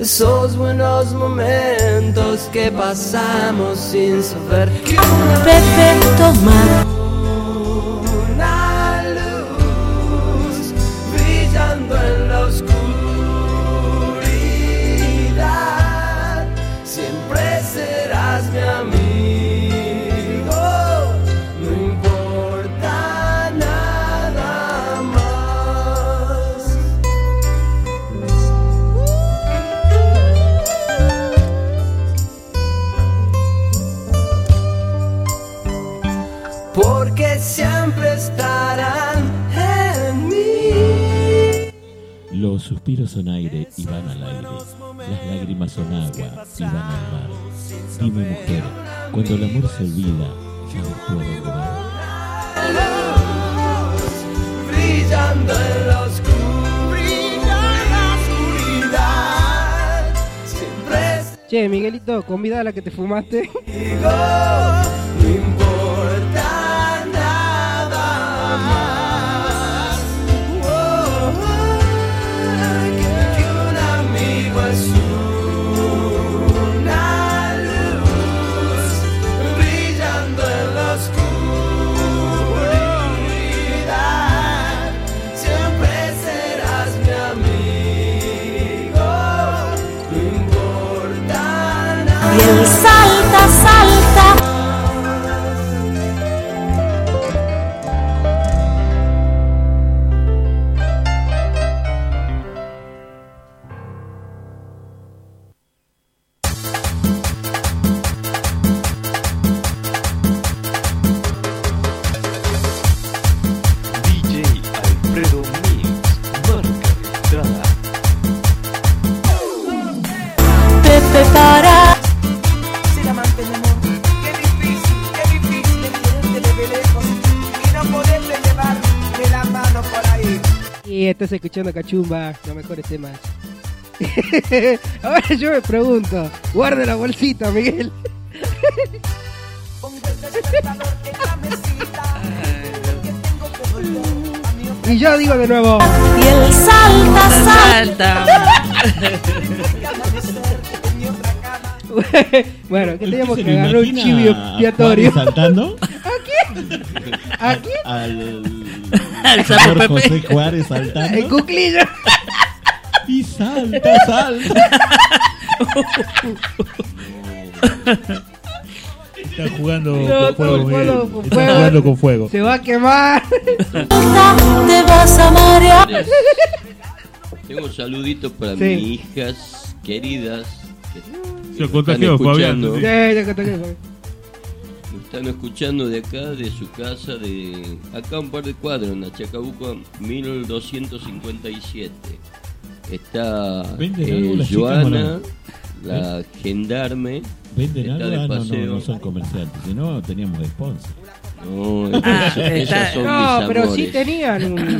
esos buenos momentos que pasamos sin saber que una
Pepe toma,
una luz brillando en la oscuridad. Siempre serás mi amigo, no importa nada más. Porque siempre estarán en mí.
Los suspiros son aire y van al aire. Las lágrimas son agua y van al mar. Dime, mujer, cuando el amor se olvida, ya no puedo volver.
brillando en la oscuridad. Siempre es
Che, Miguelito, convida a la que te fumaste.
no importa nada más. Oh, oh, que- que un amigo es una luz brillando en la oscuridad. Siempre serás mi amigo. No importa nada.
y él salta, salta.
DJ Alfredo Mix, marca de entrada.
Pepe para,
Ser amante de amor, qué difícil, qué difícil tenerte de lejos y no poderte llevar de la mano por ahí.
Y estás escuchando Cachumba, los mejores temas. Ahora yo me pregunto, guarda la bolsita, Miguel. y yo digo de nuevo.
y él salta,
salta.
bueno, que teníamos
¿Se
que
lo
agarrar un
imagina
chivo
a
expiatorio.
Juárez saltando?
¿A quién?
Al,
Al sapo
señor
Pepe.
José Juárez saltando.
En cuclillas.
Y salta, salta.
Están jugando con fuego.
No, con
Miguel.
fuego, con
Están
fuego.
jugando con fuego.
Se va a quemar.
Te vas a marear.
Tengo saluditos para
Sí.
mis hijas queridas. que- que
Se
me
contagió,
están
Fabián,
escuchando.
Sí, ya conté que fue.
Me están escuchando de acá, de su casa, de acá un par de cuadros, en Chacabuco 1257. Está
¿Venden
eh,
algo las chicas
Joana,
o no?
la gendarme.
¿Venden
está
algo? Ah,
de
no, no,
paseo.
no son comerciantes. Si no, teníamos de sponsor.
No, esas- esas son
Ah, No,
mis
pero sí
amores.
tenían un,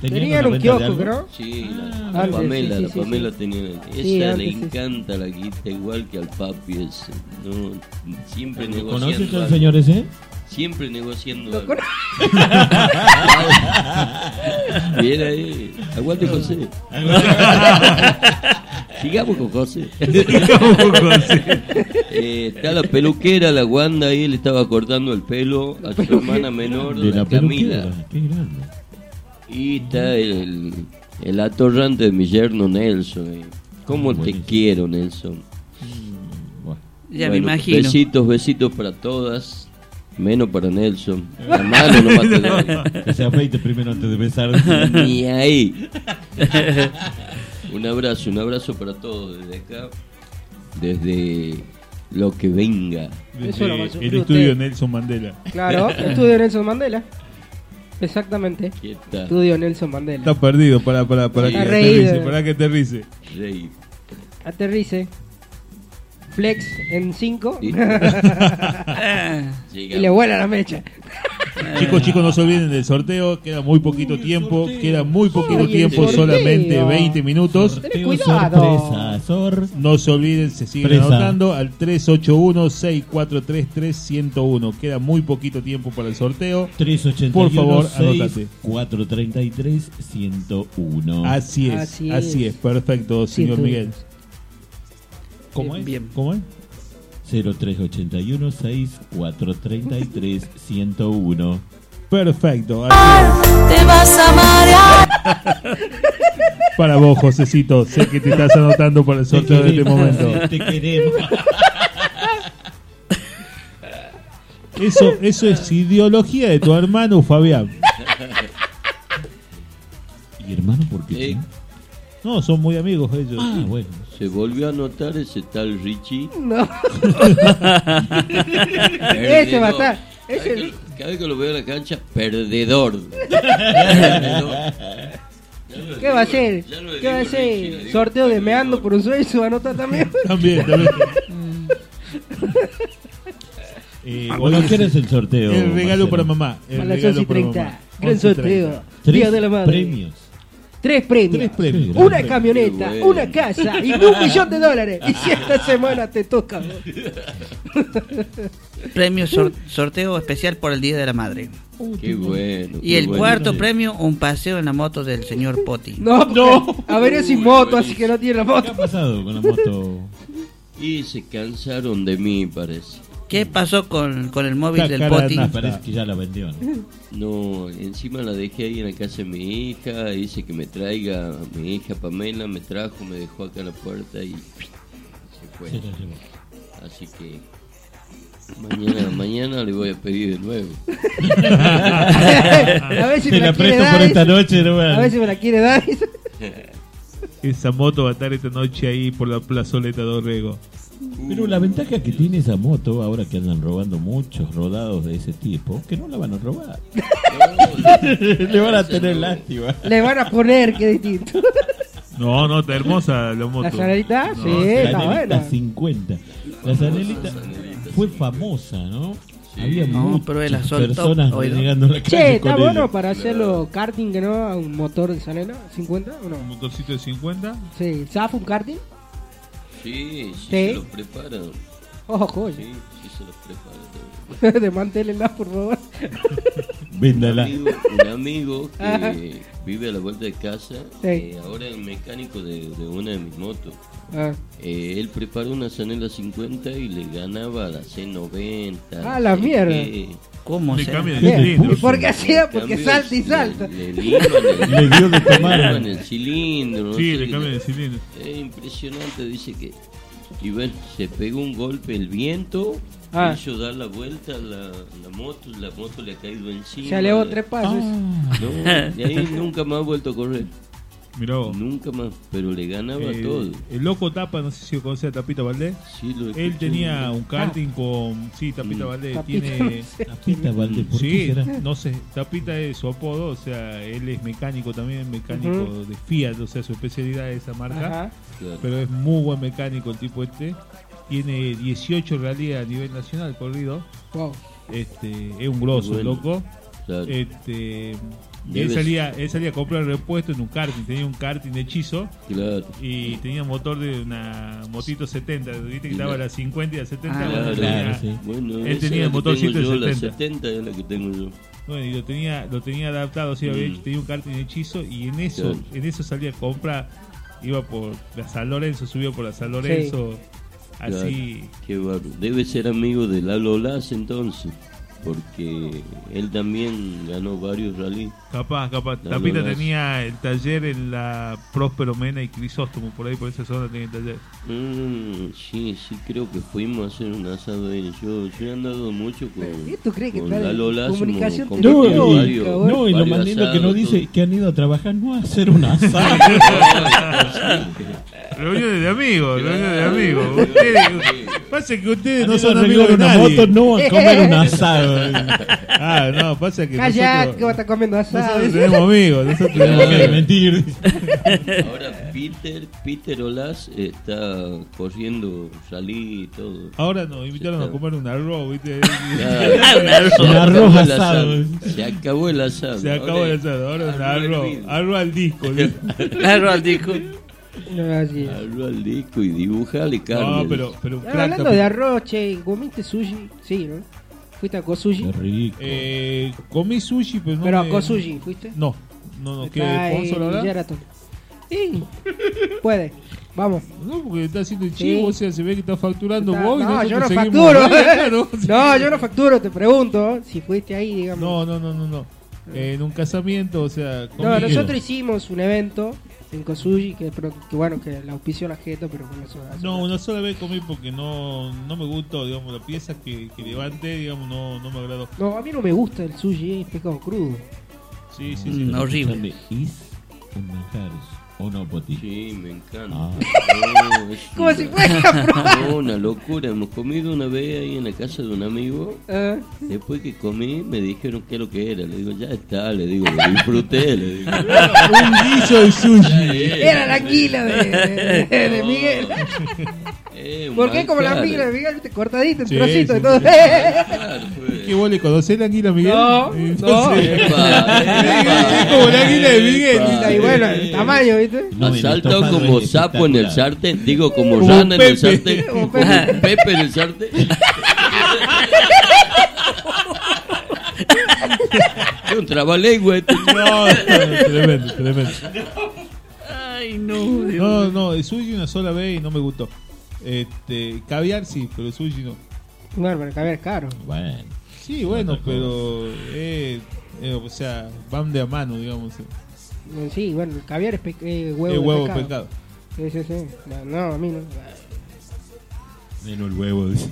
tenían un kiosco, creo.
Sí, la,
Ah,
la
antes,
Pamela,
sí,
la
sí, sí,
Pamela
sí.
tenía. Esa
Sí,
le
antes, sí, sí.
encanta la guita, igual que al papi ese. No, siempre
¿Lo
negociando.
conoces al
algo.
señor ese?
Siempre negociando. algo.
cono-
Bien ahí. Aguante, José. Sigamos con José.
Sigamos con José.
Eh, está la peluquera, la Wanda ahí le estaba cortando el pelo a su hermana menor,
De la
la Camila.
peluquera. Qué grande.
Y está el, el atorrante de mi yerno Nelson. eh. ¿Cómo te quiero, Nelson?
Mm,
Ya me
Bueno,
imagino.
Besitos, besitos para todas. Menos para Nelson. La mano no va a tener.
Que se afeite primero antes de besar.
Ni ahí. un abrazo, un abrazo para todos desde acá. Desde lo que venga.
Eso lo va
Desde Eh,
a
el
sufrir
estudio
usted.
Nelson Mandela.
Claro, estudio Nelson Mandela. Exactamente.
Quieta.
Estudio Nelson Mandela.
Está perdido, para, para, para
Sí.
que
Está reído.
aterrice, para que aterrice.
Rey.
Aterrice. Flex en 5.
Sí.
y le vuela la mecha.
Chicos, chicos, no se olviden del sorteo. Queda muy poquito tiempo. Queda muy poquito
Ay, el
tiempo,
sorteo.
solamente 20 minutos.
Tené cuidado.
No se olviden, se siguen
Presa.
anotando al 381-6433-101. Queda muy poquito tiempo para el sorteo. Por favor, anótate.
433 101.
Así es, así es, perfecto, señor
Ciento
Miguel.
¿Cómo es? ¿Cómo es? 0381 6433 101.
Perfecto.
Te vas a marear.
Para vos, Josecito, sé que te estás anotando para el sorteo de este momento.
Te queremos.
Eso, eso es ideología de tu hermano, Fabián.
¿Y hermano por qué?
Eh,
No, son muy amigos ellos.
Ah, Se volvió a notar ese tal Richie.
No. Ese
Perdedor.
va a estar.
Cada
Ese-
vez que- Cada vez que lo veo en la cancha, perdedor.
¿Qué va a ser? ¿Qué va a ser? Sorteo de meando por un sueño. Se va a anotar también.
También, también. Eh,
Bueno,
hoy
¿quién es el sorteo,
El regalo
Marcelo?
para mamá.
A
El
las
regalo
11 y
para
30.
mamá.
Gran
11 y 30.
sorteo. Día de la madre.
premios.
Tres premios.
Tres premios.
Una
Tres
camioneta,
premios.
una casa y un millón de dólares. Y si esta semana te toca. vos.
Premio sor- sorteo especial por el Día de la Madre.
Qué bueno.
Y el cuarto premio, un paseo en la moto del señor Poti.
No, no. A ver, es sin moto, así que no tiene la moto.
pasado con la moto?
Y se cansaron de mí, parece.
¿Qué pasó con, con el móvil del Poti?
Me parece que ya la vendió. ¿no?
No, encima la dejé ahí en la casa de mi hija. Dice que me traiga mi hija Pamela. Me trajo, me dejó acá en la puerta y se fue.
Se la llevó.
Así que mañana, mañana le voy a pedir de nuevo.
a ver si me la, quiere dar.
hermano.
A ver si me la quiere dar.
Esa moto va a estar esta noche ahí por la plazoleta de Orrego.
Pero la ventaja que tiene esa moto, ahora que andan robando muchos rodados de ese tipo, que no la van a robar. Le van a tener lástima.
Le van a poner, que distinto.
No, no, está hermosa la moto.
¿La Zanelita?
No,
sí,
está
está
Zanelita,
buena.
50. La Zanelita fue famosa, ¿no? Había
No,
muchas
pero él asaltó,
personas
oído.
llegando a la calle
Che, está
con
bueno
ella.
para hacerlo karting, ¿no? A un motor de Sanela, 50 o no.
Un motorcito de 50.
Sí, ¿Zafo un karting?
Sí, sí,
Sí.
se los preparan.
Oh, joya.
Sí, sí se los preparan.
Demantélenla, por favor.
Véndala.
Un amigo, un amigo
Ajá.
que vive a la vuelta de casa,
Sí.
eh, ahora es mecánico de, de una de mis motos.
Ah.
Eh, él preparó una Zanella 50 y le ganaba a la C90.
Ah, la
no sé
mierda.
qué.
¿Cómo
Le
se-
cambia el
Bien.
cilindro.
¿Y por qué hacía?
Le
Porque
cambió
salta y
el-
salta.
Le, le liman el,
Le dio de tomar.
le liman el cilindro. no
Sí,
sé
le
qué
cambian
le- Eh,
el cilindro.
Es impresionante, dice que. Y bueno, se pegó un golpe el viento
Ah.
Hizo dar la vuelta a la, la moto, la moto le ha caído encima.
Se elevó tres pasos. Ah.
No, de ahí nunca más ha vuelto a correr. Nunca más, pero le ganaba
Eh,
todo.
El loco Tapa, no sé si lo conoce a Tapita Valdés. Él
escuché.
tenía un karting
Ah.
con. Sí, Tapita Valdés
Tapita,
tiene.
no sé.
Tapita Valdés, ¿por
sí,
qué será?
no sé. Tapita es su apodo, o sea, él es mecánico también, mecánico
Ujú.
de Fiat, o sea, su especialidad es esa marca.
Ajá. Claro.
Pero es muy buen mecánico el tipo este. Tiene 18 realidades a nivel nacional corrido. Este, es un grosso,
Bueno,
loco.
claro.
Este, y él
Debes-
salía, él salía a comprar repuestos en un karting, tenía un karting de hechizo.
Claro.
Y tenía motor de una motito 70, viste que estaba la 50 y la 70.
Ah,
bueno, tenía-
claro, sí. Bueno,
él tenía
esa es
el
la que
motorcito
tengo yo,
de
la
70.
70 es la que tengo yo.
Bueno, y lo tenía, lo tenía adaptado, o sea, había hecho- tenía un karting de hechizo y en eso,
Mm. Claro.
en eso salía a comprar, iba por la San Lorenzo, subió por la San Lorenzo, así,
Claro, qué bárbaro. Debe ser amigo de Lalo Las entonces, porque él también ganó varios rally.
capaz, capaz.
Lalo
Tapita
Las.
tenía el taller en la Próspero Mena y Crisóstomo, por ahí por esa zona tenía el taller.
Mm, sí, sí, creo que fuimos a hacer un asado de él. Yo, yo he andado mucho con,
¿Qué tú crees que
con
tal?
Lalo Las.
Comunicación
hemos
No,
compartido
y,
varios-
no, y lo
varios
más lindo que
asados,
no dice que han ido a trabajar, no a hacer un asado.
Reuniones de amigos, reuniones de amigos. Ustedes, pasa que ustedes no
Han ido
son
a
amigos de
arreglar una
nadie.
moto, no a comer un asado.
Ah, no, pasa que
Calla, que
nosotros,
vos estás comiendo asado.
nosotros tenemos amigos, nosotros tenemos amigos.
Ahora Peter, Peter Olas está corriendo, salí y todo.
Ahora nos invitaron a comer un arroz, ¿viste?
Claro.
arroz
Se acabó el
asado. Se
Se acabó el asado.
acabó el asado, ahora un arroz. Arroz al disco.
Arroz al disco.
Así es.
Arroz al disco y dibujale carne.
No, Ah, pero, pero un
Ya,
crack.
hablando de arroz, che, ¿comiste sushi? Sí, ¿no? ¿Fuiste a Kosushi?
Eh, comí sushi, pero no.
Pero a
me-
Kosushi, ¿fuiste?
No, no, no. ¿Qué?
Está
¿Ponzo
en
la verdad?
Sheraton. Sí, puede. Vamos.
No, porque está haciendo el chivo, o sea, se ve que está facturando
Está-
vos. y
no, yo no
nosotros seguimos
facturo.
hablando, claro.
no, yo no facturo, te pregunto si fuiste ahí, digamos.
No, no, no, no, no. Eh, En un casamiento, o sea.
No,
comí-
nosotros hicimos un evento en Kosushi que, pro- que bueno, que la auspició la Jeta, pero bueno, eso eso-
No, una sola vez comí porque no, no me gustó, digamos, la pieza que, que levanté, digamos, no, no me agradó.
No, a mí no me gusta el sushi, es pescado crudo.
Sí, sí, sí.
Mm,
horrible.
Is en manjares, o no, Poti.
Sí, me encanta.
Ah.
No, es
Como
una-
si fuera, cabrón.
No, una locura. Hemos comido una vez ahí en la casa de un amigo.
Ah.
Después que comí, me dijeron qué es lo que era. Le digo, ya está, le digo, lo disfruté. Le digo.
Un guiso de sushi.
Era la anguila de, de- de- de
No.
Miguel.
Eh,
Porque es como la
manjar.
anguila de Miguel, viste, cortadita en
Sí,
trocitos.
sí,
entonces,
¿Es que vos le conocés la anguila, Miguel?
No, no.
Entonces-
Epa,
Es como la águila de Miguel.
Y bueno, el tamaño, ¿viste?
Ha saltado
topado
como
es
sapo en el sartén, digo como,
Como
rana en
Pepe.
el sartén,
Como
como
Pepe.
Pepe en el sartén. es un trabalengua este.
No, tremendo, tremendo.
Ay, no. Dios
No,
mío.
no, el sushi una sola vez y no me gustó. Este, caviar sí, pero el sushi no.
No, pero caviar es caro.
Bueno.
Sí, bueno, pero. eh, eh, o sea, van de a mano, digamos.
Eh, Sí, bueno, el caviar es pe- eh, huevo,
Eh,
de
huevo
pescado. Sí, sí, sí. No, no, a mí no.
Menos el huevo. dice.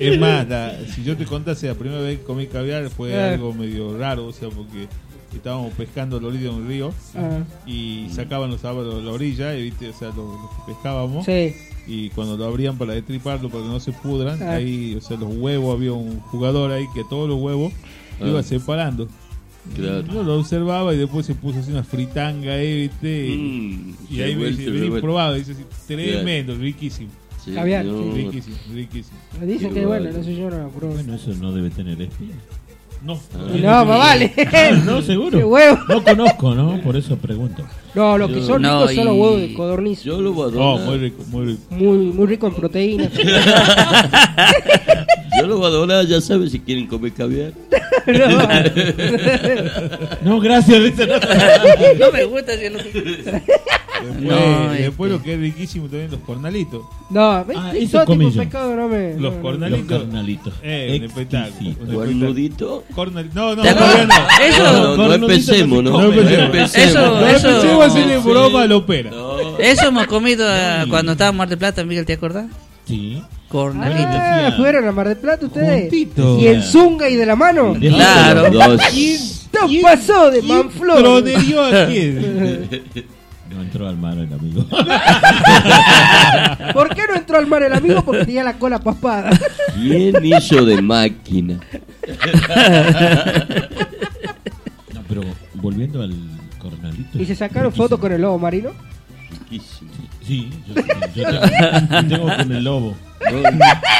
Es más, la- si yo te contase la primera vez que comí caviar fue
Ah.
algo medio raro, o sea, porque estábamos pescando a la orilla de un río
Ah.
y sacaban los sábados a la orilla, y, ¿viste? o sea, lo, lo que pescábamos.
Sí.
Y cuando lo abrían para destriparlo, para que no se pudran,
Ah.
ahí, o sea, los huevos, había un jugador ahí que todos los huevos
Ah.
iba separando.
Claro.
Yo lo observaba y después se puso así una fritanga ahí, ¿viste? Y,
Mm,
y
se
ahí me
vuelve,
dice,
se
vení
vuelve".
probado, dice, así,
Claro.
tremendo, riquísimo.
Sí,
Caviar.
no.
Riquísimo, riquísimo.
Dicen que bueno, no sé yo, no lo probé.
Bueno, eso no debe tener espina.
No.
Y no, más vale.
Ah, no, seguro.
Qué huevo.
No conozco, ¿no? Por eso pregunto.
No, lo que son ricos son los huevos de codorniz.
Yo lo voy a
No,
donar.
muy rico, muy rico.
Muy, muy rico en proteínas. Ah,
Yo lo voy a donar, ya saben si quieren comer caviar.
No, gracias. dice.
No me gusta si no
Después,
No,
eh.
este.
después lo que es riquísimo también los cornalitos.
No, ¿ves?
Ah,
Sí,
eso
todo tipo
comí
de
yo.
pescado no me.
Los
no, no.
cornalitos.
Los cornalitos.
Eh, un espectáculo.
Exquisito.
un
¿Cornudito?
espectáculo. Cornal- No, no,
¿Te
todavía no.
acuerdas? Eso- No, no, no
Cornalito
empecemos,
se
¿no?
come.
No empecemos. Eso-
No
eso-
empecemos a hacerle
no,
broma
sí.
a la opera.
No,
Eso hemos comido eh, cuando estaba en Mar del Plata, Miguel, ¿te acordás?
Sí.
Cornalito.
Ah, fueron a Mar del Plata ustedes.
Juntito.
Y el Zunga y de la mano.
Claro. Dos.
¿Quién pasó de Manflor?
tronerió a quién?
No entró al mar el amigo.
¿Por qué no entró al mar el amigo? Porque tenía la cola paspada.
¿Quién hizo de máquina?
No, pero volviendo al cornalito.
¿Y se sacaron fotos con el lobo marino?
Sí, yo, yo tengo, tengo con el lobo.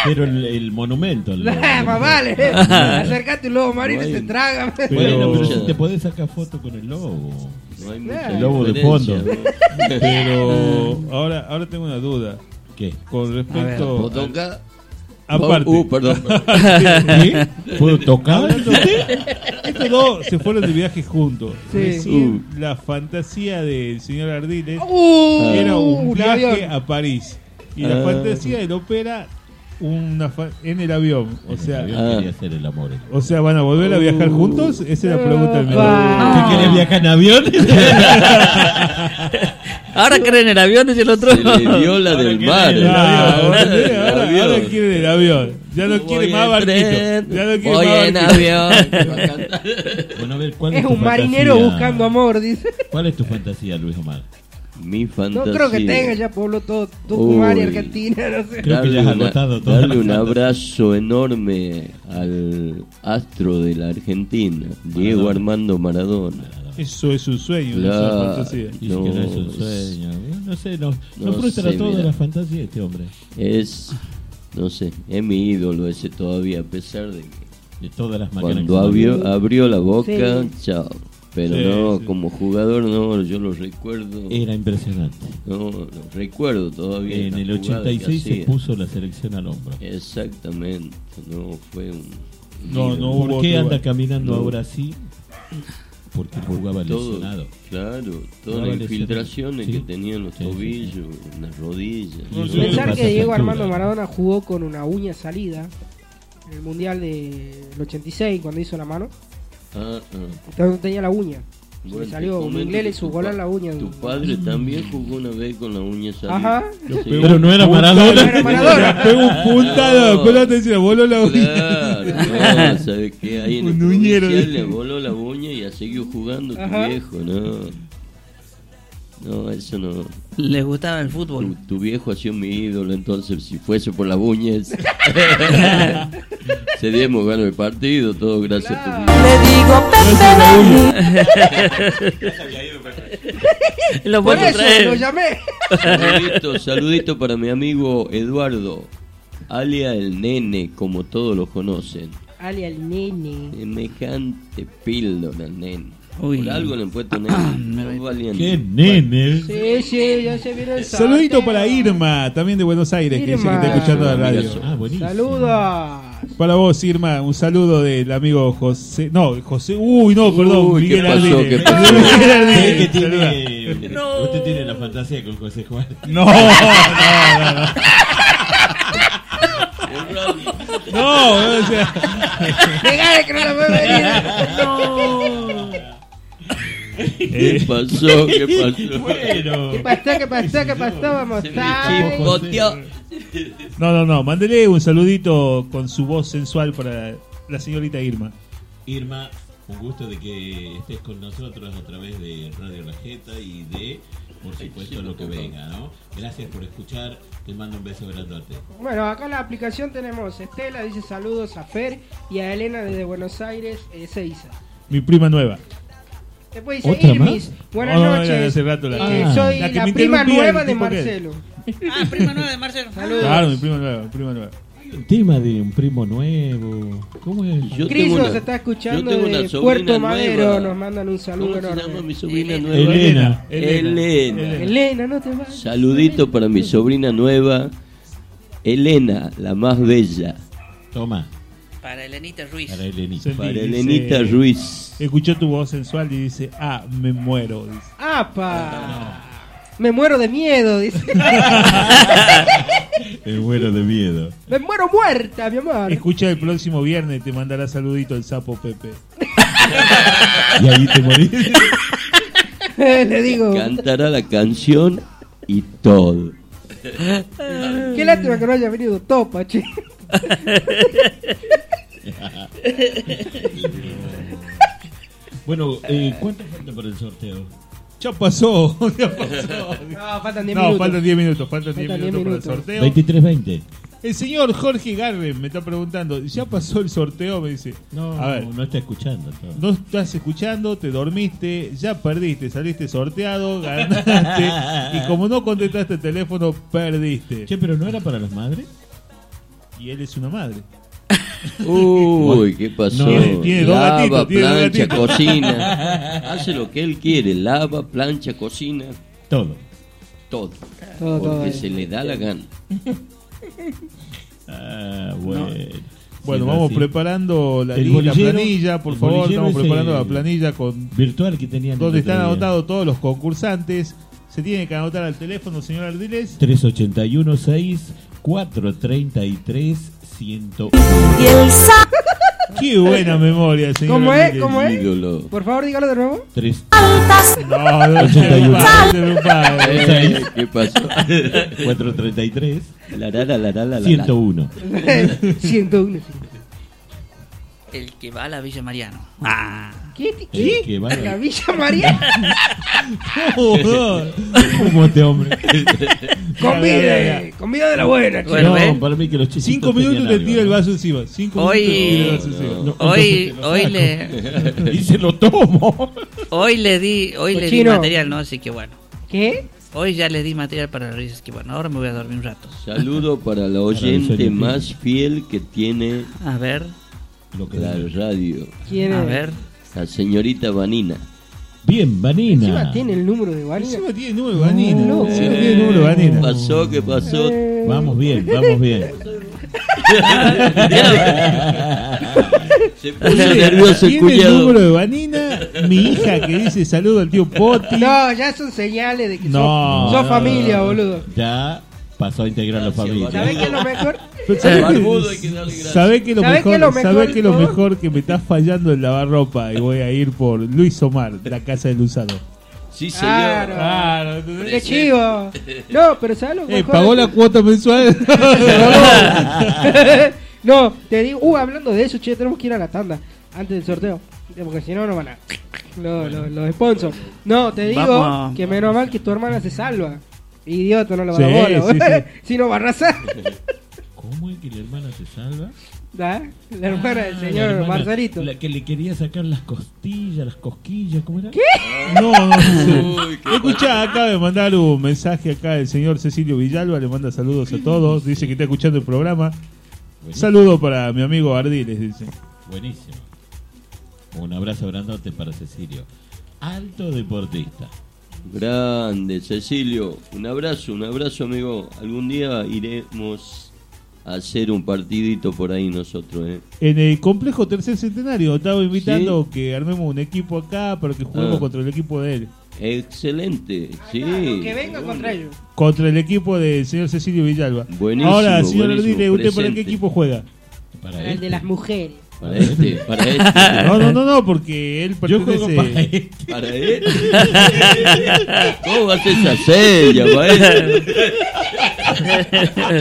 Pero el, el monumento. al lobo.
Ah, más vale.
Claro.
Acercate un lobo marino y te traga.
Bueno, pero si te podés sacar foto con el lobo.
mucha
el lobo de
diferencia,
fondo.
¿no? Pero ahora, ahora tengo una duda.
¿Qué?
Con
A ver,
respecto.
¿puedo tocar?
Aparte.
Uh, perdón.
¿Sí?
¿Puedo tocar?
Hablando de- Estos dos se fueron de viaje juntos.
Sí.
Recién La fantasía del señor Ardiles
Uh,
era un
un
viaje
avión.
a París. Y la
Ah.
fantasía del ópera una fa- en el avión. O sea,
Yo
Ah.
quería hacer el amor.
o sea, ¿van a volver a viajar juntos? Esa
Eh,
es la pregunta del
¿Qué querés viajar en avión?
Ahora creen en aviones y el otro.
Se le dio la del
ahora,
mar. El
Ah, ahora-
avión.
ahora quiere el avión. Ya no quiere
Voy
más
en
barquito.
tren,
Ya no quiere
voy
más
en
barquito.
avión.
Bueno, a ver, ¿cuál
Es
tu
un marinero
fantasía?
buscando amor, dice.
¿Cuál es tu fantasía, Luis Omar?
Mi
No
fantasía.
creo que tenga ya pueblo todo Tucumán y
Uy.
Argentina, no sé.
Darle,
has
una-
agotado todas
darle
las
un
fantasías.
abrazo enorme al astro de la Argentina, Diego Armando Maradona.
Eso es un sueño, no es
Claro.
una fantasía.
Dice que no es un
No,
sueño. No sé, nos,
no
nos frustra
sé,
todo
mira.
la fantasía este hombre.
Es, no sé, es mi ídolo ese todavía, a pesar de que
De todas las macanas
cuando
que
abrió,
son.
abrió la boca,
Sí.
chao. Pero
Sí,
no,
sí.
como jugador no, yo lo recuerdo.
Era impresionante.
No, lo recuerdo todavía.
En
las
el
jugadas que
86 se
hacía.
puso la selección al hombro.
Exactamente, no fue un...
No, no hubo
¿Por qué
otro
anda
igual.
caminando
No.
ahora así? Porque él jugaba
Todo,
lesionado. Jugaba
Claro, todas las
lesionado.
infiltraciones
Sí.
que tenían los tobillos, las rodillas.
No,
Todo.
sí,
Pensar que Diego
Factura.
Armando Maradona jugó con una uña salida en el Mundial del 86 cuando hizo la mano.
Ah, ah.
Entonces no tenía la uña. Se le
Bueno, te
salió un
comento
inglés le
que tu
jugó
pa-
la uña.
Tu padre también jugó una vez con la uña salida.
Ajá.
Sí.
Pero no era Maradona. No era Maradona. Le pegó un puntado,
No.
pero te decía, voló la uña.
Claro, no, ¿sabes qué? Ahí en el
Un uñero.
provincial le voló la uña y ha seguido jugando tu
Ajá.
viejo, no. No, eso no.
Le gustaba el fútbol.
Tu, tu viejo ha sido mi ídolo, entonces si fuese por las uñas seríamos ganos el partido, todo gracias a tu
Le digo
Lo
Por
vuelvo a
eso
traer.
lo
llamé.
Saludito, saludito para mi amigo Eduardo, alia el nene, como todos lo conocen.
Ale al nene.
Semejante píldora, el nene.
Uy. Ah,
Por algo le han puesto nene. No valían.
Qué nene.
Sí, sí, ya se vino el
Saludito para Irma, también de Buenos Aires, que dice que
Irma.
está escuchando la radio.
Ah, Saluda.
Para vos, Irma, un saludo del amigo José. No, José. Uy, no, perdón.
Uy, ¿qué
Miguel
pasó?
Ardiles.
¿Qué pasó?
Miguel Ardiles,
Sé que
saluda.
tiene, Usted tiene la fantasía con José Juan.
No, no, no, no. No, o sea.
Pegale que no la puedo venir.
¿Qué pasó? ¿Qué
¿Qué
pasó?
pasó? ¿Qué pasó? ¿Qué pasó? Vamos a estar.
Chipoteó.
No, no, no. Mándele un saludito con su voz sensual para la señorita Irma.
Irma, un gusto de que estés con nosotros a través de Radio La Jeta y de, por supuesto, lo que venga, ¿no? Gracias por escuchar, te mando un beso grandote.
Bueno, acá en la aplicación tenemos Estela, dice saludos a Fer y a Elena desde Buenos Aires, eh, Seiza.
Mi prima nueva.
Después dice
¿Otra
Irmis,
más?
buenas
No, no,
noches.
era de hace rato la-
Eh,
Ah.
soy
La
la,
que me
prima
interrumpía
nueva
el
de
tipo que-
Marcelo.
Ah, prima nueva de Marcelo.
Saludos.
Claro, mi prima nueva, mi prima nueva.
Un tema de un primo nuevo. ¿Cómo es?
Yo
Cris
tengo
nos
una-
está
yo
escuchando
tengo una
de
sobrina
Puerto Madero,
nueva.
nos mandan un saludo
¿Cómo se
enorme.
llama mi sobrina
Elena.
nueva?
Elena.
Elena.
Elena, no te vayas.
Saludito para mi sobrina nueva, Elena, la más bella.
Toma.
Para Elenita Ruiz.
Para Elenita.
Sentí,
Para
dice,
Elenita Ruiz.
Escuchó tu voz sensual y dice, ah, me muero. dice.
¡Apa! Me muero de miedo, dice.
El bueno de miedo.
Me muero muerta, mi amor.
Escucha el próximo viernes, te mandará saludito el sapo Pepe.
Y ahí te morís.
Le digo.
Cantará la canción y todo.
Qué lástima que no haya venido Topa, che.
Bueno, eh, ¿cuánto falta para el sorteo?
Ya pasó, Oh, ya pasó.
No, faltan 10
No,
minutos.
faltan 10 minutos, faltan 10 minutos,
Faltan 10
para el
minutos.
sorteo.
23-20.
El señor Jorge Garren me está preguntando, ¿ya pasó el sorteo? Me dice,
No,
a ver,
no está escuchando. todo.
no estás escuchando, te dormiste, ya perdiste, saliste sorteado, ganaste, y como no contestaste el teléfono, perdiste.
Che, pero no era para las madres.
Y él es una madre.
Uy, ¿qué pasó?
Tiene- tiene dos
lava,
gatitos, tiene dos
plancha,
gatitos.
cocina. Hace lo que él quiere, lava, plancha, cocina.
Todo.
Todo.
Todo, todo,
porque
eh.
se le da la gana.
Ah, bueno.
Bueno,
Sí,
vamos
así.
preparando la,
El
y la
bolillero-
planilla, por
el
favor,
bolillero
estamos
ese
preparando la planilla con
Virtual que tenían. el
donde
otro
están
día.
anotados todos los concursantes. Se tiene que anotar al teléfono, señor Ardiles.
381 6 433 101.
Y el sa-
Qué buena memoria, señor.
¿Cómo es?
Ardiles.
¿Cómo es? Por favor, dígalo de nuevo.
Tres-
No, no,
81.
no, no, no, no, no.
Seis.
¿Qué pasó?
433
La, la, la, la, la, la, la.
101.
101.
El que va a la Villa Mariano.
Eh,
¿Qué?
El que
¿Qué?
va a la-
La Villa María.
¿Cómo este hombre?
Convide, convide de la buena, che.
Bueno, ¿ven?
no, para mí que los chisitos
Cinco minutos te
tenían
tira el
algo,
vaso encima. Cinco
Hoy-
minutos te tira el vaso encima.
Hoy,
entonces
hoy le,
te lo saco. Y se lo tomo.
hoy le di, hoy le di
Cochino.
material, ¿no? Así que bueno.
¿Qué?
Hoy ya le di material para la risa, así que bueno, ahora me voy a dormir un rato.
Saludo para la
Para el
oyente
sueño.
más fiel que tiene
A ver,
Lo que
la radio.
¿Quién
a
es?
ver.
La señorita Vanina.
Bien, Vanina.
Encima tiene el número de Guarina.
Encima tiene número de Vanina.
No.
Encima tiene número de
¿Qué
Vanina.
pasó? ¿Qué pasó?
Eh.
Vamos bien, vamos bien.
Se puso nervioso el
Tiene el número
cuñado.
de Vanina. Mi hija que dice saludo al tío Poti.
No, ya son señales de que
No.
sos, sos familia, boludo.
Ya pasó a integrar la
¿Sabés qué es
familia.
lo mejor?
Pero ¿sabés
Al
qué-
barbudo hay que darle gracias.
¿Sabés qué es lo
¿Sabés qué es
mejor?
lo mejor
¿Sabés qué es lo
de todo?
mejor? Que me estás fallando el lavarropa y voy a ir por Luis Omar, la casa del usado.
Sí, señor.
Claro.
Claro,
¡Qué chivo! No, pero ¿sabes lo
Eh,
mejor?
¿Pagó la cuota mensual?
no, te digo, uh, hablando de eso, che, tenemos que ir a la tanda antes del sorteo. Porque si no, no van a. Lo- lo- los sponsors. No, te digo
Vamos a-
que menos mal que tu hermana se salva. Idiota, no lo va
Sí,
a bola,
sí,
boludo. Si no va a arrasar.
¿Cómo es que la hermana se salva?
¿Da? La hermana del
Ah,
señor
la hermana,
Marcelito.
La que le quería sacar las costillas, las cosquillas, ¿cómo era? ¿Qué?
No, no, no.
Uy, qué
Escuchá, acaba de mandar un mensaje acá el señor Cecilio Villalba, le manda saludos a todos, dice que está escuchando el programa. Saludo para mi amigo Ardiles, dice.
Buenísimo. Un abrazo grandote para Cecilio. Alto deportista.
Grande, Cecilio. Un abrazo, un abrazo, amigo. Algún día iremos a hacer un partidito por ahí nosotros, ¿eh?
En el complejo Tercer Centenario, estaba invitando que armemos un equipo acá para que juguemos
Ah.
contra el equipo de él.
Excelente, sí.
Ah, Que venga contra ellos.
Contra el equipo del señor Cecilio Villalba.
Buenísimo,
Ahora, señor
buenísimo,
Ardiles, ¿usted para qué
presente.
equipo juega?
Para
El
este.
de las mujeres.
Para este, para este,
No, no, no, no, porque él
Yo juego para
pertenece.
este.
para este. ¿Cómo va a ser esa sella, maestro?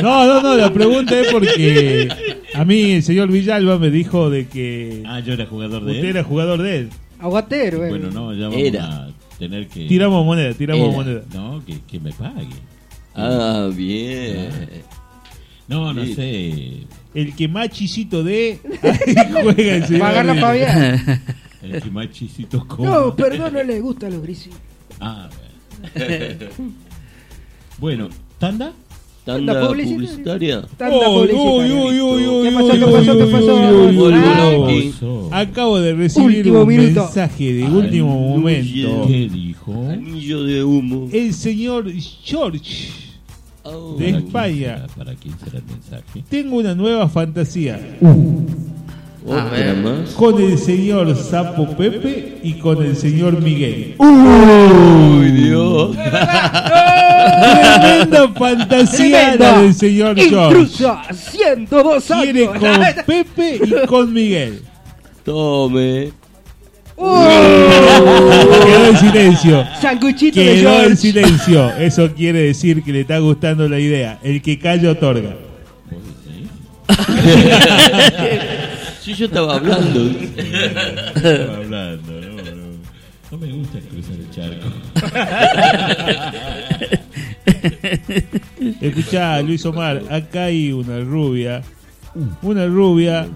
No, no, no, la pregunta es porque a mí el señor Villalba me dijo de que
Ah, yo era jugador de
usted
él.
era jugador de él.
Aguatero, eh.
Bueno, no, ya vamos
Era.
a tener que.
Tiramos moneda, tiramos
Era.
moneda.
No, que, que me pague. Ah.
Ah, bien.
No, no
Sí.
sé.
El que más chisito de ahí juega el señor.
Pagar la
Ardiles.
Fabián.
El que más chisito come.
No, perdón, no le gustan los grises.
Ah, bueno. bueno, ¿tanda?
¿La
¿Tanda
publicidad?
publicitaria?
Tanta
Oh,
publicidad.
uy, uy, uy, uy,
¿Qué pasó? ¿Qué
uy,
pasó? ¿Qué
uy,
pasó?
uy, uy, uy,
Ay,
uy, uy.
Eso.
Acabo de recibir
Último
un
minuto.
mensaje de último momento.
¿Qué dijo?
Anillo de humo.
El señor George.
Oh,
De
¿Para quién
España.
será? ¿Para quién será el mensaje?
Tengo una nueva fantasía.
Uh.
A
otra
ver.
más.
Con el señor Sapo Pepe y con el señor Miguel.
Uy, Dios.
Tremenda fantasía la del señor George.
Intruso, 102
Quiere
años.
con Pepe y con Miguel.
Tome.
Quedó en silencio.
Sanguchito de
Quedó
George.
en silencio. Eso quiere decir que le está gustando la idea. El que calla otorga.
Sí, yo estaba hablando.
Estaba hablando, no, no. No me gusta cruzar el charco.
Escuchá, Luis Omar, acá hay una rubia. Una rubia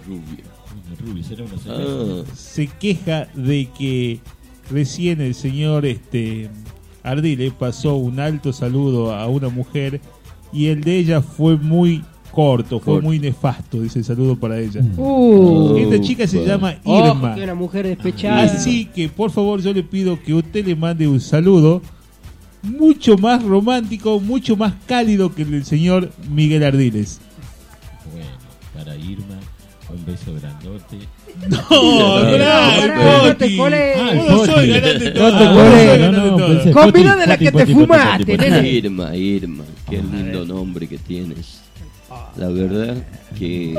Ruby, será una
Ah.
señora.
se queja de que recién el señor este Ardile pasó un alto saludo a una mujer y el de ella fue muy corto, fue
Corto.
muy nefasto, dice el saludo para ella.
Uh. Oh,
Esta chica se
Upa.
llama
Ojo,
Irma.
que una mujer despechada.
Así que por favor yo le pido que usted le mande un saludo mucho más romántico, mucho más cálido que el del señor Miguel Ardiles.
Bueno, para Irma, un beso grandote.
No, pará, el Pará, no te Poti. colé.
Ah, el
Vos no
Poti.
soy galante
Ah,
todo.
no te
Vos
colé.
soy galante todo.
pensé,
Combina
Poti,
pues, de la
Poti,
que te Ah,
Poti, Poti,
fumaste,
Poti, Poti.
nene.
Irma, Irma, qué lindo nombre que tienes. La verdad que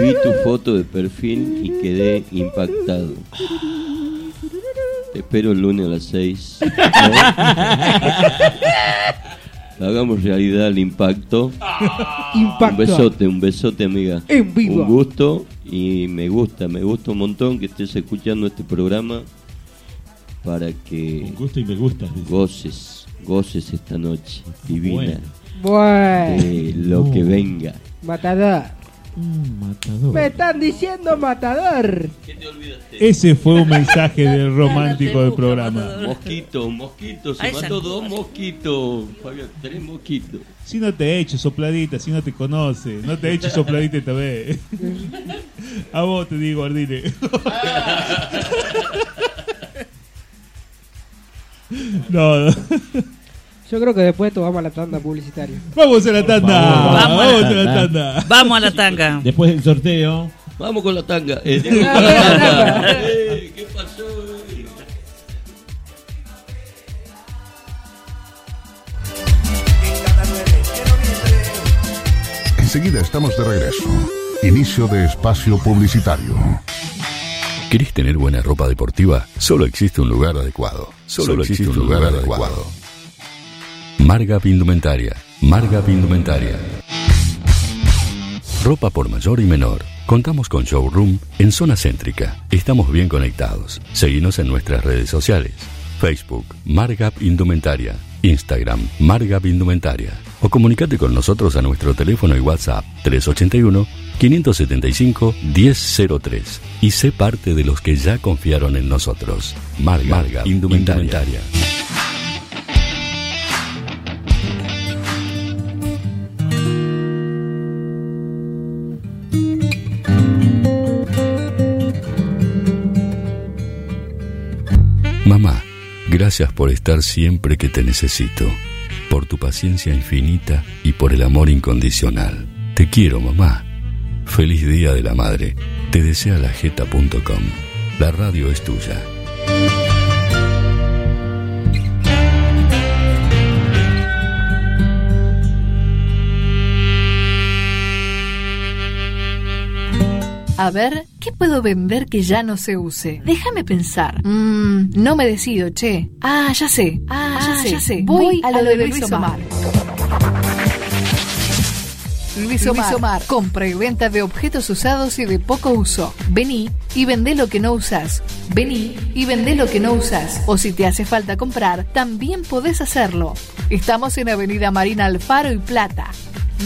vi tu foto de perfil y quedé impactado. Te espero el lunes a las 6. Hagamos realidad el impacto.
Impacto.
Un besote, un besote, amiga.
En vivo.
Un gusto y me gusta, me gusta un montón que estés escuchando este programa para que. Un
gusto y me gustas.
Goces, goces esta noche divina.
Bueno.
De lo que
Uh.
venga.
Matador.
matador.
Me están diciendo matador.
Ese fue un mensaje del romántico del programa.
Mosquito, mosquito, se
Ay,
mató
Santiago.
dos mosquitos. Fabián, tres mosquitos.
Si no te he hecho sopladita, si no te conoce, no te he hecho sopladita esta vez. A vos te digo, Ardile. No, no.
Yo creo que después de esto vamos a la tanda publicitaria.
Vamos a la
Ah,
tanda.
Vamos a la
tanda.
Vamos a la tanga.
Después del sorteo.
Vamos con la tanga. Eh,
Vamos
tengo
con
la
la
tanga.
tanga.
Eh, ¿Qué pasó? eh?
Enseguida estamos de regreso. Inicio de espacio publicitario.
¿Querés tener buena ropa deportiva? Solo existe un lugar adecuado. Solo, existe, un lugar, adecuado. Marga Indumentaria. Marga Indumentaria. Ropa por mayor y menor. Contamos con showroom en zona céntrica. Estamos bien conectados. Seguimos en nuestras redes sociales. Facebook, Margap Indumentaria. Instagram, Margap Indumentaria. O comunicate con nosotros a nuestro teléfono y WhatsApp 381-575-1003. Y sé parte de los que ya confiaron en nosotros. Margap, Indumentaria. Mamá, gracias por estar siempre que te necesito, por tu paciencia infinita y por el amor incondicional. Te quiero, mamá. Feliz Día de la Madre. Te desea lajeta.com. La radio es tuya.
¿Eh?
A ver, ¿qué puedo vender que ya no se use? Déjame pensar. Mm, no me decido, che. Ah, ya sé. Ah, ya, sé. Voy, a lo de Luis Omar. Luis Omar. Compra y venta de objetos usados y de poco uso. Vení y vendé lo que no usas. Vení y vendé lo que no usas. O si te hace falta comprar, también podés hacerlo. Estamos en Avenida Marina Alfaro y Plata.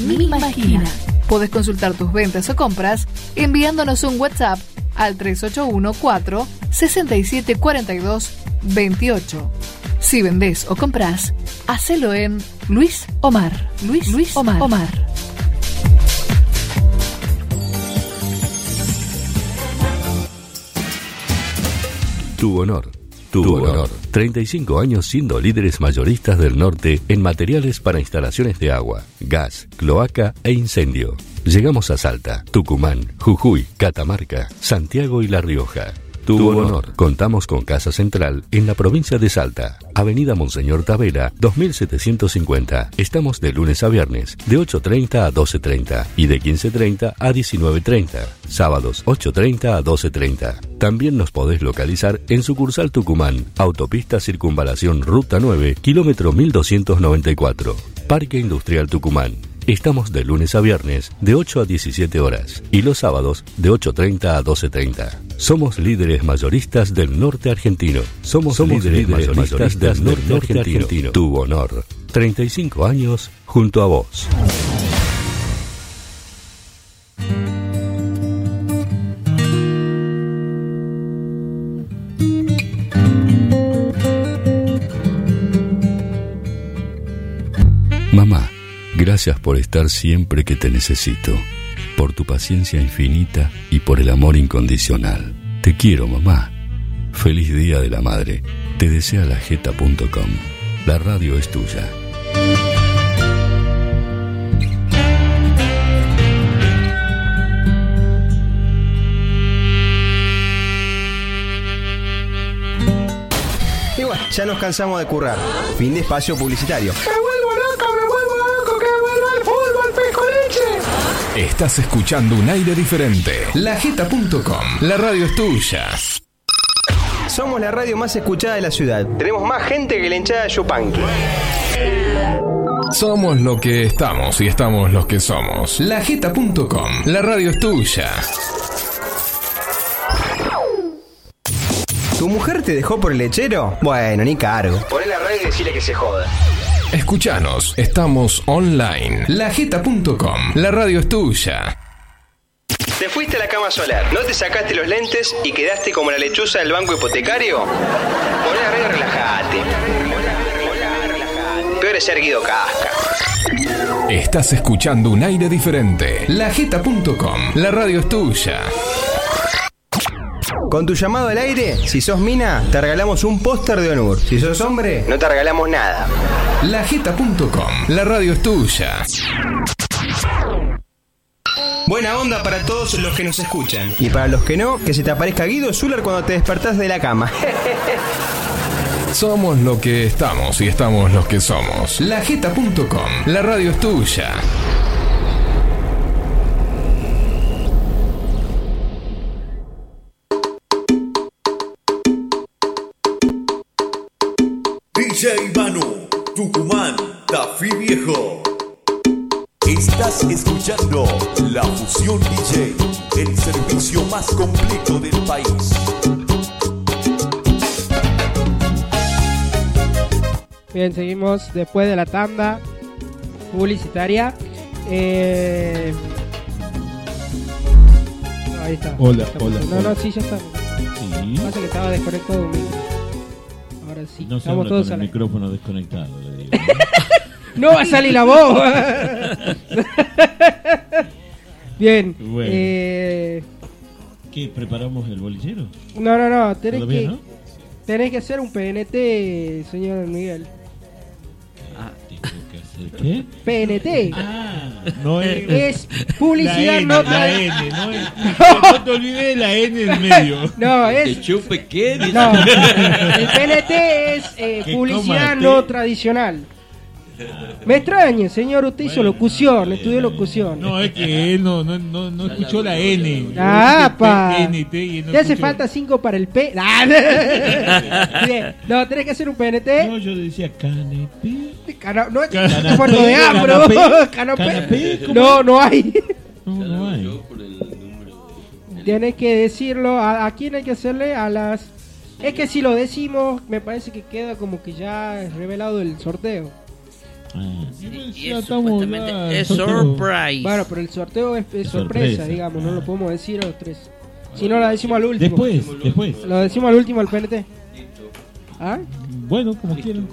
Misma esquina. Podés consultar tus ventas o compras enviándonos un WhatsApp al 3814 6742 28. Si vendés o comprás, hacelo en Luis Omar. Luis, Luis Omar. Omar.
Tu honor. Tu, honor. 35 años siendo líderes mayoristas del norte en materiales para instalaciones de agua, gas, cloaca e incendio. Llegamos a Salta, Tucumán, Jujuy, Catamarca, Santiago y La Rioja. Tu, honor. Contamos con Casa Central en la provincia de Salta. Avenida Monseñor Tavera, 2750. Estamos de lunes a viernes, de 8.30 a 12.30 y de 15.30 a 19.30. Sábados, 8.30 a 12.30. También nos podés localizar en sucursal Tucumán, Autopista Circunvalación Ruta 9, kilómetro 1294. Parque Industrial Tucumán. Estamos de lunes a viernes de 8 a 17 horas y los sábados de 8.30 a 12.30. Somos líderes mayoristas del norte argentino. Somos,
Somos
líderes,
líderes
mayoristas,
mayoristas
del
del
norte,
norte
argentino.
argentino.
Tu honor. 35 años junto a vos. Mamá, gracias por estar siempre que te necesito, por tu paciencia infinita y por el amor incondicional. Te quiero, mamá. Feliz Día de la Madre. Te desea lajeta.com. La radio es tuya.
Y bueno, ya nos cansamos de currar. Fin de espacio publicitario.
¡Me vuelvo loco, me vuelvo loco! ¡Que vuelva el fútbol, pesco leche!
Estás escuchando un aire diferente. Lajeta.com. La radio es tuya.
Somos la radio más escuchada de la ciudad. Tenemos más gente que la hinchada de Yupanqui.
Somos lo que estamos y estamos los que somos. Lajeta.com. La radio es tuya.
¿Tu mujer te dejó por el lechero? Bueno, ni cargo. Poné la radio y decirle que se joda.
Escuchanos, estamos online. Lajeta.com. La radio es tuya.
¿Te fuiste a la cama solar? ¿No te sacaste los lentes y quedaste como la lechuza del banco hipotecario? Poné la radio y relajate. Peor es ser Guido Casca.
Estás escuchando un aire diferente. Lajeta.com. La radio es tuya.
Con tu llamado al aire, si sos mina, te regalamos un póster de Onur. Si sos hombre, no te regalamos nada.
Lajeta.com. La radio es tuya.
Buena onda para todos los que nos escuchan. Y para los que no, que se te aparezca Guido Zuller cuando te despertás de la cama.
Somos lo que estamos y estamos los que somos. Lajeta.com. La radio es tuya.
DJ Manu, Tucumán, Tafí Viejo. Estás escuchando La Fusión DJ, el servicio más completo del país.
Bien, seguimos después de la tanda publicitaria. Eh, Ahí está.
Hola,
Ya pasó.
hola,
No,
hola.
no, sí, ya está. Pasa que estaba desconectado un micro. Ahora sí,
No se
estamos
habla con
todos
el
a la...
micrófono desconectado, le digo.
¡No va a salir la voz! Bien.
Bueno.
eh,
¿Qué? ¿Preparamos el bolillero?
no, no, no. Tenés
¿Todavía
que,
no?
tenés que hacer un PNT, señor Miguel.
¿Qué?
PNT.
Ah.
No
es publicidad
La N,
no
la
tra-
N, no es- no te olvides de la N del medio.
No, es-
¿Que chupe qué? Dice.
No, el PNT es eh,
Que
publicidad
coma té.
no tradicional. Me extraña, señor, usted hizo locución, estudió locución.
No, es que él no, no, no, no escuchó la N.
Ah, pa.
NT y él no
Te hace
escuchó.
falta 5 para el P. Ah, Bien, no, tenés que hacer un PNT. No,
yo decía canepé.
no, es
Canapé,
está muerto de hambre.
canapé,
vos, canapé.
canapé, ¿cómo
No,
es?
no hay.
No hay.
Tienes que decirlo. ¿A, a quién hay que hacerle? A las. Es que si lo decimos, me parece que queda como que ya es revelado el sorteo.
Y es supuestamente es surprise.
Bueno, pero el sorteo es, es
Es
sorpresa,
sorpresa.
digamos, no lo podemos decir a los tres. Si no, lo decimos al último.
Ah. Después, después.
Lo decimos al último, al PNT. ¿Ah?
Bueno, como quieran.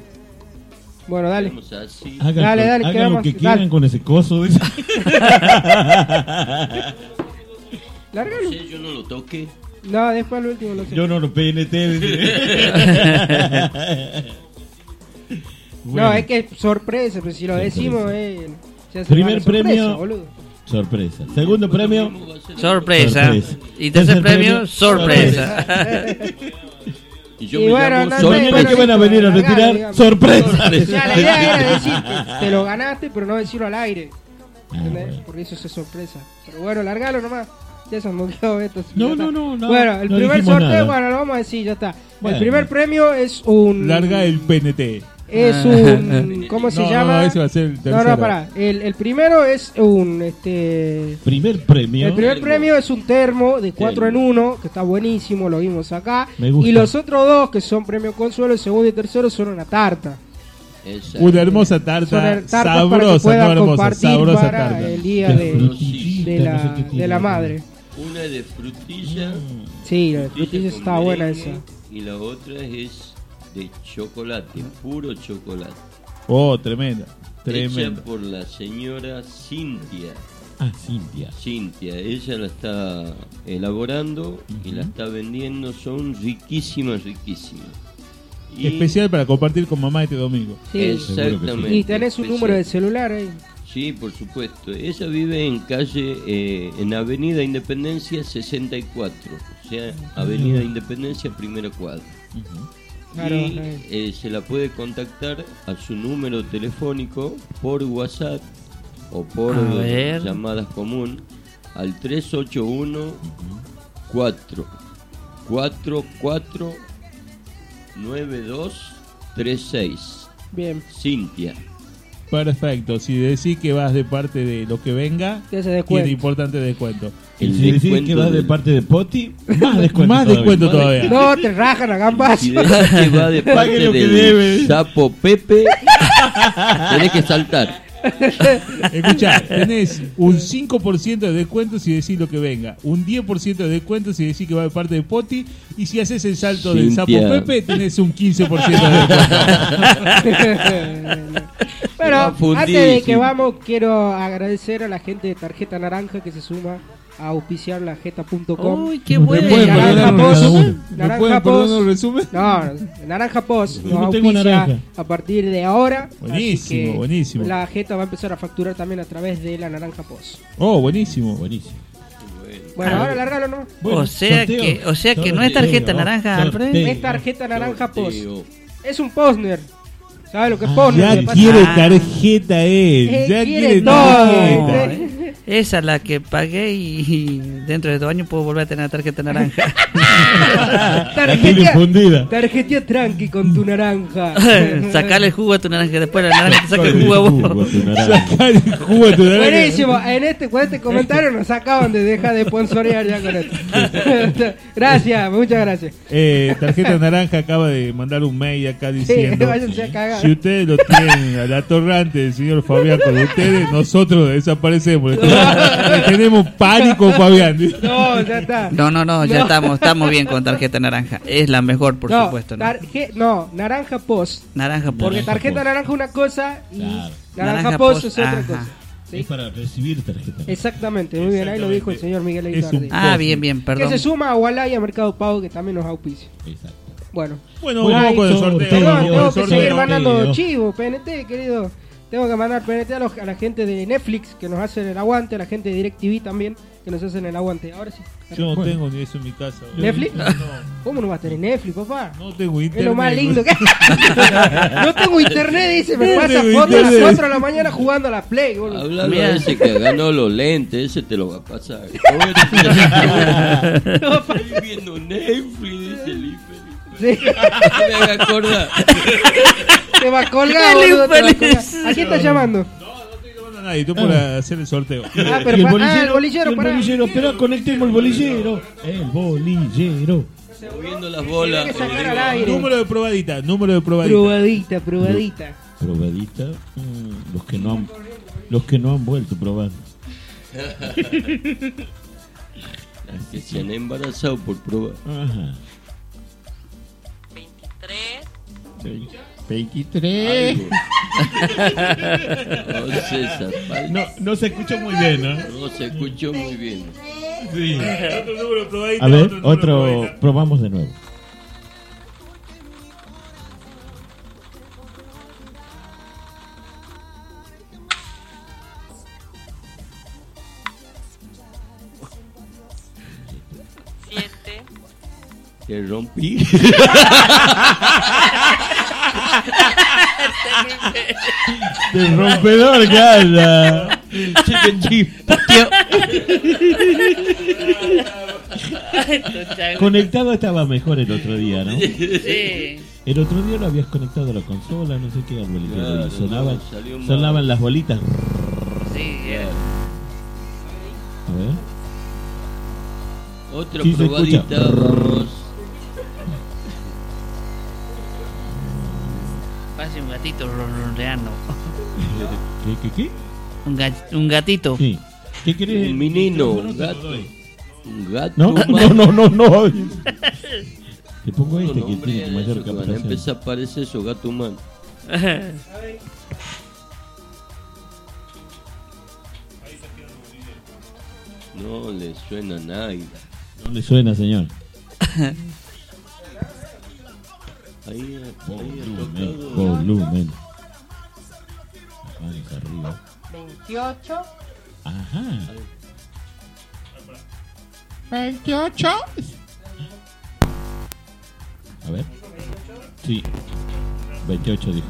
Bueno, dale.
Hagan,
dale,
con-
dale,
hagan
quedamos-
lo que quieran
dale.
con ese coso. dice.
Lárgalo.
Sí, yo no lo toque.
No, después al último lo sé.
Yo no lo PNT. dice. Bueno.
No, es que es sorpresa, pero si lo decimos, eh, se hace
Primer
mala sorpresa,
premio.
boludo.
Sorpresa. Segundo premio.
Sorpresa. Y tercer premio, sorpresa.
Y yo
Y
me
bueno,
llamo
no,
Sorpresa.
no,
Mañana que van a venir a retirar
digamos.
sorpresa.
O sea, la idea era decirte, te lo ganaste, pero no decirlo al aire. ¿Entendés? Porque eso es sorpresa. Pero bueno, largalo nomás. Ya se han movido estos.
No,
ya
no,
está.
no, no.
Bueno, el
No
primer
dijimos
sorteo,
nada.
bueno, lo vamos a decir, ya está.
Bueno.
El primer premio es un.
Larga el PNT.
Ah.
Es un. ¿Cómo se
No,
llama?
No, ese va a ser el
No,
tercero.
no, pará. El, el primero es un. Este,
Primer premio.
el primer premio es un termo de 4 en 1, que está buenísimo, lo vimos acá.
Me gusta.
Y los otros dos, que son premio consuelo, el segundo y tercero, son una tarta.
Exacto.
Una hermosa
Son
tarta.
tartas para que
Sabrosa,
puedan
no hermosa.
compartir
Sabrosa
para
tarta.
el día de, de la, de la madre.
Una de frutilla.
Mm. Sí, la de
frutilla
frutilla
con
está buena
merengue,
esa.
Y la otra es de chocolate,
Ah.
puro chocolate.
Oh, tremenda. Tremenda.
Hecha por la señora Cintia.
Ah, Cintia.
Cintia, ella la está elaborando y la está vendiendo. Son riquísimas, riquísimas. Y-
Especial para compartir con mamá este domingo.
Sí.
Exactamente.
Y tenés un
Especial.
número de celular ahí.
Sí, por supuesto. Ella vive en calle, eh, en Avenida Independencia 64. O sea, Avenida Independencia, primera cuadra.
Claro,
y
ahí.
eh, se la puede contactar a su número telefónico por WhatsApp o por
A
eh,
ver.
llamadas común al 381 4 44 9236.
Bien.
Cintia.
Perfecto. Si decís que vas de parte de lo que venga,
Te hace descuento.
tiene importante descuento.
El
si decís
descuento
que vas de
del-
parte de Poti, más descuento
Más
todavía.
descuento todavía.
No, te rajan a gambas.
Si decís que va de
Pague
parte
lo que
del
debe.
sapo Pepe, tenés que saltar.
Escuchá, tenés un 5% de descuento si decís lo que venga, un 10% de descuento si decís que va de parte de Poti, y si haces el salto del sapo
Cintia.
Pepe, tenés un 15% de descuento.
Bueno,
Confundí,
antes de que
sí.
vamos, quiero agradecer a la gente de Tarjeta Naranja que se suma a auspiciar la jeta.com.
Uy, qué ¿Me bueno. pueden
Naranja
perdonar un
Post.
cada uno?
¿Me
Naranja
pueden perdonar
Post.
un resumen?
No, Naranja Post
Yo
nos
no tengo
auspicia
naranja.
a partir de ahora. así
Buenísimo,
que
buenísimo.
La jeta va a empezar a facturar también a través de la Naranja Post.
Oh, buenísimo. Buenísimo.
Bueno,
Ah.
ahora lárgalo, ¿no?
Bueno, O sea sorteo. que- o sea que no es tarjeta Sorteo. naranja, Alfred. Sorteo.
Es tarjeta naranja post. Es un postner. ¿Sabes lo que es postner?
Ah, Ya
Lo que pasa- Eh,
quiere tarjeta él,
Él
ya
quiere
quiere
todo.
tarjeta.
Esa es la que pagué y, y dentro de dos años puedo volver a tener la tarjeta naranja.
Tarjeta, tarjeta tranqui con tu naranja.
Sacarle el jugo a tu naranja, después la naranja te saca el jugo a vos.
Sacar el jugo a tu naranja.
Buenísimo, en este, con este comentario nos acaban de dejar de sponsorear ya con esto. gracias, muchas gracias.
Eh, tarjeta naranja acaba de mandar un mail acá diciendo
váyanse a cagar.
si ustedes lo tienen al atorrante del señor Fabián con ustedes nosotros desaparecemos le tenemos, le tenemos pánico Fabián
No, ya está.
No, no, no, ya
No.
estamos estamos bien con tarjeta naranja. Es la mejor, por
no,
supuesto. ¿no?
tarje- no, naranja post.
Naranja
Porque
por
tarjeta naranja es una cosa y naranja,
Naranja
post,
post,
es otra
ajá.
cosa. ¿sí?
Es para recibir tarjeta.
Exactamente, muy bien, ahí lo dijo el señor Miguel
Es un
Aitarde.
Ah, post. bien, bien, perdón.
Que se suma a Walay y a Mercado Pago que también nos auspicia.
Exacto.
Bueno,
Bueno, vamos
ahí-
con el sorteo,
Perdón,
vamos con
tengo
el
que
sorteo.
seguir mandando
Sorteo.
chivo, PNT, querido. Tengo que mandar PNT a, los- a la gente de Netflix que nos hacen el aguante, a la gente de DirecTV también que nos hacen el aguante. Ahora sí.
yo no tengo ni eso en mi casa
¿Netflix?
no,
¿Cómo no vas a tener Netflix, papá?
No tengo internet
Es lo más lindo que. no tengo internet, dice. Me
No
pasa
tengo
fotos a las
internet.
4 de la mañana jugando a la Play, boludo.
Hablando
Mira.
de ese que ganó los lentes, ese te lo va a pasar. Estoy viendo Netflix, dice Felipe.
Sí.
No me haga acordar.
Te va a colgar, boludo. te va a colgar. ¿A quién estás llamando?
no, nadie tú por hacer el sorteo
Ah, pero
Y
pa- ah, el bolillero,
y el
pará.
bolillero, espera, conectemos el bolillero. El bolillero.
Moviendo las bolas.
que sacar al aire.
número de probadita número de probadita
Probadita, probadita.
Probadita. mm, los que no han, los que no han vuelto a probar.
Las que se han embarazado por probar.
Ajá.
23. No, César, vale.
no, no se escuchó muy bien ¿no?
No se escuchó muy bien.
Sí. Otro número de probadita,
A ver,
otro número de
otro.
probadita.
Probamos de nuevo.
que rompí.
De rompedor que anda. Conectado estaba mejor el otro día, ¿no?
Sí.
El otro día lo habías conectado a la consola, no sé qué, abuelita.
Claro,
y sonaban,
no, salió mal.
sonaban las bolitas.
Sí,
A ver.
Otra
Sí, se
probadita,
escucha.
vamos.
Pase un gatito ronroneando.
¿Qué, qué, qué?
Un, ga- un gatito.
Sí. ¿Qué querés?
Un menino,
¿Qué
un
teléfono te
gato.
doy?
Un gato.
No, no, no, no, no. Te pongo
No,
este
no,
que
hombre,
tiene mayor
eso que van a
capacidad.
empezar parece eso, gato humano. No le suena nada.
No le suena, señor.
Ahí, ahí ha
Volumen,
tocado.
volumen. Las manos arriba.
28.
Ajá.
28.
A ver. Sí. 28 dijo.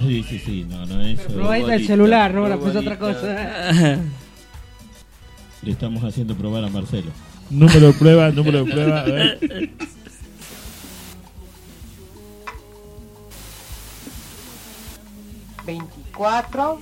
Sí, sí, sí. No, no es.
Pero probadita el celular, no, la puse otra cosa.
Le estamos haciendo probar a Marcelo.
Número de prueba, número de prueba. A ver.
Veinticuatro.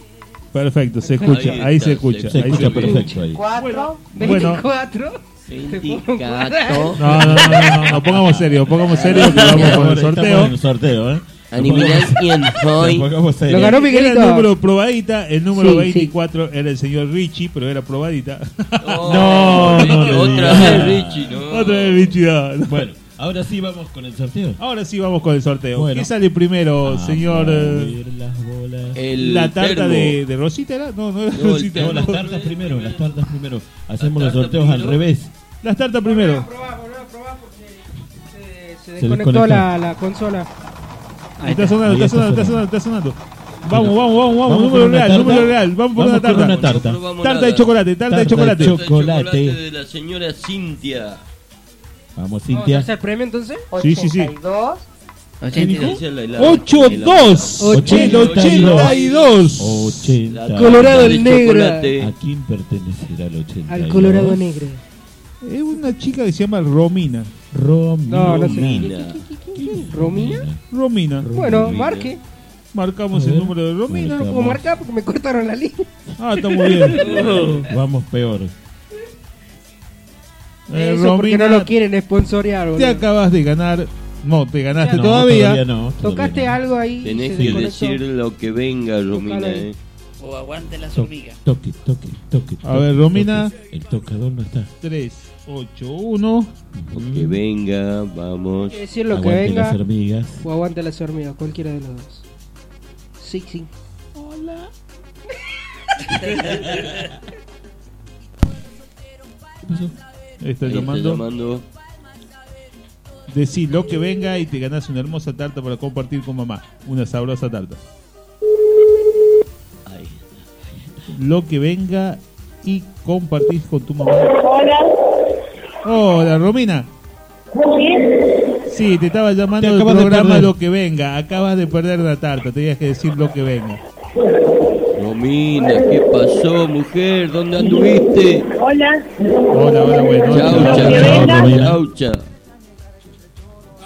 Perfecto, se escucha, ahí,
Ahí está,
se escucha.
se
ahí
escucha perfecto ahí.
Cuatro.
Bueno.
24.
No, no, no, no, no, no, pongamos serio, pongamos serio que vamos con el sorteo.
Estamos en el sorteo, ¿eh?
Animidad y enjoy.
Nos pongamos serios.
Era el número probadita, el número
Sí,
24 era el señor Richie, pero era probadita. Oh,
No, no, no,
otra
no.
vez Richie, Otra vez Richie, no.
Bueno, ahora sí vamos con el sorteo.
Ahora sí vamos con el sorteo.
Bueno. Ah,
¿Qué sale primero,
Vamos
señor?
a
eh,
ver las bolas.
la tarta de, de Rosita era? No, no era
No, el
Rosita.
termo. las tartas primero, las tartas primero. Hacemos los sorteos al revés.
Las tartas primero.
Se desconectó la, la consola.
Está sonando,
Ahí
está sonando, está sonando, está sonando. Vamos, vamos, vamos, vamos,
Vamos
número
por una
real,
tarta.
número real. Vamos por
Vamos
una
por
tarta.
una tarta.
No probamos
Tarta
nada.
de chocolate, tarta de chocolate.
de chocolate.
de la señora Cintia.
Vamos,
¿Vamos a
Cintia.
hacer premio entonces?
Sí, sí, sí.
82.
¿Qué dijo?
Esa es la- la-
82 82
80.
Colorado el negro.
¿A quién pertenecerá el 80?
Al Colorado Negro.
Es una chica que se llama Romina.
Romina.
No, no sé. ¿Romina?
Romina.
Bueno, marque.
Marcamos el número de Romina.
No puedo marcar porque me cortaron la línea.
Ah, está muy bien.
Vamos peor.
Eh,
Eso porque
Romina,
no lo quieren sponsorear.
Te
boludo.
acabas de ganar. No, te ganaste
No,
todavía.
todavía no, Tocaste algo ahí. y
Tenés
se
que
desconectó.
decir lo que venga, Romina.
ahí.
eh.
O aguante las hormigas.
Toque, toque, toque.
A ver, Romina.
El tocador no está.
3, 8, 1.
Lo que venga, vamos.
Hay que decir lo que
Aguante
venga.
las hormigas.
O aguante las hormigas, cualquiera de los dos. Sí, sí.
Hola.
Está
Ahí está
llamando.
llamando.
Decí lo que venga y te ganas una hermosa tarta para compartir con mamá. Una sabrosa tarta. Lo que venga y compartís con tu mamá.
Hola.
Hola, Romina. Sí, te estaba llamando
Te
del
acabas de
programa
perder.
Lo que venga. Acabas de perder la tarta. Tenías que decir lo que venga.
Romina, ¿qué pasó, mujer? ¿Dónde anduviste?
Hola.
Hola, hola, bueno. Hola,
Chau, chau,
hola,
chau,
hola,
chau,
hola.
chau, chau.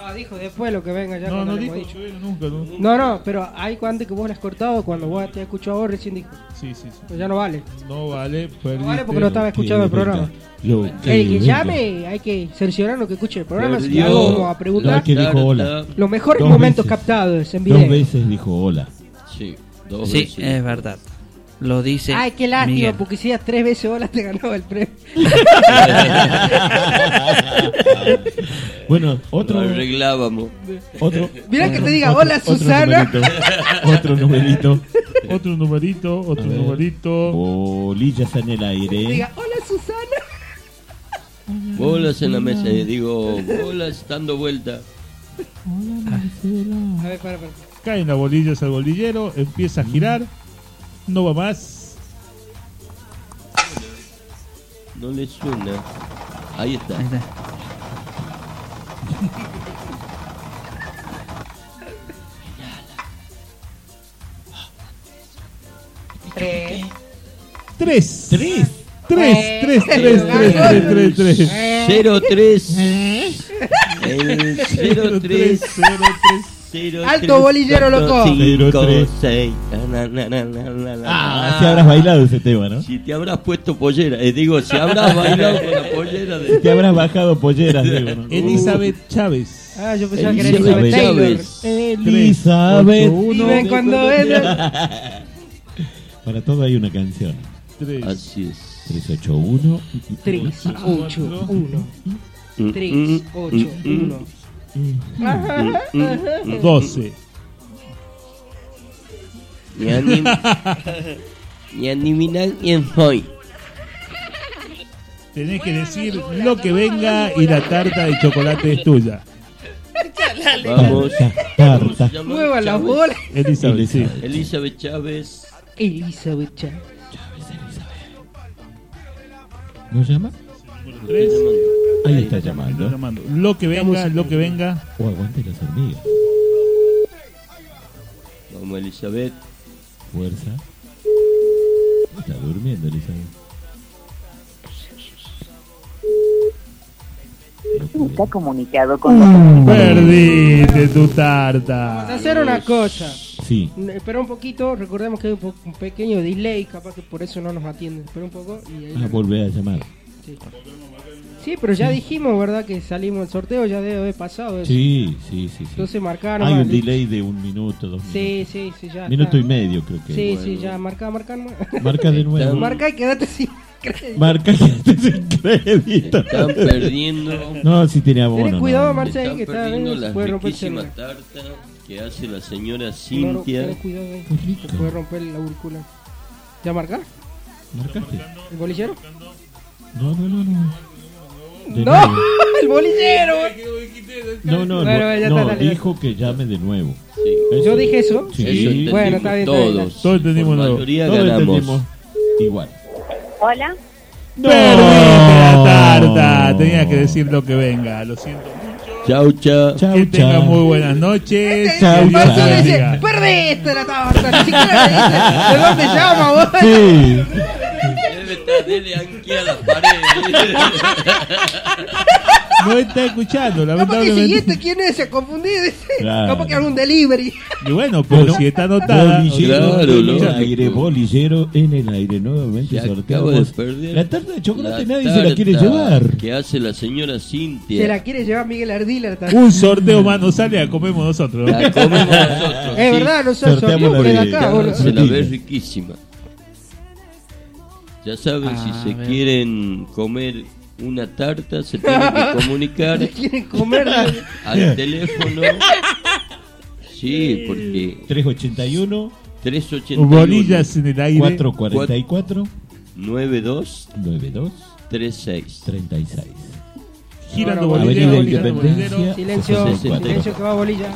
Ah, dijo después lo que venga ya.
No,
cuando
no
le
dijo
podí.
yo nunca, ¿no?
No, no, pero hay cuando que vos lo has cortado, cuando vos te has escuchado vos recién dijo.
Sí, sí, sí.
Pues ya no vale.
No vale, perdiste.
vale porque no estaba escuchando el programa.
Lo
El que llame, hay que cerciorarnos que escuche el programa. Si
Perdió.
le vamos a preguntar.
La que dijo hola.
Los mejores
Dos
momentos
veces.
captados en
Dos
video.
veces dijo hola.
Sí, dos
sí,
veces.
es verdad. Lo dice.
Ay, qué lástima,
Miguel.
porque si hacías tres veces hola te ganaba el premio.
Bueno, otro.
Lo arreglábamos.
Otro.
Mirá que te diga,
Otro-
hola
otro
Susana.
Otro numerito.
Otro numerito, otro numerito.
Bolillas en el
Te
aire.
diga, hola Susana.
Bolas en la mesa, eh, digo, bolas dando vuelta.
A ver, para, para.
Caen las bolillas al bolillero, empieza a girar, no va más.
No le suena. Ahí está.
Tres.
Tres.
Tres.
Tres, tres, tres, tres, tres, tres, tres.
Cero, tres.
¿Eh?
El cero, tres. Cero,
Alto
tres,
bolillero,
cuatro,
loco.
cinco,
Cero, tres.
seis. Na, na, na, na, na, na,
Ah,
na.
si habrás bailado ese tema, ¿no?
Si te habrás puesto pollera. Eh, digo, si habrás bailado con la pollera de...
Te habrás bajado polleras, digo. ¿no?
Elizabeth
Chávez.
Ah, yo pensaba que era
Elizabeth
Elizabeth Taylor.
Chávez.
Elizabeth.
Tres, ocho, uno. Dime cuando venga.
Para todo hay una canción.
Tres.
Así es.
381.
3,
Ah,
8, 1. 3, 8, 1.
Doce.
Ni, anim... ni adivinar quién soy.
Tenés que decir lo que venga y la tarta de chocolate es tuya.
Vamos.
Tarta.
Mueva las bolas.
Elizabeth, sí.
Elizabeth Chávez.
Elizabeth Chan.
¿No llama?
Tres.
Ahí está llamando.
Llamando. Lo que venga, lo que venga.
O aguante las hormigas.
Vamos, Elizabeth.
Fuerza. Está durmiendo, Elizabeth.
Está comunicado con
Mm.
Perdiste tu tarta.
Vamos a hacer una cosa.
Sí.
N- Espera un poquito, recordemos que hay un, po- un pequeño delay, capaz que por eso no nos atienden. Espera un poco y ahí.
Ah, volver a llamar.
Sí. Sí, pero ya dijimos, ¿verdad? Que salimos el sorteo, ya debe haber pasado. eso.
Sí, sí, sí. sí.
Entonces marcaron.
Hay un
vale.
delay de un minuto, dos
Sí,
minutos.
sí, sí, ya.
Minuto
está.
y medio, creo que.
Sí,
Bueno.
sí, ya. Marca, marca. no-
Marca de nuevo.
marca y quédate sin crédito.
Marca que antes el crédito.
Están perdiendo.
No, si tiene abono.
Ten
no.
cuidado, Marce, ahí
Están
que está.
perdiendo
eh, se
las
puede romper el
riquísimas
celular.
tartas que hace la señora
No, no,
Cintia.
ten cuidado ahí. Se puede romper la úrcula. ¿Ya marca?
¿Marcaste?
¿El bolillero?
No, no, no, no. De
¡No!
nuevo.
¡El bolillero!
No, no, no,
Bueno, ya
no,
está, dale, dale.
dijo que llame de nuevo.
¿Yo dije eso?
Sí.
Eso
Bueno, está bien, está bien, está bien.
Todos. entendimos Por mayoría
Todos
ganamos.
entendimos. Igual.
Hola.
Perdiste la
Oh.
tarta. Tenías que decir lo que venga. Lo siento.
Chau, chau.
que tengan muy buenas noches.
Chau,
Que Dios
chau.
los
Marce
bendiga.
Este, dice, perdiste la tarta. Ni siquiera le dice, ¿de dónde llama vos?
Sí.
Debe estar dele anqui a las paredes.
No está escuchando,
Capaz que
lamentablemente.
siguiente, ¿quién es? Se ha confundido. dice.
Claro.
Capaz que algún delivery.
Y bueno, pero si está anotada.
Bolillero
no está
en el
escuchando.
aire, bolillero en el aire, nuevamente
Se
sorteado.
acaba de
por-
perder.
La tarta de chocolate
La
nadie se la quiere
tarta
llevar.
Que hace la señora
Se
Cintia.
la quiere llevar Miguel Ardila. la tarta.
Un sorteo más nos sale, la comemos nosotros.
La comemos nosotros.
Es verdad, no sé, sorteamos por
la
acá. boludo.
Se la ve riquísima. Ya saben, si
Ah,
se quieren comer una tarta, se tienen que comunicar
Quieren comer.
al teléfono. Sí, porque
381.
381.
Bolillas en el aire.
444.
92
92
36
36.
Girando
Ahora,
bolillero,
Avenida
girando
Independencia.
bolillero.
Silencio,
64.
silencio que va bolilla.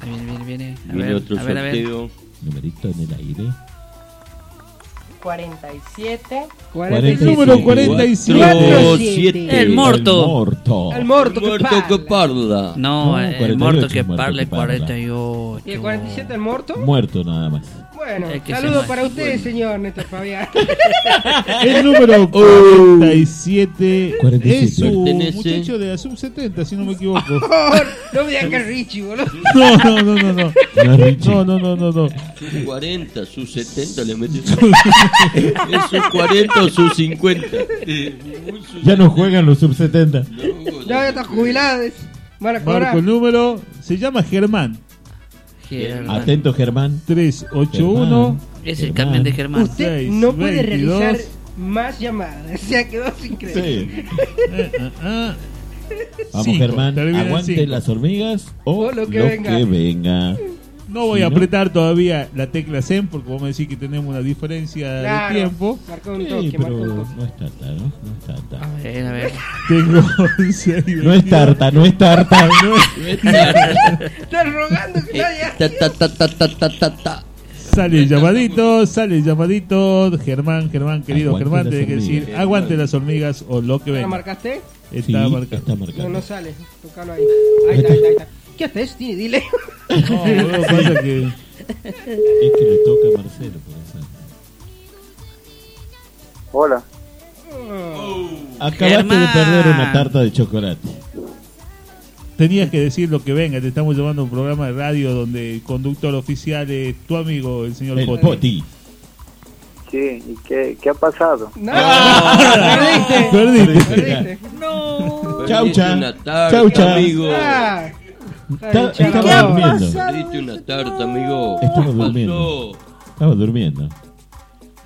Ahí Viene, viene, viene. A
Viene
ver,
otro
a ver, a ver.
sorteo.
Numerito en el aire.
47.
El número 47.
El morto.
El morto.
Al morto que
Muerto
parla.
que parla.
No,
No,
el
48
muerto que
es muerto
parle
que parla.
48.
¿Y el 47 el muerto?
Muerto nada más.
Bueno,
El que se
saludos
muere.
para usted, señor Néstor Fabián.
El número
Oh.
47 es
47.
un
Pertenece.
muchacho de la sub 70, si no me equivoco.
no me digan que es Richie, boludo.
No, no, no, no, no.
No, Richie.
No, no, no, no, no.
Sus 40, sus 70 le metió. es sus 40 o sus 50. Eh, ningún sus-
Ya no juegan los sub 70.
Ya está jubilado. es- Van a cobrar.
Marco el número. Se llama Germán.
Germán.
Atento, Germán.
381.
Es el camión de Germán.
Usted
Seis,
no puede
22.
realizar más llamadas. O sea, quedó sin crédito.
Sí.
Eh, ah, ah.
Vamos,
Cinco,
Germán.
termina en
Aguante
cinco.
las hormigas o
O
lo
lo
que
que
venga.
venga.
No voy
Si
a
no-
apretar todavía la tecla Zen porque vos me decís que tenemos una diferencia
Claro.
de tiempo.
Marcó un toque,
Sí,
marcó
pero
un toque.
no es tarta, ¿no? No es
A
tarta.
ver, a ver.
Tengo 11 y
No es
22.
tarta, no es tarta.
No es-
Están rogando que nadie.
Eh,
Ta, ta, ta, ta, ta, ta, ta, ta.
Sale el llamadito, sale el llamadito. Germán, Germán, querido
Aguante
Germán,
las
tiene que decir,
hormigas.
aguante las hormigas o lo que
¿Lo
venga.
marcaste?
Está
Sí,
marcado.
está marcado.
No, no sale. Tocalo ahí. Ahí está, ahí está. Ahí está. ¿Qué haces? eso? Tiene dile.
No, boludo, pasa que-
Es que le toca a Marcelo, por eso.
Hola.
Oh.
Acabaste de
Germán.
perder una tarta de chocolate.
Tenías que decir lo que venga. Te estamos llevando a un programa de radio donde el conductor oficial es tu amigo, el señor
El
Poti.
Poti.
Sí, ¿y qué, qué ha pasado?
Perdiste. Ah. Perdiste.
No.
Chaucha.
Chaucha. amigo.
Ah,
Ta-
Chau,
estaba
chau.
durmiendo. Perdiste una tarta, amigo.
Estaba
¿Qué
durmiendo.
pasó?
Estaba durmiendo.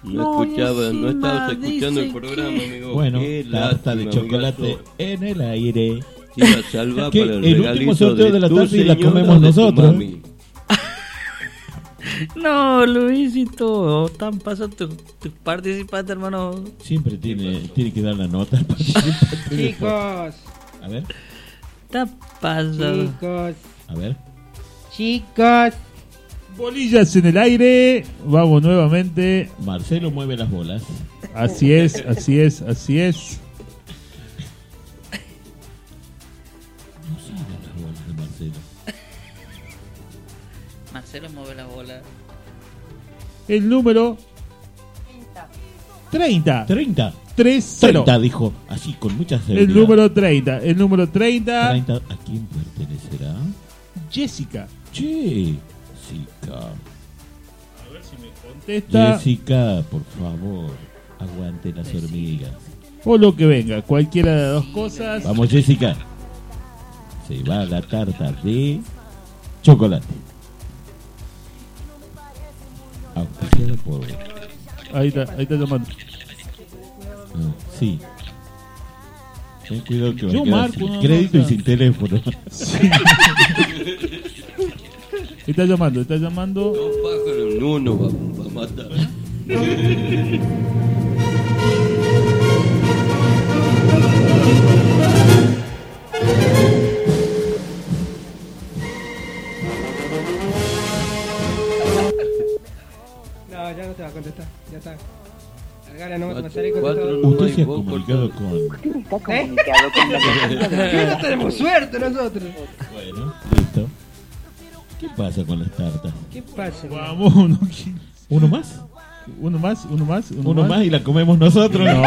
No escuchaba, no
encima
estabas escuchando el
dice
programa, amigo.
Bueno,
Qué
tarta de
lástima,
chocolate
amigazo.
en el aire.
Te iba a salvar
Que
para el,
el último
regalizo
sorteo
de,
de la
tu
tarde y la
señora
comemos
o de tu
nosotros.
mami.
No, Luisito, tan paso tus tu participantes, hermano.
Siempre tiene, tiene que dar la nota. al participante.
Chicos,
A ver,
Está pasado.
chicos,
a ver.
chicos.
Bolillas en el aire. Vamos nuevamente.
Marcelo mueve las bolas.
Así es, así es, así es.
No salen las bolas de Marcelo.
Marcelo mueve la bola.
El número 30.
30.
3
30, dijo, así con mucha
El
seguridad.
número 30. El número 30.
30, ¿A quién pertenecerá?
Jessica.
Jessica.
A ver si me contesta.
Jessica, por favor, aguante las hormigas.
O lo que venga. Cualquiera de las dos cosas.
Vamos, Jessica. Se va la tarta de chocolate. Auspiciada por. eh,
Ahí está, ahí está llamando.
no, sí. Ten cuidado que va
Yo
a quedar
marco,
sin
no,
crédito
no,
y
no.
sin teléfono.
Está llamando, está llamando.
Pájaro en uno, va, va a matar.
No, ya no te va a contestar. Ya está. Cargala, no vas a
Cuatro,
pasar y
cuatro,
contestar.
Usted se ha comunicado con.
Está comunicado con la
¿Qué ¿Eh? no tenemos suerte nosotros?
Bueno, listo. ¿Qué pasa con las tartas?
¿Qué pasa?
Vamos, uno,
¿Uno más?
uno más, uno más, uno,
Uno más y la comemos nosotros.
No,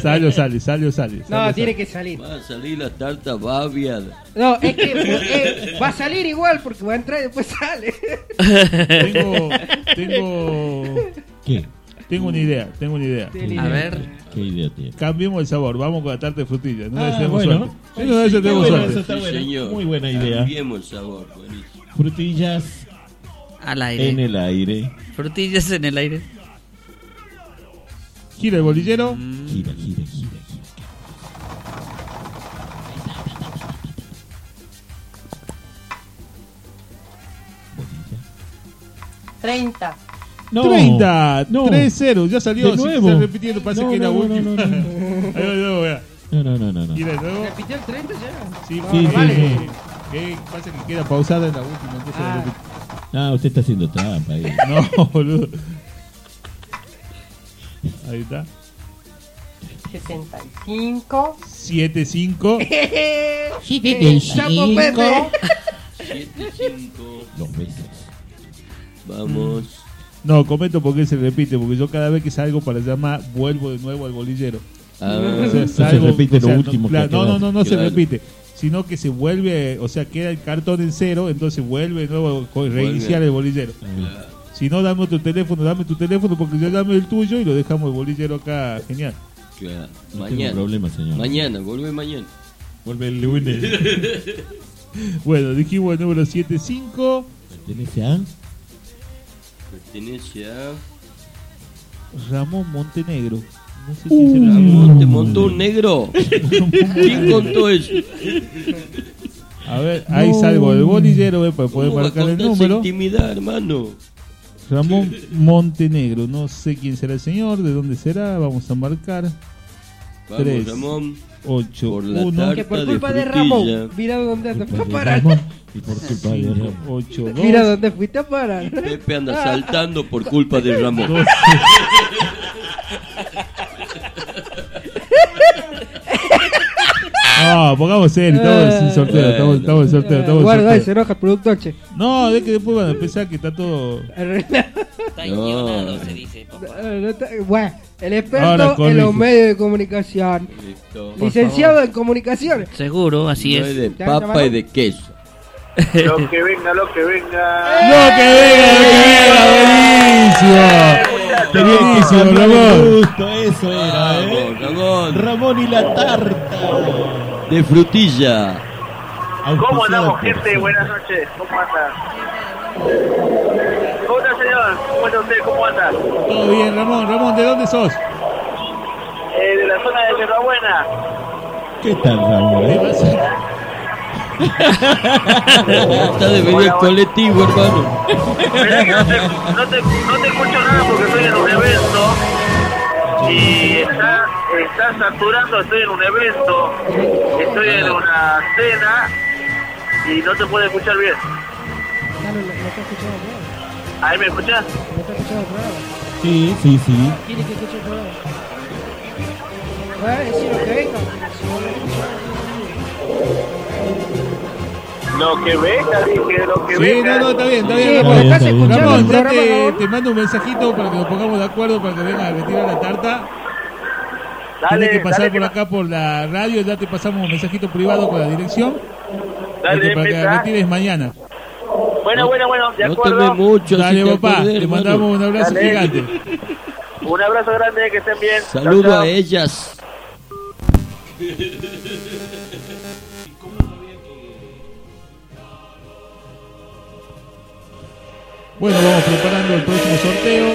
salió, sale, salió, sale.
No, tiene que salir.
Va a salir la tarta babia.
No, es que eh, va a salir igual porque va a entrar y después sale.
Tengo, tengo,
¿Qué?
tengo una idea, tengo una idea.
A ver,
¿Qué idea tiene?
Cambiemos el sabor, vamos con la tarta de frutillas. No
Ah,
deseamos
bueno.
suerte. Sí, no deseamos
Bueno,
suerte.
eso está
Sí,
bueno.
señor.
Muy buena idea.
Cambiemos el sabor, buenísimo.
Frutillas
al aire.
en el aire.
Frutillas en el aire.
Gira el bolillero.
Mm,
Gira, gira, gira, gira. Bolilla.
30.
No,
30,
no.
3-0, ya salió.
De
sí,
nuevo.
Está repitiendo, pasa
No,
que era
no, no,
última.
no, no, no.
Ahí va de nuevo, vea.
No, no, no, no. no.
Gira de nuevo.
¿Repitió el 30 ya?
Sí,
No,
sí,
no
sí,
vale.
sí. ¿Qué pasa que queda pausada en la última? entonces
Ah.
la repite.
No, usted está haciendo trampa ahí.
No, boludo. Ahí está.
75.
7-5.
Chapo Pepe.
7-5.
Dos veces.
Vamos.
No, comento porque se repite, porque yo cada vez que salgo para llamar, vuelvo de nuevo al bolillero.
Ah,
O sea,
Entonces repite lo último
No,
que
claro,
ha
no, no, no, no se
quedado.
repite. Sino que se vuelve, o sea, queda el cartón en cero, entonces vuelve de nuevo a co- reiniciar el bolillero. Si no, dame tu teléfono, dame tu teléfono, porque yo dame el tuyo y lo dejamos el bolillero acá. Genial.
claro.
No
mañana.
tengo problema, señor.
Mañana, vuelve mañana.
Vuelve el lunes.
Bueno, dijimos el número 7-5.
Pertenece a
Pertenece a.
Ramón Montenegro. No sé si
Uh.
será
Ramón, te montó un negro. ¿Quién contó eso?
A ver, ahí salgo del bolillero, eh, para poder
¿Cómo va a
marcar el
contar esa
número.
intimidad, hermano?
Ramón Montenegro, no sé quién será el señor, de dónde será, vamos a marcar.
Vamos,
3,
Ramón.
8,
Por la
1.
tarta
Uh, Que por
de
culpa de,
frutilla.
Ramón, mira dónde te fuiste a parar.
Y por culpa de Ramón. 8, 2.
Mira dónde fuiste a parar.
Pepe anda saltando por culpa de Ramón.
No, Ah, pongamos él. Estamos en sorteo. Estamos, estamos en sorteo. Estamos en
Guarda,
sorteo.
se enoja el productor, che.
No, de que después van a empezar que está todo.
No. No, no está- Bueno, el
Ahora
experto
corrige.
en los medios de comunicación.
Listo.
Licenciado en comunicaciones.
Seguro, así
No
es.
es de papa y de queso.
Lo que venga, lo que venga.
¡Lo que é, venga, lo que venga! ¡Buenísimo! ¡Qué bien é, que é, hicieron, Ramón!
Justo eso era, ¿eh?
Ramón.
Ramón y la tarta.
De frutilla.
¿Cómo andamos, gente? Buenas noches. ¿Cómo andan? ¿Cómo está, señor? ¿Cómo está usted? ¿Cómo anda?
Todo bien, Ramón. Ramón, ¿de dónde sos?
Eh, de la zona de Yerbabuena.
¿Qué tal, Ramón?
Está de venir el colectivo, hermano.
Mirá que no te, no te- no te escucho nada porque estoy en un evento. Y está, está saturando, estoy en un evento. Estoy en una cena y no te puedo escuchar bien. ¿Ahí me escuchas?
Sí, sí, sí.
Tiene que escuchar todo. Va a decir lo que venga. Si no lo
Lo que venga, dije, lo que
Sí,
venga.
no, no, está bien, está bien.
Sí,
Ramón,
porque estás escuchando
Ramón,
el
ya
programa,
te,
Ramón.
te mando un mensajito para que nos pongamos de acuerdo para que vengas a retirar la tarta.
Dale,
Tienes que pasar
dale,
por acá por la radio, ya te pasamos un mensajito privado con la dirección.
Dale,
y que para que la
empieza.
retires mañana.
Bueno, bueno, bueno, de
no te
acuerdo.
ve mucho, Dale, si te papá, acordás, te hermano. mandamos un abrazo gigante.
Un abrazo grande, que estén bien.
Saludo
Chao, chao.
a ellas.
Bueno, vamos preparando el próximo sorteo.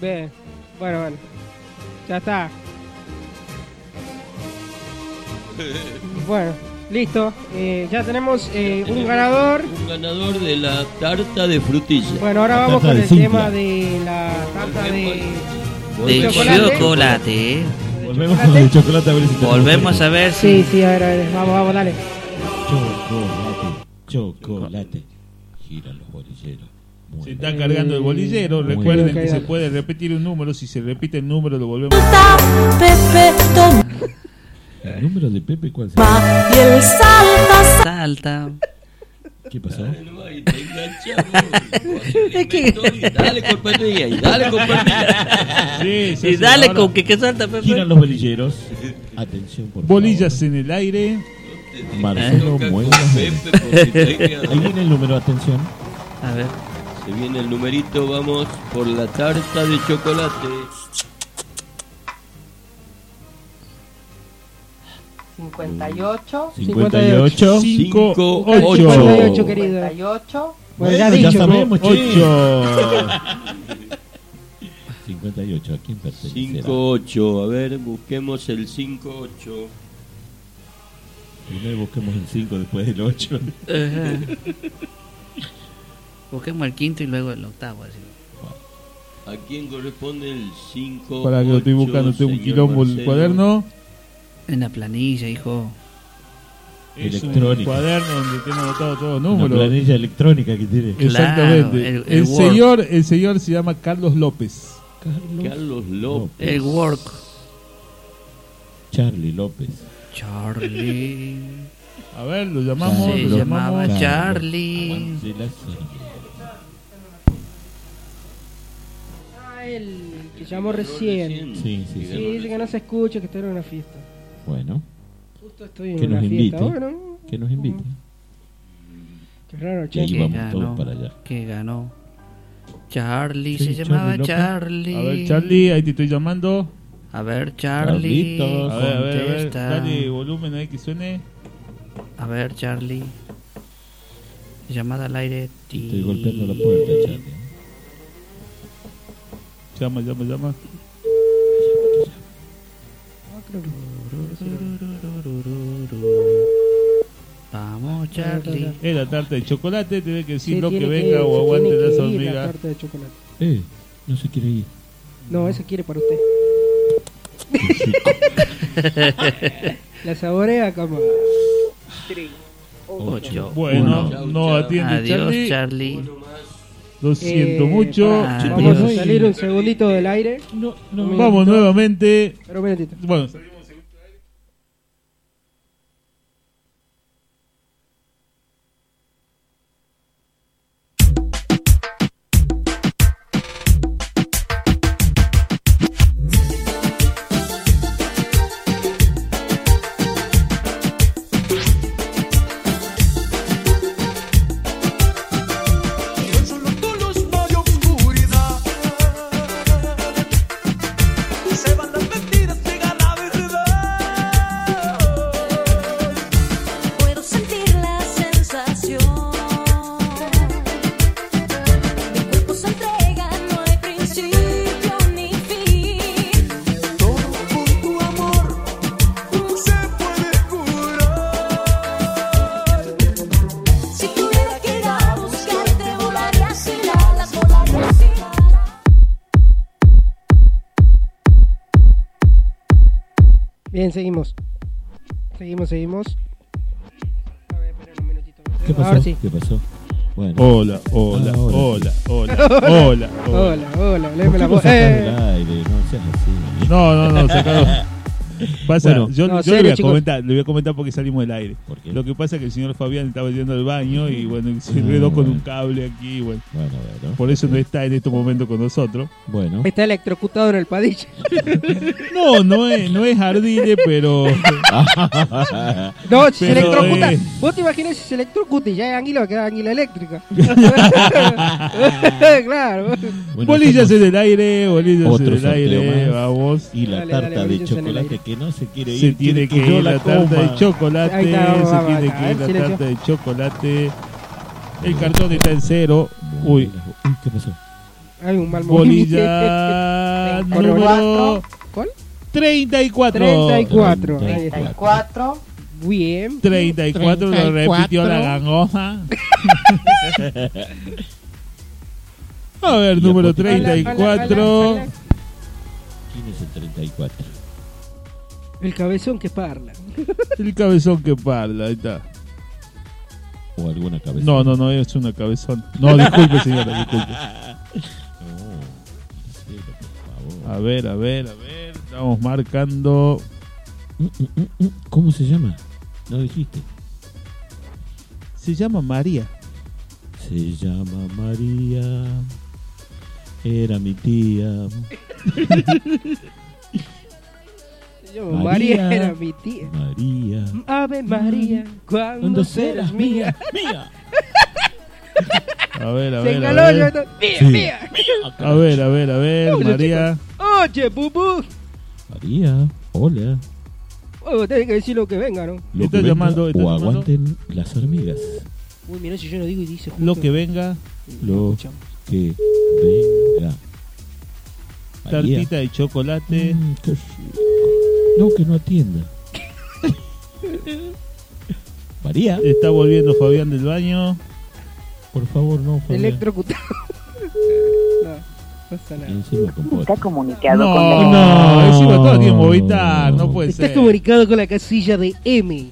Bien, bueno, bueno. Ya está. Bueno, listo. Eh, ya tenemos eh, un ganador.
Un ganador de la tarta de frutilla.
Bueno, ahora vamos con el tema de la tarta de.
De
De chocolate. ¿eh?
Volvemos con el chocolate a ver si
Volvemos a ver
Sí,
si.
sí, a ver, a ver. Vamos, vamos, dale.
Chocolate, chocolate. Giran los bolilleros.
Se está cargando el bolillero.
Muy
Recuerden
bien.
que se puede repetir un número. Si se repite el número, lo volvemos
Pepe toma
¿El número de Pepe cuál
y él salta.
Salta.
¿Qué pasó?
Es que-
Dale con patilla y dale con patilla.
Sí, sí,
y
sí,
dale
ahora-
con que, pues, que salta, Pepe.
Giran los bolilleros. Atención, por favor.
Bolillas en el aire.
Marcelo
Toca
mueve
con
las
Pepe
bolas.
porque te queda-
Ahí viene el número, atención.
A ver.
Se viene el numerito, vamos por la tarta de chocolate.
58.
58.
5,
58,
8.
querido.
58.
Bueno, ya dicho.
sabemos, che.
8.
58, ¿a quién pertenece?
5, 8. A ver, busquemos el 5, 8.
Primero busquemos el 5 después del 8.
Eh, Busquemos el quinto y luego el octavo. así.
¿A quién corresponde el 5?
Para que lo estoy buscando, tengo un quilombo el cuaderno.
En la planilla, hijo.
Es un
Electrónico.
cuaderno donde tengo anotado todos los
Una
números.
planilla electrónica que tiene.
Exactamente.
el-
El,
el Word.
señor, el señor se llama Carlos López.
Carlos López.
El work.
Charlie López.
Charlie.
A ver, lo llamamos.
Se
lo
llamaba
llamamos.
Charlie.
De la serie.
Ah, el que Te llamó recién.
Sí, sí,
Sí, dice que no se escucha, que está en una fiesta.
Bueno,
Justo estoy en
que
una
nos invite.
fiesta. Bueno,
Que nos invite.
qué raro,
Y
che.
ahí vamos todos para allá.
Que ganó. Charlie
Sí,
se llamaba
López.
Charlie.
A ver, Charlie, ahí te estoy llamando.
A ver, Charlie.
A ver, a ver, a ver.
contesta.
Dale volumen ahí que suene.
A ver, Charlie. Llamada al aire. ti.
Estoy golpeando la puerta, Charlie.
Llama, llama, llama.
Vamos, Charlie.
Es la tarta de chocolate, tiene que decir
Sí,
lo que
tiene
venga
que-
o
se
aguante
tiene
las
que ir la
hormigas.
torta de chocolate.
Eh, no se quiere ir.
No, esa quiere para usted. La saborea como.
Ocho.
Bueno,
uno.
no atiende
Adiós,
Charlie.
Charlie.
Lo siento
Eh,
mucho.
pará,
Che,
vamos
pero-
a salir un segundito del aire. Un minutito.
Vamos nuevamente.
Pero un minutito.
Bueno,
Se van las mentiras, llega la verdad.
Puedo sentir la sensación. Mi cuerpo se entrega, no hay principio ni fin.
Todo por tu amor se puede curar.
Si tuviera que ir a buscarte, volaría sin alas, volaría sin
Bien, seguimos. Seguimos, seguimos.
¿Qué pasó?
Ahora sí.
¿Qué pasó? Bueno.
Hola,
Ah,
hola,
ahora
hola,
sí.
hola, hola,
Hola,
hola.
hola, hola,
¿Por
léeme
qué
la
lo
voz.
sacás
Eh.
del aire? No seas así.
No, no, no, sacalo. Pasa,
Bueno,
yo,
no,
yo
serio,
le, voy a
chicos.
comentar, le voy a comentar porque salimos del aire. Lo que pasa es que el señor Fabián estaba yendo al baño y bueno, y
Mm.
se enredó con un cable aquí. Bueno. Por eso no está en este momento con nosotros.
Bueno.
Está electrocutado en el padilla.
No, no es, no es Ardile, pero.
No, si se
Pero,
electrocuta.
eh,
Vos te imaginas si se electrocuta y ya es anguila, va a quedar anguila eléctrica. claro.
bolillas en el aire, bolillas en
Otro
el
sorteo
aire, eh,
más.
vamos.
Y la
Dale,
tarta
dale,
de
bolillos en el
chocolate
aire.
que no se quiere ir.
Se tiene que
yo
ir la tarta
coma.
de chocolate,
Ahí está, vamos, ¿eh?
se
vamos,
tiene
acá,
que ir la
silencio.
tarta de chocolate. El cartón está en cero. Uy,
Ah, ¿qué pasó?
Hay un mal movimiento.
Bolilla
Por lo
número
menos- ¿Cuál?
34.
34. ahí está.
34.
Bien.
34 lo repitió la gangoja. A ver, número
Hola, hola,
34.
hola, hola.
¿Quién es el 34?
El cabezón que parla.
El cabezón que parla, ahí está.
¿O alguna cabeza?
No, no, no, es una cabezón. No, disculpe, señora, disculpe. A ver, a ver, a ver. Estamos marcando.
¿Cómo se llama? No dijiste.
Se llama María.
Se llama María. Era mi tía.
Yo,
María.
María. era mi tía.
María.
Ave María, cuando
Cuando
serás
serás
mía.
A ver, a
Se
ver.
engaló
A
yo.
ver,
esto- Mía,
Sí.
mía.
a ver, a ver, a ver,
Oye,
María.
chicos. Oye, pupú.
María. Hola.
Vos tenés que decir lo que venga, ¿no?
Lo
Está
que venga
llamando,
o
está llamando.
aguanten las hormigas.
Uy, mirá si yo lo digo y dice.
Lo
justo.
que venga.
Lo que venga. María.
Tartita de chocolate.
Mm, qué rico. No, que no atienda. María.
Está volviendo Fabián del baño.
Por favor, no, Fabián.
Electrocutado. no, pasa nada.
Encima con
Está comunicado
No,
con la-
Oh, no, encima todo el tiempo Movistar, no puede
Estás
ser.
comunicado con la casilla de M.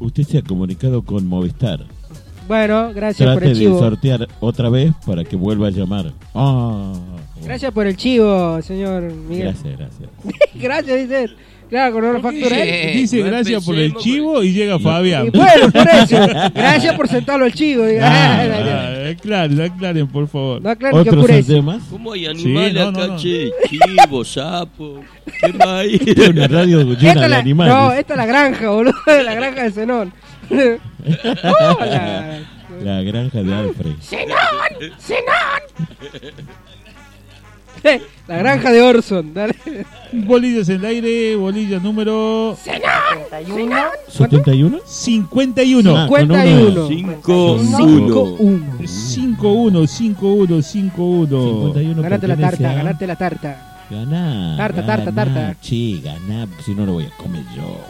Usted se ha comunicado con Movistar.
Bueno, gracias por
Trate
el
de
chivo.
sortear otra vez para que vuelva a llamar. Ah,
Gracias por el chivo, señor Miguel.
gracias, gracias.
Gracias, dice. él. Claro, con una factura. ¿eh?
Dice, dice
él.
gracias por el chivo y llega Fabián.
Y bueno, por eso. Gracias por sentarlo al chivo. diga.
Ah, eh, Aclaren, aclaren, por favor.
¿Otros
salteo más?
¿Cómo hay
Sí,
animales
no, no,
acá,
no.
che? Chivo, sapo. ¿Qué más hay?
Esta es una radio
Esta es la- No, esta es la granja, boludo, de la granja de Zenón. Hola.
La granja de Alfred.
¡Zenón! ¡Zenón! La granja de Orson, dale.
Bolillas en el aire, bolilla número.
71.
51.
Ah, con uno. 51.
51. 51, 51, 51.
Ganate la tarta, ganate la tarta.
Ganá.
Tarta, tarta,
ganá,
tarta.
Che, ganá, si no lo voy a comer yo.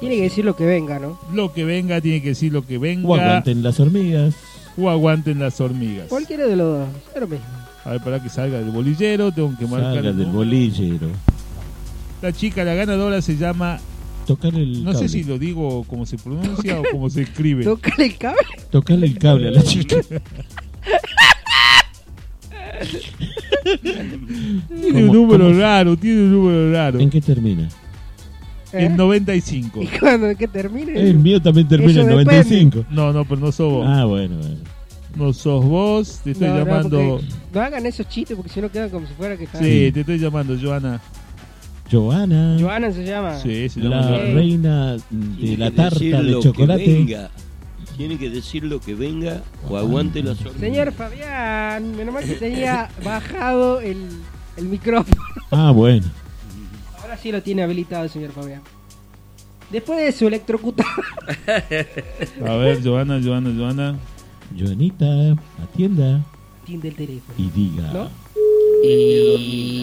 Tiene que decir lo que venga, ¿no?
Lo que venga tiene que decir lo que venga.
O aguanten las hormigas.
O aguanten las hormigas.
Cualquiera de los dos, es lo mismo.
A ver, para que salga del bolillero, tengo que marcar.
Salga
el
del
número.
bolillero.
La chica, la ganadora se llama.
Tocar el
No
cable.
sé si lo digo como se pronuncia o como se escribe.
Tócale el cable.
Tocarle el cable a la chica.
Tiene un
¿Cómo-
número
cómo se-
raro, tiene un número raro.
¿En qué termina?
En 95.
¿Eh? Y cuando que termine.
El mío también termina en
Eso depende.
95.
No, no, pero no sos vos.
Ah, bueno, bueno.
No sos vos, te estoy
No, no,
llamando.
porque No, hagan esos chistes porque si no quedan como si fuera que están.
Sí, te estoy llamando, Joana.
Joana.
Joana se llama.
Sí, se llama
La
Joana.
reina de la
Tiene que decir
tarta
lo
de
que
chocolate.
venga. Tiene que decir lo que venga o aguante las hormigas.
Señor Fabián, menos mal que tenía bajado el, el micrófono.
Ah, bueno.
Ahora sí lo tiene habilitado el señor Fabián. Después de su electrocutado.
A ver, Joana, Joana, Joana.
Joanita, atienda
Tiende el teléfono.
y diga.
¿No?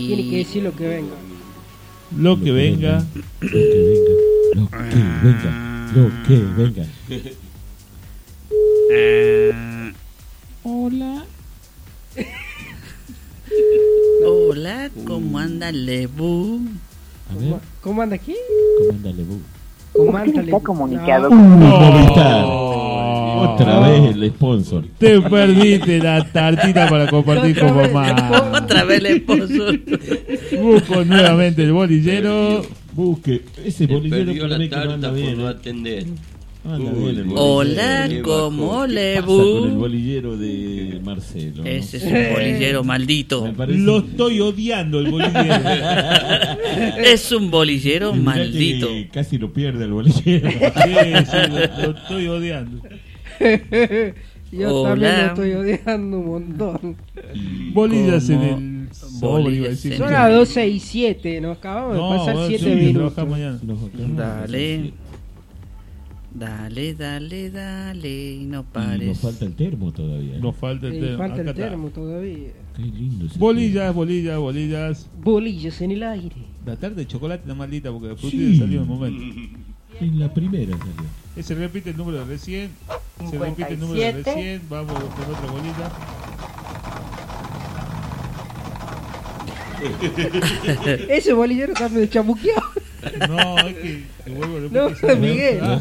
Tiene que decir lo que venga.
Lo, que, venga.
Lo que venga. Lo que venga. Lo que venga. Hola.
Hola, ¿cómo anda Lebu?
A ver,
¿Cómo anda aquí?
comándale vos.
Comándale.
Está comunicado
Uh,
con
Movistar. Otra vez el sponsor.
Te perdiste la tartita para compartir con mamá.
Otra vez le puso.
Busco nuevamente el bolillero.
Busque ese bolillero
Perdió
para mí que
la
no anda
tarta por
bien.
no
¿eh?
atender.
No anda bien
Uy,
el bolillero.
Hola,
Lleva
¿cómo
con-
le
Pasa con el
bu?
bolillero de Marcelo. ¿no?
Ese es un bolillero maldito.
Me parece-
Lo estoy odiando el bolillero.
Es un bolillero
Y mirá que
maldito.
Casi lo pierde el bolillero.
Sí, sí, lo, lo estoy odiando.
Yo
Hola.
también lo estoy odiando un montón.
Bolillas en
¿Cómo?
el sobre,
Bolillas
iba a decir.
en
Son las 12 y 7, nos acabamos de
No,
pasar
bueno,
7
sí,
minutos.
trabaja mañana.
Nos acabamos de
Dale.
decir.
Dale, dale, dale. Y no
Y nos
pares.
falta el termo todavía.
Nos falta el
Eh,
termo.
falta
Acá
el
está.
termo todavía.
Qué lindo ese
Bolillas, bolillas, bolillas.
Bolillas en el aire.
La tarde de chocolate la maldita porque después
Sí.
salió en el momento.
termo. En la primera salió.
Eh, Se repite el número de recién. Se repite el número de
57.
recién. Vamos con otra bolita.
Ese bolillero está medio chamuqueado.
No, es que te vuelvo a
No,
repetir.
de Miguel.
Ah,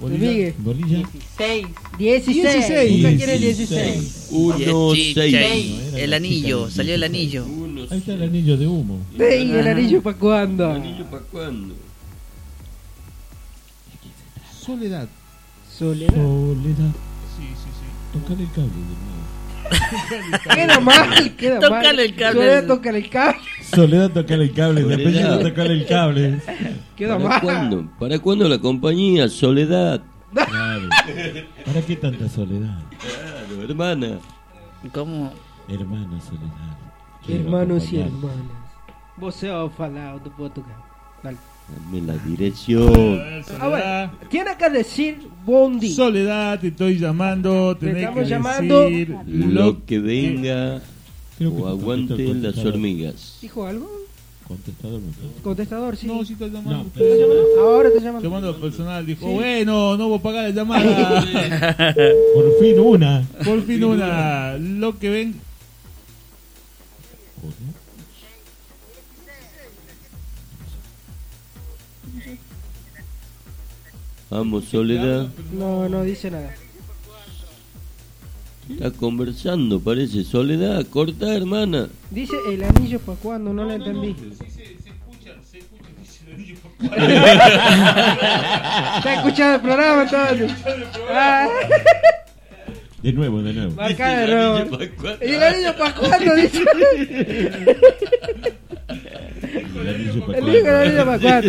De Miguel.
Bolilla.
16.
16.
16.
Nunca quiere 16.
Uno,
Diez, seis.
seis.
No, era
El
la
anillo,
chica.
salió el anillo.
Uno,
Ahí está el
seis.
anillo de humo.
Ey, el anillo para cuando.
¿Anillo para cuándo?
Soledad.
Oh.
Soledad.
Soledad.
Sí, sí, sí.
Tocar el cable de nuevo.
Queda mal, queda mal.
Tócale el cable.
Soledad, tócale el cable.
Soledad tocar el cable. De
Soledad.
apellido tocar el cable.
Queda
¿Para
mal.
cuándo? ¿Para cuándo la compañía? Soledad.
Claro. ¿Para qué tanta soledad?
Claro, hermana.
¿Cómo?
Hermana soledad.
Hermanos y
Acompañar.
hermanas. Vos se va a falar, te puedo tocar. Dale.
Dame la dirección.
A ver,
Ah,
Soledad.
bueno, tiene que decir Bondi.
Soledad, te estoy llamando.
Te
Tenés
estamos
que
llamando.
decir
Lo que venga
Creo que te
o
contestó
aguante
el
las
contestador.
hormigas.
¿Dijo algo?
Contestador me parece.
Contestador, sí.
No, sí, estoy llamando.
No, pero-
Ahora te llaman.
Llamando al personal. Dijo, bueno, no vos pagás la llamada.
Por fin una.
Por fin una. Lo que ven.
Vamos, Soledad.
No, no dice nada.
Está conversando, parece. Soledad, corta, hermana.
Dice el anillo para cuando, no lo entendí. Está escuchando el programa entonces. Ah.
De nuevo, de nuevo.
Este
Marca de nuevo. Y el anillo para cuándo, dice. El niño con el anillo para cuándo.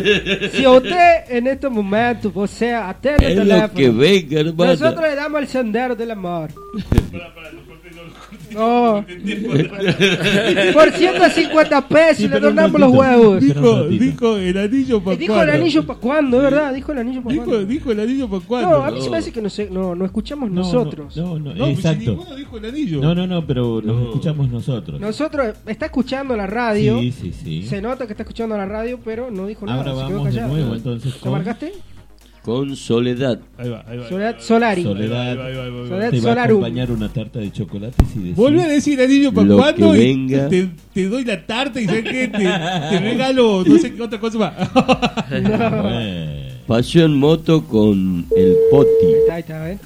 Si usted en este estos momentos posea atento
Es
el
lo
teléfono,
que venga, hermano.
nosotros le damos el sendero del amor. No. Por 150 pesos le donamos los huevos.
Dijo, dijo el anillo para
Y dijo el anillo para cuándo, es verdad, dijo el anillo para
Dijo-
cuándo.
dijo el anillo para
cuándo. No, a mí se
No.
me hace que no, se- no, no escuchamos
No,
nosotros.
No, no,
No, pues si
exacto.
ninguno dijo el anillo.
No, no, no, pero nos escuchamos nosotros.
Nosotros, está escuchando la radio.
Sí, sí, sí.
Se nota que está escuchando la radio, pero no dijo
Ahora
nada. se quedó
vamos de
callado.
nuevo entonces
¿Lo
con
marcaste?
Con Soledad.
Ahí va, ahí va.
Soledad Solari.
Soledad.
Soledad
Te va a
Solarum.
acompañar una tarta de chocolates y decir...
Volví a decir anillo para
Lo
cuándo
que
y
venga.
te, te doy la tarta y sabes qué, te, te regalo no sé qué otra cosa más.
Pasó en moto con el Poti.
Está, ahí está, ¿eh?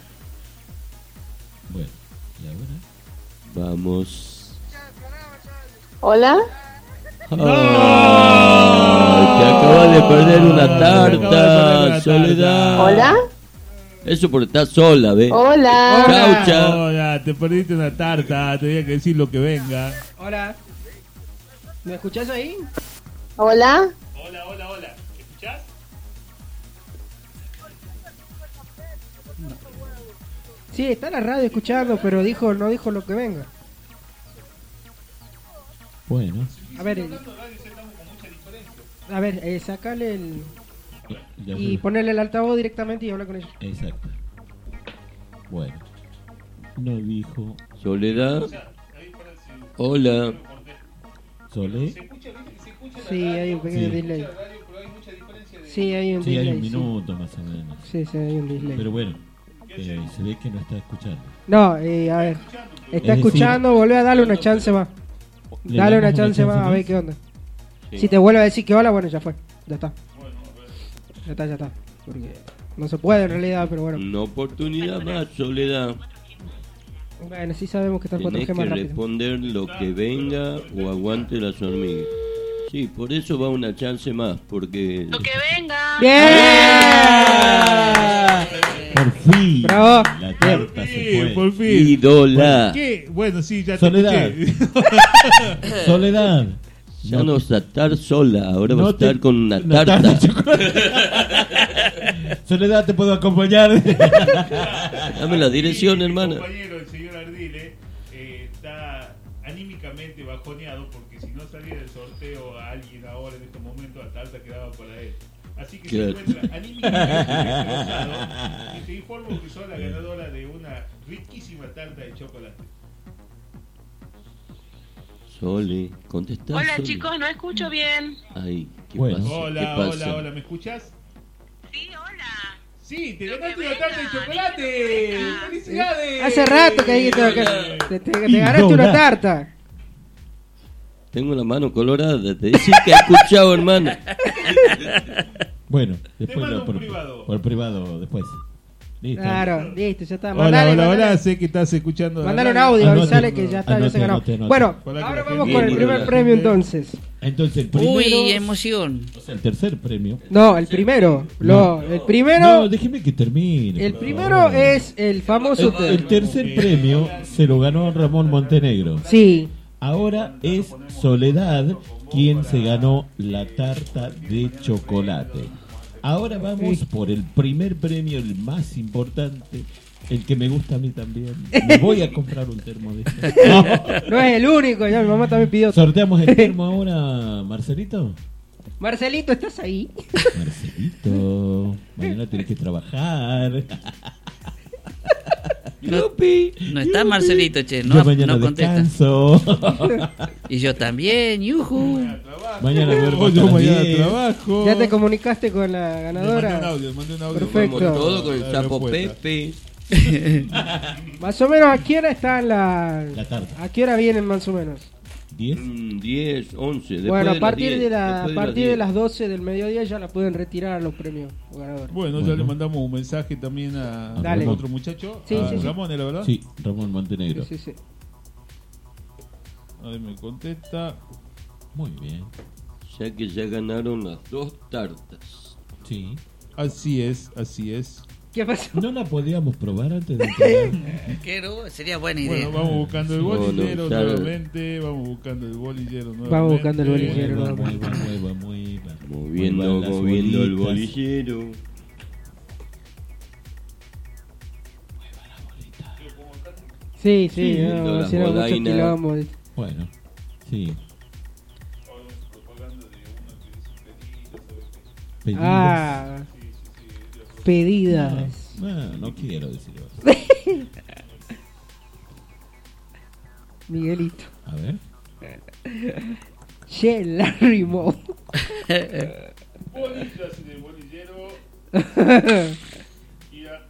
Bueno, ¿y ahora?
Vamos.
Hola.
Ay, te acabas de perder una tarta,
Acabas de perder una
Soledad.
tarta. Hola.
Eso porque estás sola, ¿ves? Chaucha.
Hola, te perdiste una tarta, tenía que decir lo que venga.
Hola. ¿Me escuchás ahí?
Hola.
Hola, hola, hola. ¿Escuchás?
Sí, está la radio escuchando, pero dijo no dijo lo que venga.
Bueno,
A ver. el- A ver, eh, sacale el.
ya
Y
fue.
ponerle el altavoz directamente y habla con ellos.
Exacto. Bueno. No dijo...
Soledad. Hola.
Sole.
Sí, hay un pequeño
Sí.
delay. Sí, hay un
Sí,
delay.
hay un
sí.
minuto más o menos.
Sí, sí, hay un delay.
Pero bueno, eh, se ve que no está escuchando.
No, eh, a ver.
Es
Está
decir-
escuchando, volvé a darle una chance más.
¿Le
Dale
damos
una chance más, a ver qué onda. Si te vuelve a decir que hola, bueno, ya fue. Ya está. Ya está, ya está. Porque no se puede en realidad, pero bueno.
Una oportunidad más, Soledad.
Bueno, sí sabemos que está el
Tenés
4G
que
más rápido.
responder lo que venga o aguante las hormigas. Sí, por eso va una chance más, porque...
Lo que venga.
Por fin.
Bravo.
La tarta se fue.
Por fin.
Ídola.
¿Qué? Bueno, sí, ya
Soledad.
te escuché.
Soledad.
Ya no, vas a estar sola, ahora
No
vas a
te-
estar con una
una
tarta.
tarta de Soledad, ¿te puedo acompañar?
Dame la dirección, hermana.
compañero, el señor Ardile, eh, está anímicamente bajoneado porque si no saliera el sorteo a alguien ahora en este momento, la tarta quedaba para él. Así que
Claro.
se encuentra anímicamente destrozado y te informo que soy la ganadora de una riquísima tarta de chocolate.
Sole, contesta.
Hola
Sole.
chicos, no escucho bien.
Ay, ¿qué
Bueno.
pasa? ¿Qué
Hola,
pasa?
hola, hola, ¿me escuchas?
Sí, hola.
Sí, te ganaste una tarta de chocolate. ¡Felicidades!
Hace rato que dijiste que te, te- te ganaste una tarta.
Tengo la mano colorada, te dicen que he escuchado, hermano.
Bueno,
Te
después
mando
lo
un
por
privado.
por privado después. Listo.
Claro, listo, ya está.
Hola,
Mandale,
hola,
mandale.
hola, sé que estás escuchando. la
Mandale un
radio.
audio, avisale que ya está, ya se ganó. Bueno, ahora vamos con el primer premio entonces.
Entonces, el primero.
Uy, emoción.
O sea, el tercer premio.
No, el primero. Lo, el primero,
No, déjeme que termine.
el primero es el famoso.
El, el tercer premio se lo ganó Ramón Montenegro.
Sí.
Ahora es Soledad quien se ganó la tarta de chocolate. Ahora vamos por el primer premio, el más importante, el que me gusta a mí también. Me voy a comprar un termo de estos.
No es el único, ya mi mamá también pidió.
¿Sorteamos el termo ahora, Marcelito?
Marcelito, ¿estás ahí?
Marcelito, mañana tenés que trabajar.
No, no está Marcelito, che. No,
Yo mañana
no contesta.
descanso.
Y yo también, yuju.
mañana duermo
Oh,
hasta
yo
las
mañana
10.
trabajo.
Ya te comunicaste con la
Le
ganadora.
mandé un audio, le mandé un audio.
Perfecto.
Vamos todo con el sapo
respuesta.
Pepe.
Más o menos, ¿a qué hora está la...
La tarta.
¿A qué hora vienen más o menos?
10,
Mm, 10 11.
bueno, a partir, de, la, a partir de las 12 del mediodía ya la pueden retirar a los premios ganadores.
Bueno, ya le mandamos un mensaje también a,
Dale.
a otro muchacho.
Sí,
a
sí, sí.
Ramón, ¿era verdad?
Sí, Ramón Montenegro.
Sí, sí, sí.
A ver, me contesta.
Muy bien.
Ya que ya ganaron las dos tartas.
Sí.
Así es, así es.
¿Qué pasó?
No la podíamos probar antes de
Quiero, sería buena idea.
Bueno, vamos buscando el
No, no,
bolillero
claro.
nuevamente, vamos buscando el bolillero nuevamente.
Vamos buscando el bolillero
Mueva,
nuevamente.
mueva, mueva, mueva.
Moviendo,
Muevan las
moviendo el
bolitas.
bolillero.
Sí, sí,
Sí,
no,
las
hicieron mucho
bolainas.
quilombo.
Bueno, sí. Pedidos.
Ah, pedidas.
No, no quiero decirlo.
Miguelito.
A ver.
Che, Larry Moe.
Bolillas en el bolillero. Y a-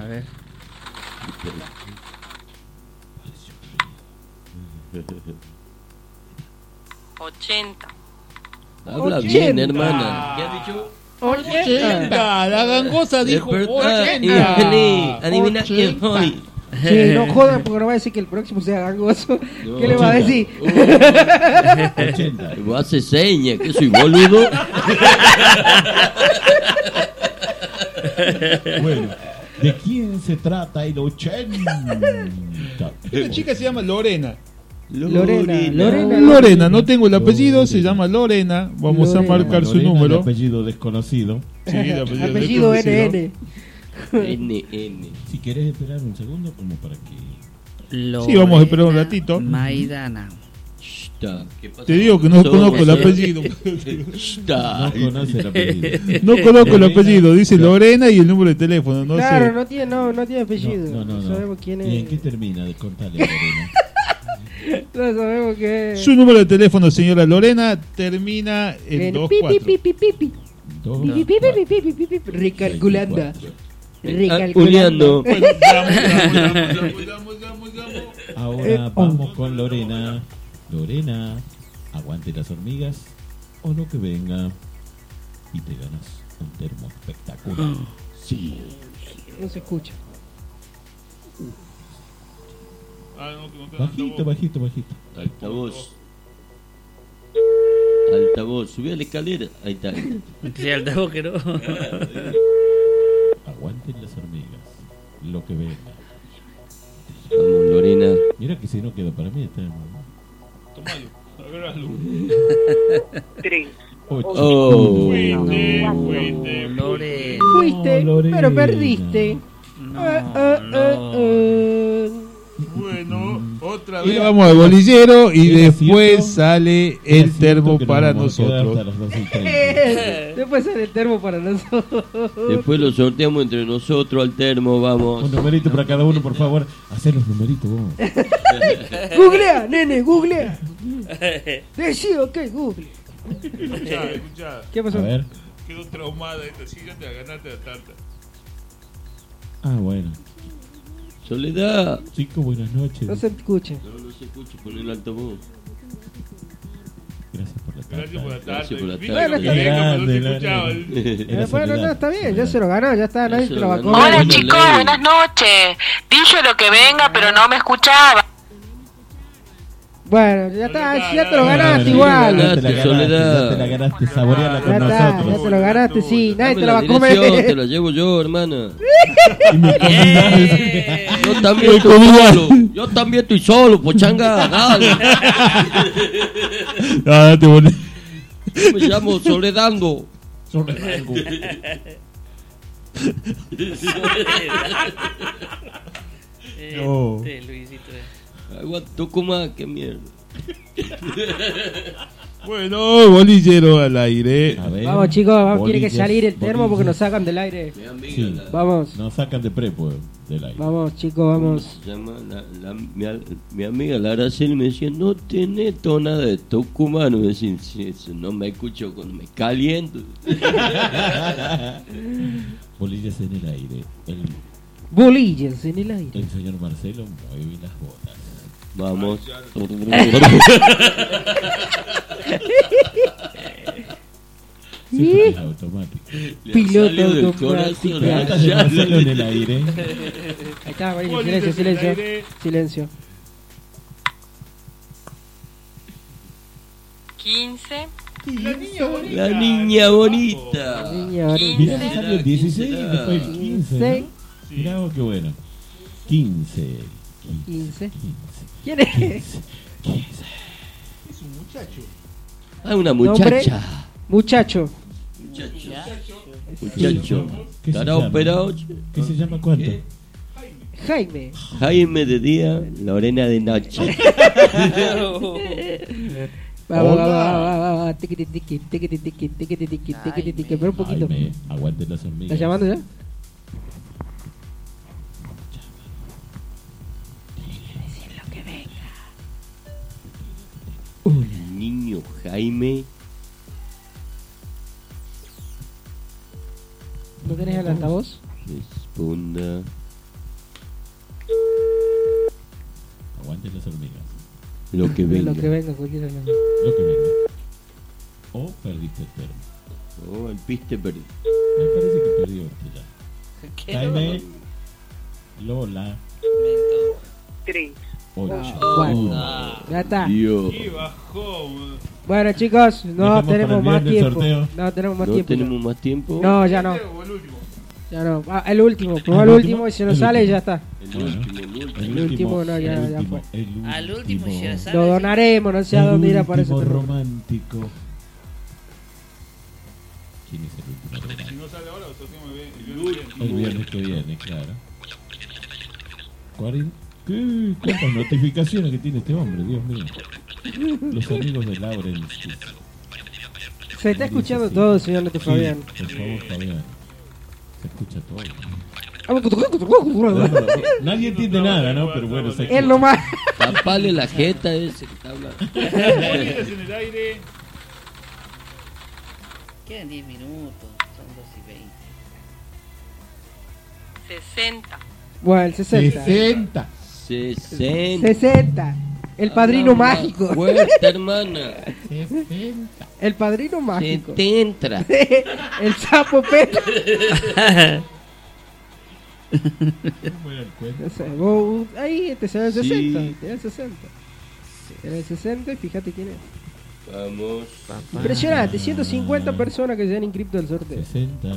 A ver.
Ochenta.
Habla bien,
Ochenta.
hermana. ¿Qué ha dicho?
Ochenta, la gangosa dijo
Despertá,
ochenta.
Ivani, adivina quién
Ochenta.
soy.
Che, no jodan porque no va a decir que el próximo sea gangoso.
No,
¿Qué le va a decir?
Uh.
Vos haces señas, que soy boludo.
Bueno, ¿de quién se trata el 80?
Esta chica se llama Lorena.
Lorena,
Lorena,
Lorena.
no tengo el apellido, se llama Lorena. Vamos
Lorena.
a marcar su
Lorena, de
número.
apellido desconocido.
Sí, el apellido
Apellido
desconocido.
NN.
NN.
Si querés esperar un segundo, como para que.
Sí, vamos a esperar un ratito.
Maidana.
Está, ¿qué pasa?
Te digo que no
Todo
conozco el
pasó.
apellido.
Está.
No conoce el apellido.
No conozco el
Lorena.
apellido, dice Lorena y el número de teléfono, no
claro,
sé.
no tiene, no, no tiene apellido.
No, no,
No,
no.
sabemos quién
¿Y en
es.
qué termina? Contale, Lorena.
No sabemos qué es.
Su número de teléfono, señora Lorena, termina
En
en
pi, pi,
24.
pi, pi, pi, pi.
Dos,
Pi, pi, pi, pi, pi, pi, pi, pi, pi. Recalculando. Ah,
Juliando.
Recalculando.
Bueno,
Ahora vamos con Lorena. Lorena, aguante las hormigas o lo que venga. Y te ganas un termo espectacular.
Ah.
Sí.
No se escucha.
Bajito, bajito, bajito.
Altavoz. Altavoz. Subí a la escalera. Ahí está.
Sí, al debo que no.
Aguanten las hormigas. Lo que venga.
Vamos, Lorena.
Mira que si no queda para mí. Está...
Tres.
Ocho.
Oh.
Lore.
Fuiste,
Lorena.
pero perdiste. Ah, ah, ah,
Bueno, otra
vez.
Vamos al bolillero y
Era
después
cierto.
sale el termo
que nos
para
vamos a quedar hasta
nosotros.
las 12 y
ah.
30.
Eh, Después sale el termo para nosotros.
Después lo sorteamos entre nosotros al termo. Vamos.
Un numerito para cada uno, por favor. Hacer los numeritos, vos.
Googlea, nene, googlea. Decí, ok, google.
Escuchá, escuchá.
¿Qué
A
pasó?
ver.
Quedó traumada esta silla, te la ganaste la tarta.
Ah, bueno.
Soledad.
Chicos, buenas noches.
No se escucha.
No, no se escucha. Poné el altavoz.
Gracias por la tarta.
Gracias por la tarta.
Gracias por la
Viste
tarta.
lo que
Qué
dijo, pero no se
grande,
escuchaba.
Lorena. Era
bueno,
Soledad.
no, está bien, ya se lo ganó, ya está, nadie
se
te lo
lo
va a
ganó.
cobrar.
Hola,
Hola
Bueno,
chicos,
Leo.
buenas noches. Dije lo que venga, pero no me escuchaba.
Bueno, ya está,
Soledad,
ya te lo
no,
ganaste
Lorena,
igual.
ya te la
Ganaste,
ganaste,
Soledad.
Ya te la ganaste, saboreala
Ya
con
está, ya te
nosotros.
lo ganaste, sí, nadie
Dame
te lo va
la
a
dirección, Te
comer.
la llevo yo, hermana.
Y me comí-
Eh.
Yo también estoy solo. Yo también estoy solo, pochanga. Dale.
Ah, te volví.
Yo me llamo Soledando.
No.
Este, Luisito. eh.
Aguanta, Tucumán, qué mierda.
Bueno, bolillero al aire.
A ver,
Vamos chicos, vamos, tiene que
bolillos,
salir el termo porque
bolillos.
nos sacan del aire.
Mi amiga,
Sí,
la-
Vamos,
nos sacan de prepo del aire.
vamos chicos, vamos.
se llama la- la- mi, al- mi amiga la Araceli me decía, no tenés tonada de tucumano. Me decía, "Sí, eso no me escucho cuando me caliento.
Bolillas en el aire. El,
Bolillas en el aire.
el señor Marcelo mueve las botas.
Vamos.
Siempre es automático.
Piloto
Salió del
automático.
corazón,
Botas de
Araceli.
Marcelo en el aire.
Ahí está, Marilyn,
Bolillas
silencio,
en el
silencio.
aire.
Silencio.
Quince.
La niña bonita.
La niña bonita.
Mirá que salió el 16 y después el 15. ¿no?
15.
Mirá vos qué bueno. 15.
15. ¿Quién es?
Es un muchacho.
Ah, una
Nombre,
muchacha.
Muchacho.
Muchacho.
¿Qué se
Estará
llama?
operado.
¿Qué se llama cuánto?
Jaime.
Jaime de día, Lorena de noche.
Va, va, va, va, va, va, va, tiqui, tiqui, tiqui, tiqui, tiqui, tiqui, tiqui, tiqui, tiqui, tiqui. Espera un poquito.
Jaime, aguante las hormigas.
¿Estás llamando ya?
Un niño Jaime.
¿No tenés el altavoz?
Responda.
Aguante las hormigas.
Lo que venga.
Lo que venga, cualquiera. de las dos.
Lo que venga. O perdiste el termo.
Oh, el piste perdió.
Me parece que perdió este ya. Jaime. Lola.
Tres.
Ocho.
Cuatro. Ya está.
Dios.
Y bajó. boludo.
Bueno, chicos, no
Dejamos para
tenemos
el
más
viernes el
tiempo.
sorteo.
No tenemos más
¿No
tiempo.
tenemos más tiempo?
No, ya no. Ya no. Ah, el último. Prueba
¿El
el
último?
último y si no
El
sale,
último.
ya está.
El último, el último.
El último, no, ya, ya fue.
Al último y ya
Lo
sabes.
donaremos, no sé a
El
dónde irá para eso.
último
pero-
romántico. ¿Quién es el último?
Si no sale ahora, lo sorteamos el viernes- el
El
viernes.
viernes que viene, claro. Cuaren- ¿Qué? ¿Cuántas notificaciones que tiene este hombre, Dios mío? Los amigos de Lauren.
Se está escuchando todo, señor Neto Fabián.
Por favor, Fabián. Se escucha todo. Nadie entiende nada, ¿no? Pero bueno, se
Es lo más.
Tapale la jeta a ese que está
Hormigas
hablando.
en el aire.
Quedan 10 minutos, son 2 y 20.
60.
Bueno, el 60.
60. 60.
60. El padrino
Habla una
mágico.
Puerta, hermana.
El padrino mágico.
70.
El sapo Pepe. No sé, vos- ahí te sale el
Sí.
60. Te da el 60. Te da el 60 y fíjate quién es.
Ah. Vamos.
Impresionante, 150 personas que se han inscrito al sorteo.
60.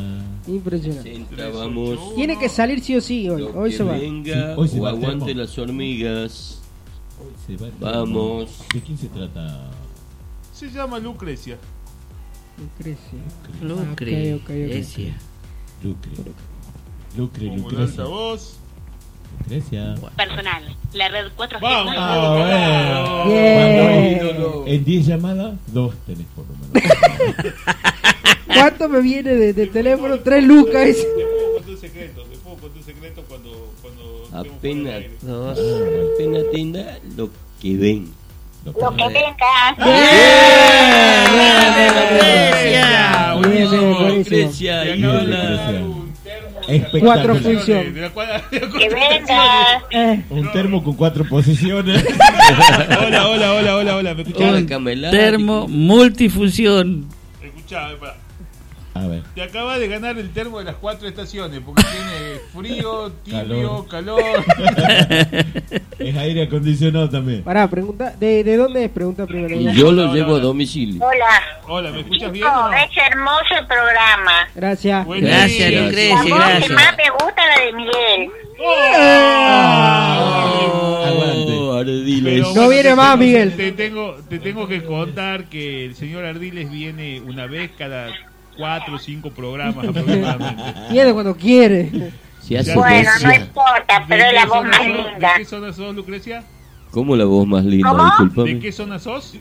Impresionante.
60, vamos.
Tiene que salir sí o sí hoy.
Lo
Hoy
que
se va.
venga
Sí, hoy se
o
va el
aguante
termo.
las hormigas.
Se va el
Vamos.
tiempo. ¿De quién se trata?
Se llama Lucrecia.
Lucrecia.
Lucre,
Ah, ok, ok, ok.
Grecia.
Lucre. Lucre,
Como el
Lucrecia.
altavoz.
Lucrecia.
Personal, la red 4G.
Ah,
Vamos.
Ah, bueno.
Bien.
Cuando- En 10 llamadas, dos tenés por lo menos.
¿Cuánto me viene de, de teléfono? Tres lucas. dice.
Te puedo contar un secreto. Te puedo contar un secreto cuando. cuando estemos fuera del
Apenas
aire.
dos. Apenas tenga lo que ven.
Lo que venga.
Bien, bien, buenísimo.
Lucrecia,
Te
y
acabo de
hola.
dar
Cuatro
Espectacular.
funciones.
De la cuadra- de la
Que
cuadra-
venga.
Eh,
Un termo con cuatro posiciones.
Hola, hola, hola, hola, hola. ¿Me escuchás?
Hola, Camelá.
Termo multifunción.
Escuchá, eh, pará.
A ver.
Te acaba de ganar el termo de las cuatro estaciones porque tiene frío, tibio, calor.
Es aire acondicionado también.
Pará, pregunta. ¿De, de dónde es? Pregunta primero.
Yo lo llevo a domicilio.
Hola.
Hola, ¿me escuchas bien? o
Chicos,
no?
es hermoso el programa.
Gracias.
Buenísimo.
Gracias,
La
Lucrecia,
voz que más
gracias.
me gusta es la de Miguel.
Ah.
Oh, Ardiles.
Pero
No
bueno,
viene
te
más,
tengo-
Miguel.
Te tengo, te tengo que contar que el señor Ardiles viene una vez cada cuatro o cinco programas aproximadamente.
Viene cuando quiere.
Se hace
Bueno, no
gracia.
importa, pero
¿De
es la
qué
voz
zona
más
sos-
linda.
¿De qué zona sos, Lucrecia?
¿Cómo la voz más linda?
¿Cómo?
¿De
Disculpame.
qué zona sos?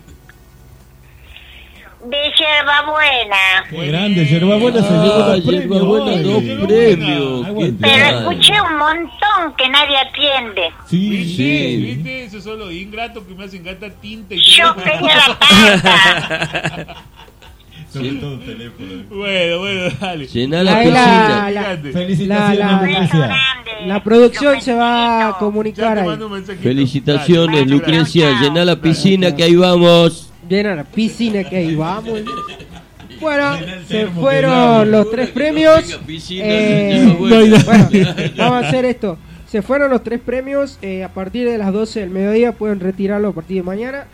De Yerba Buena.
Qué grande, yerba buena se llevó
Ah,
dos
Yerba
premios.
Buena,
hoy.
dos
Yerba
premios.
buena.
¿Qué
Aguante.
Pero
tal?
escuché un montón que nadie atiende.
Sí,
¿Viste?
Sí.
¿Viste? Eso son los ingratos que me hacen gastar tinta y
Yo
teléfono.
pegué la pata.
sobre todo teléfono.
Bueno, bueno, dale.
Llená la
Ahí
piscina.
la- la,
Fíjate.
Felicitaciones,
La- la-
Lucrecia.
la producción se va a
Ya
comunicar
te
ahí.
mando un mensajito. Dale,
Felicitaciones,
dale, dale.
Lucrecia. Llená la piscina que ahí vamos.
Viene a la piscina que ahí vamos. Bueno, se
termo que
fueron
vamos.
los tres premios.
tenga piscina,
Eh,
no lleva
bueno,
buena.
vamos a hacer esto. Se fueron los tres premios. eh, a partir de las 12 del mediodía pueden retirarlo a partir de mañana.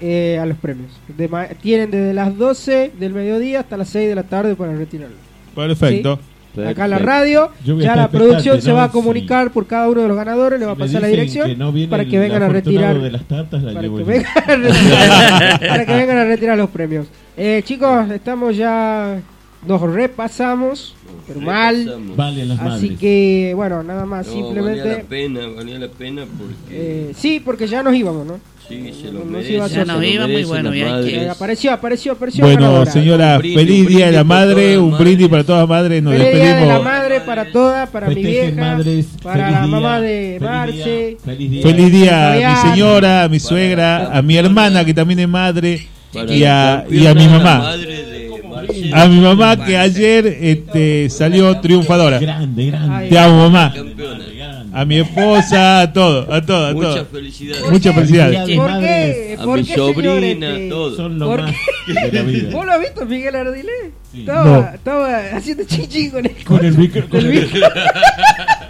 eh, a los premios. De ma- tienen desde las 12 del mediodía hasta las 6 de la tarde para retirarlo.
Perfecto.
Sí. Acá en la radio,
Yo voy a
ya
estar
la producción
expectante,
se
¿no?
va a comunicar por cada uno de los ganadores, le va a
Me
pasar la
dicen
dirección
que no viene
para que
el
vengan a
afortunado
retirar.
de las tartas, la
para,
llevo
que
yo.
vengan a retirar para que vengan a retirar los premios. Eh, chicos, estamos ya. Nos repasamos, pero mal.
repasamos. Vale las
Así
madres.
que, bueno, nada más,
No, valía
simplemente.
la pena, valía la pena porque
eh, sí, porque ya nos íbamos, ¿no?
sí, se lo
no
merece.
iba a hacer. Ya nos íbamos y
bueno, y hay
Eh, apareció, apareció, apareció.
Bueno,
ganadora.
señora,
Un brindis,
feliz
un
Día de la
brindis para
Madre,
todas
un
las
brindis para todas las madres, nos
Feliz día de la
despedimos.
madre para todas, para mi
Festejen,
vieja,
madres,
para
feliz
la
día,
mamá de
feliz
Marce.
Feliz día a
Fabián.
mi señora, a mi suegra, a mi hermana que también es madre
Para
y a,
la
y a mi
campeona, la
mamá.
madre de Marcelo.
A mi mamá que ayer este, salió triunfadora.
Grande, grande.
Te amo, mamá.
Campeona.
A mi esposa, a todo, a todo, a todo.
Muchas felicidades.
Muchas felicidades.
¿Por qué?
A
¿Por
mi
qué,
sobrina,
señores?
todo. Son
lo ¿Por más
qué?
¿Vos lo has visto, Miguel Ardilé? Estaba,
No.
estaba haciendo chinchín con el Con el micro.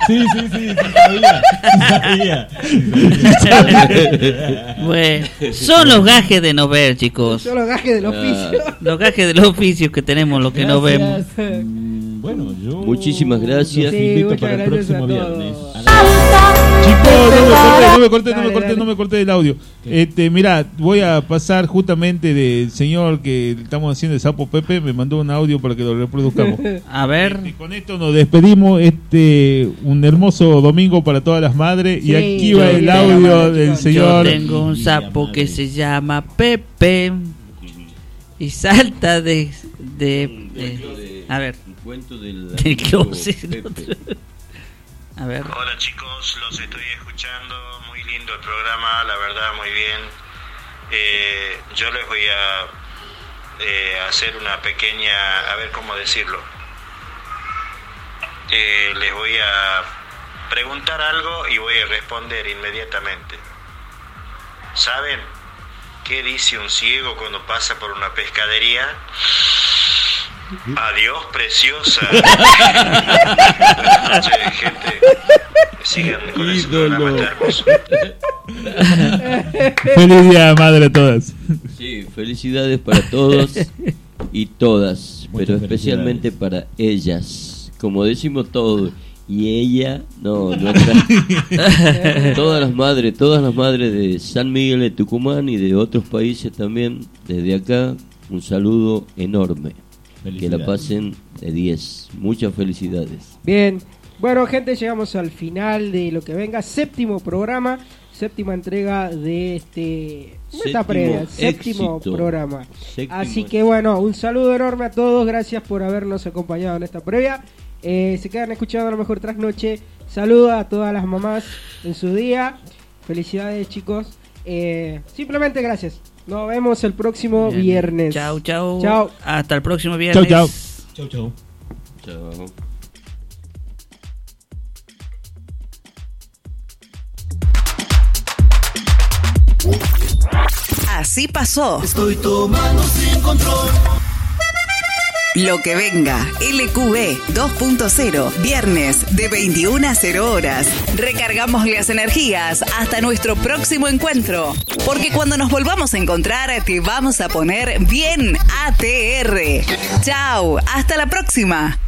Sí, sí, sí, sí, sabía. sí sabía.
Bueno, son los gajes de no ver, chicos.
Son los gajes del oficio.
Los gajes del oficio que tenemos, los que no vemos.
Bueno, yo. Muchísimas gracias.
Sí,
invito
muchas
para el
gracias
próximo
a
viernes.
Chicos, no me cortes, no me cortes, no me cortes, no me cortes el audio. Este, mira, voy a pasar justamente del señor que estamos haciendo de Sapo Pepe, me mandó un audio para que lo reproduzcamos. Este,
A ver.
con esto Nos despedimos este un hermoso domingo para todas las madres y
Sí.
aquí va
Yo
el
tengo-
audio del señor
Yo tengo un sapo que se llama Pepe y salta de. de- de- a ver.
Un cuento del.
Del
amigo
closet.
Pepe.
A ver.
Hola chicos, los estoy escuchando. Muy lindo el programa, la verdad, muy bien. Eh, yo les voy a eh, hacer una pequeña, a ver cómo decirlo. Eh, les voy a preguntar algo y voy a responder inmediatamente. ¿Saben qué dice un ciego cuando pasa por una pescadería? Adiós, preciosa. Buenas noches, gente. Sigan con ese programa tan hermoso.
Feliz día madre a todas.
Sí, felicidades para todos y todas, pero especialmente para ellas. Como decimos todos, y ella, no, nuestra- todas las madres, todas las madres de San Miguel de Tucumán y de otros países también, desde acá, un saludo enorme. Que la
Felicidades.
pasen de 10. Muchas felicidades.
Bien. Bueno, gente, llegamos al final de lo que venga. Séptimo programa, séptima entrega de este. ¿cómo está
Séptimo
previa? Séptimo
éxito.
programa.
Séptimo
Así que bueno, un saludo enorme a todos. Gracias por habernos acompañado en esta previa. Eh, se quedan escuchando a lo mejor tras noche. Saludos a todas las mamás en su día. Felicidades, chicos. Eh, simplemente gracias. Nos vemos el próximo
Bien.
viernes.
Chau, chau.
Chau.
Hasta el próximo viernes.
chau.
Chau, chau.
Chao.
Así pasó. Estoy tomando sin control. Lo que venga, LQB 2.0, viernes de 21 a 0 horas. Recargamos las energías hasta nuestro próximo encuentro, porque cuando nos volvamos a encontrar te vamos a poner bien ATR. Chao, hasta la próxima.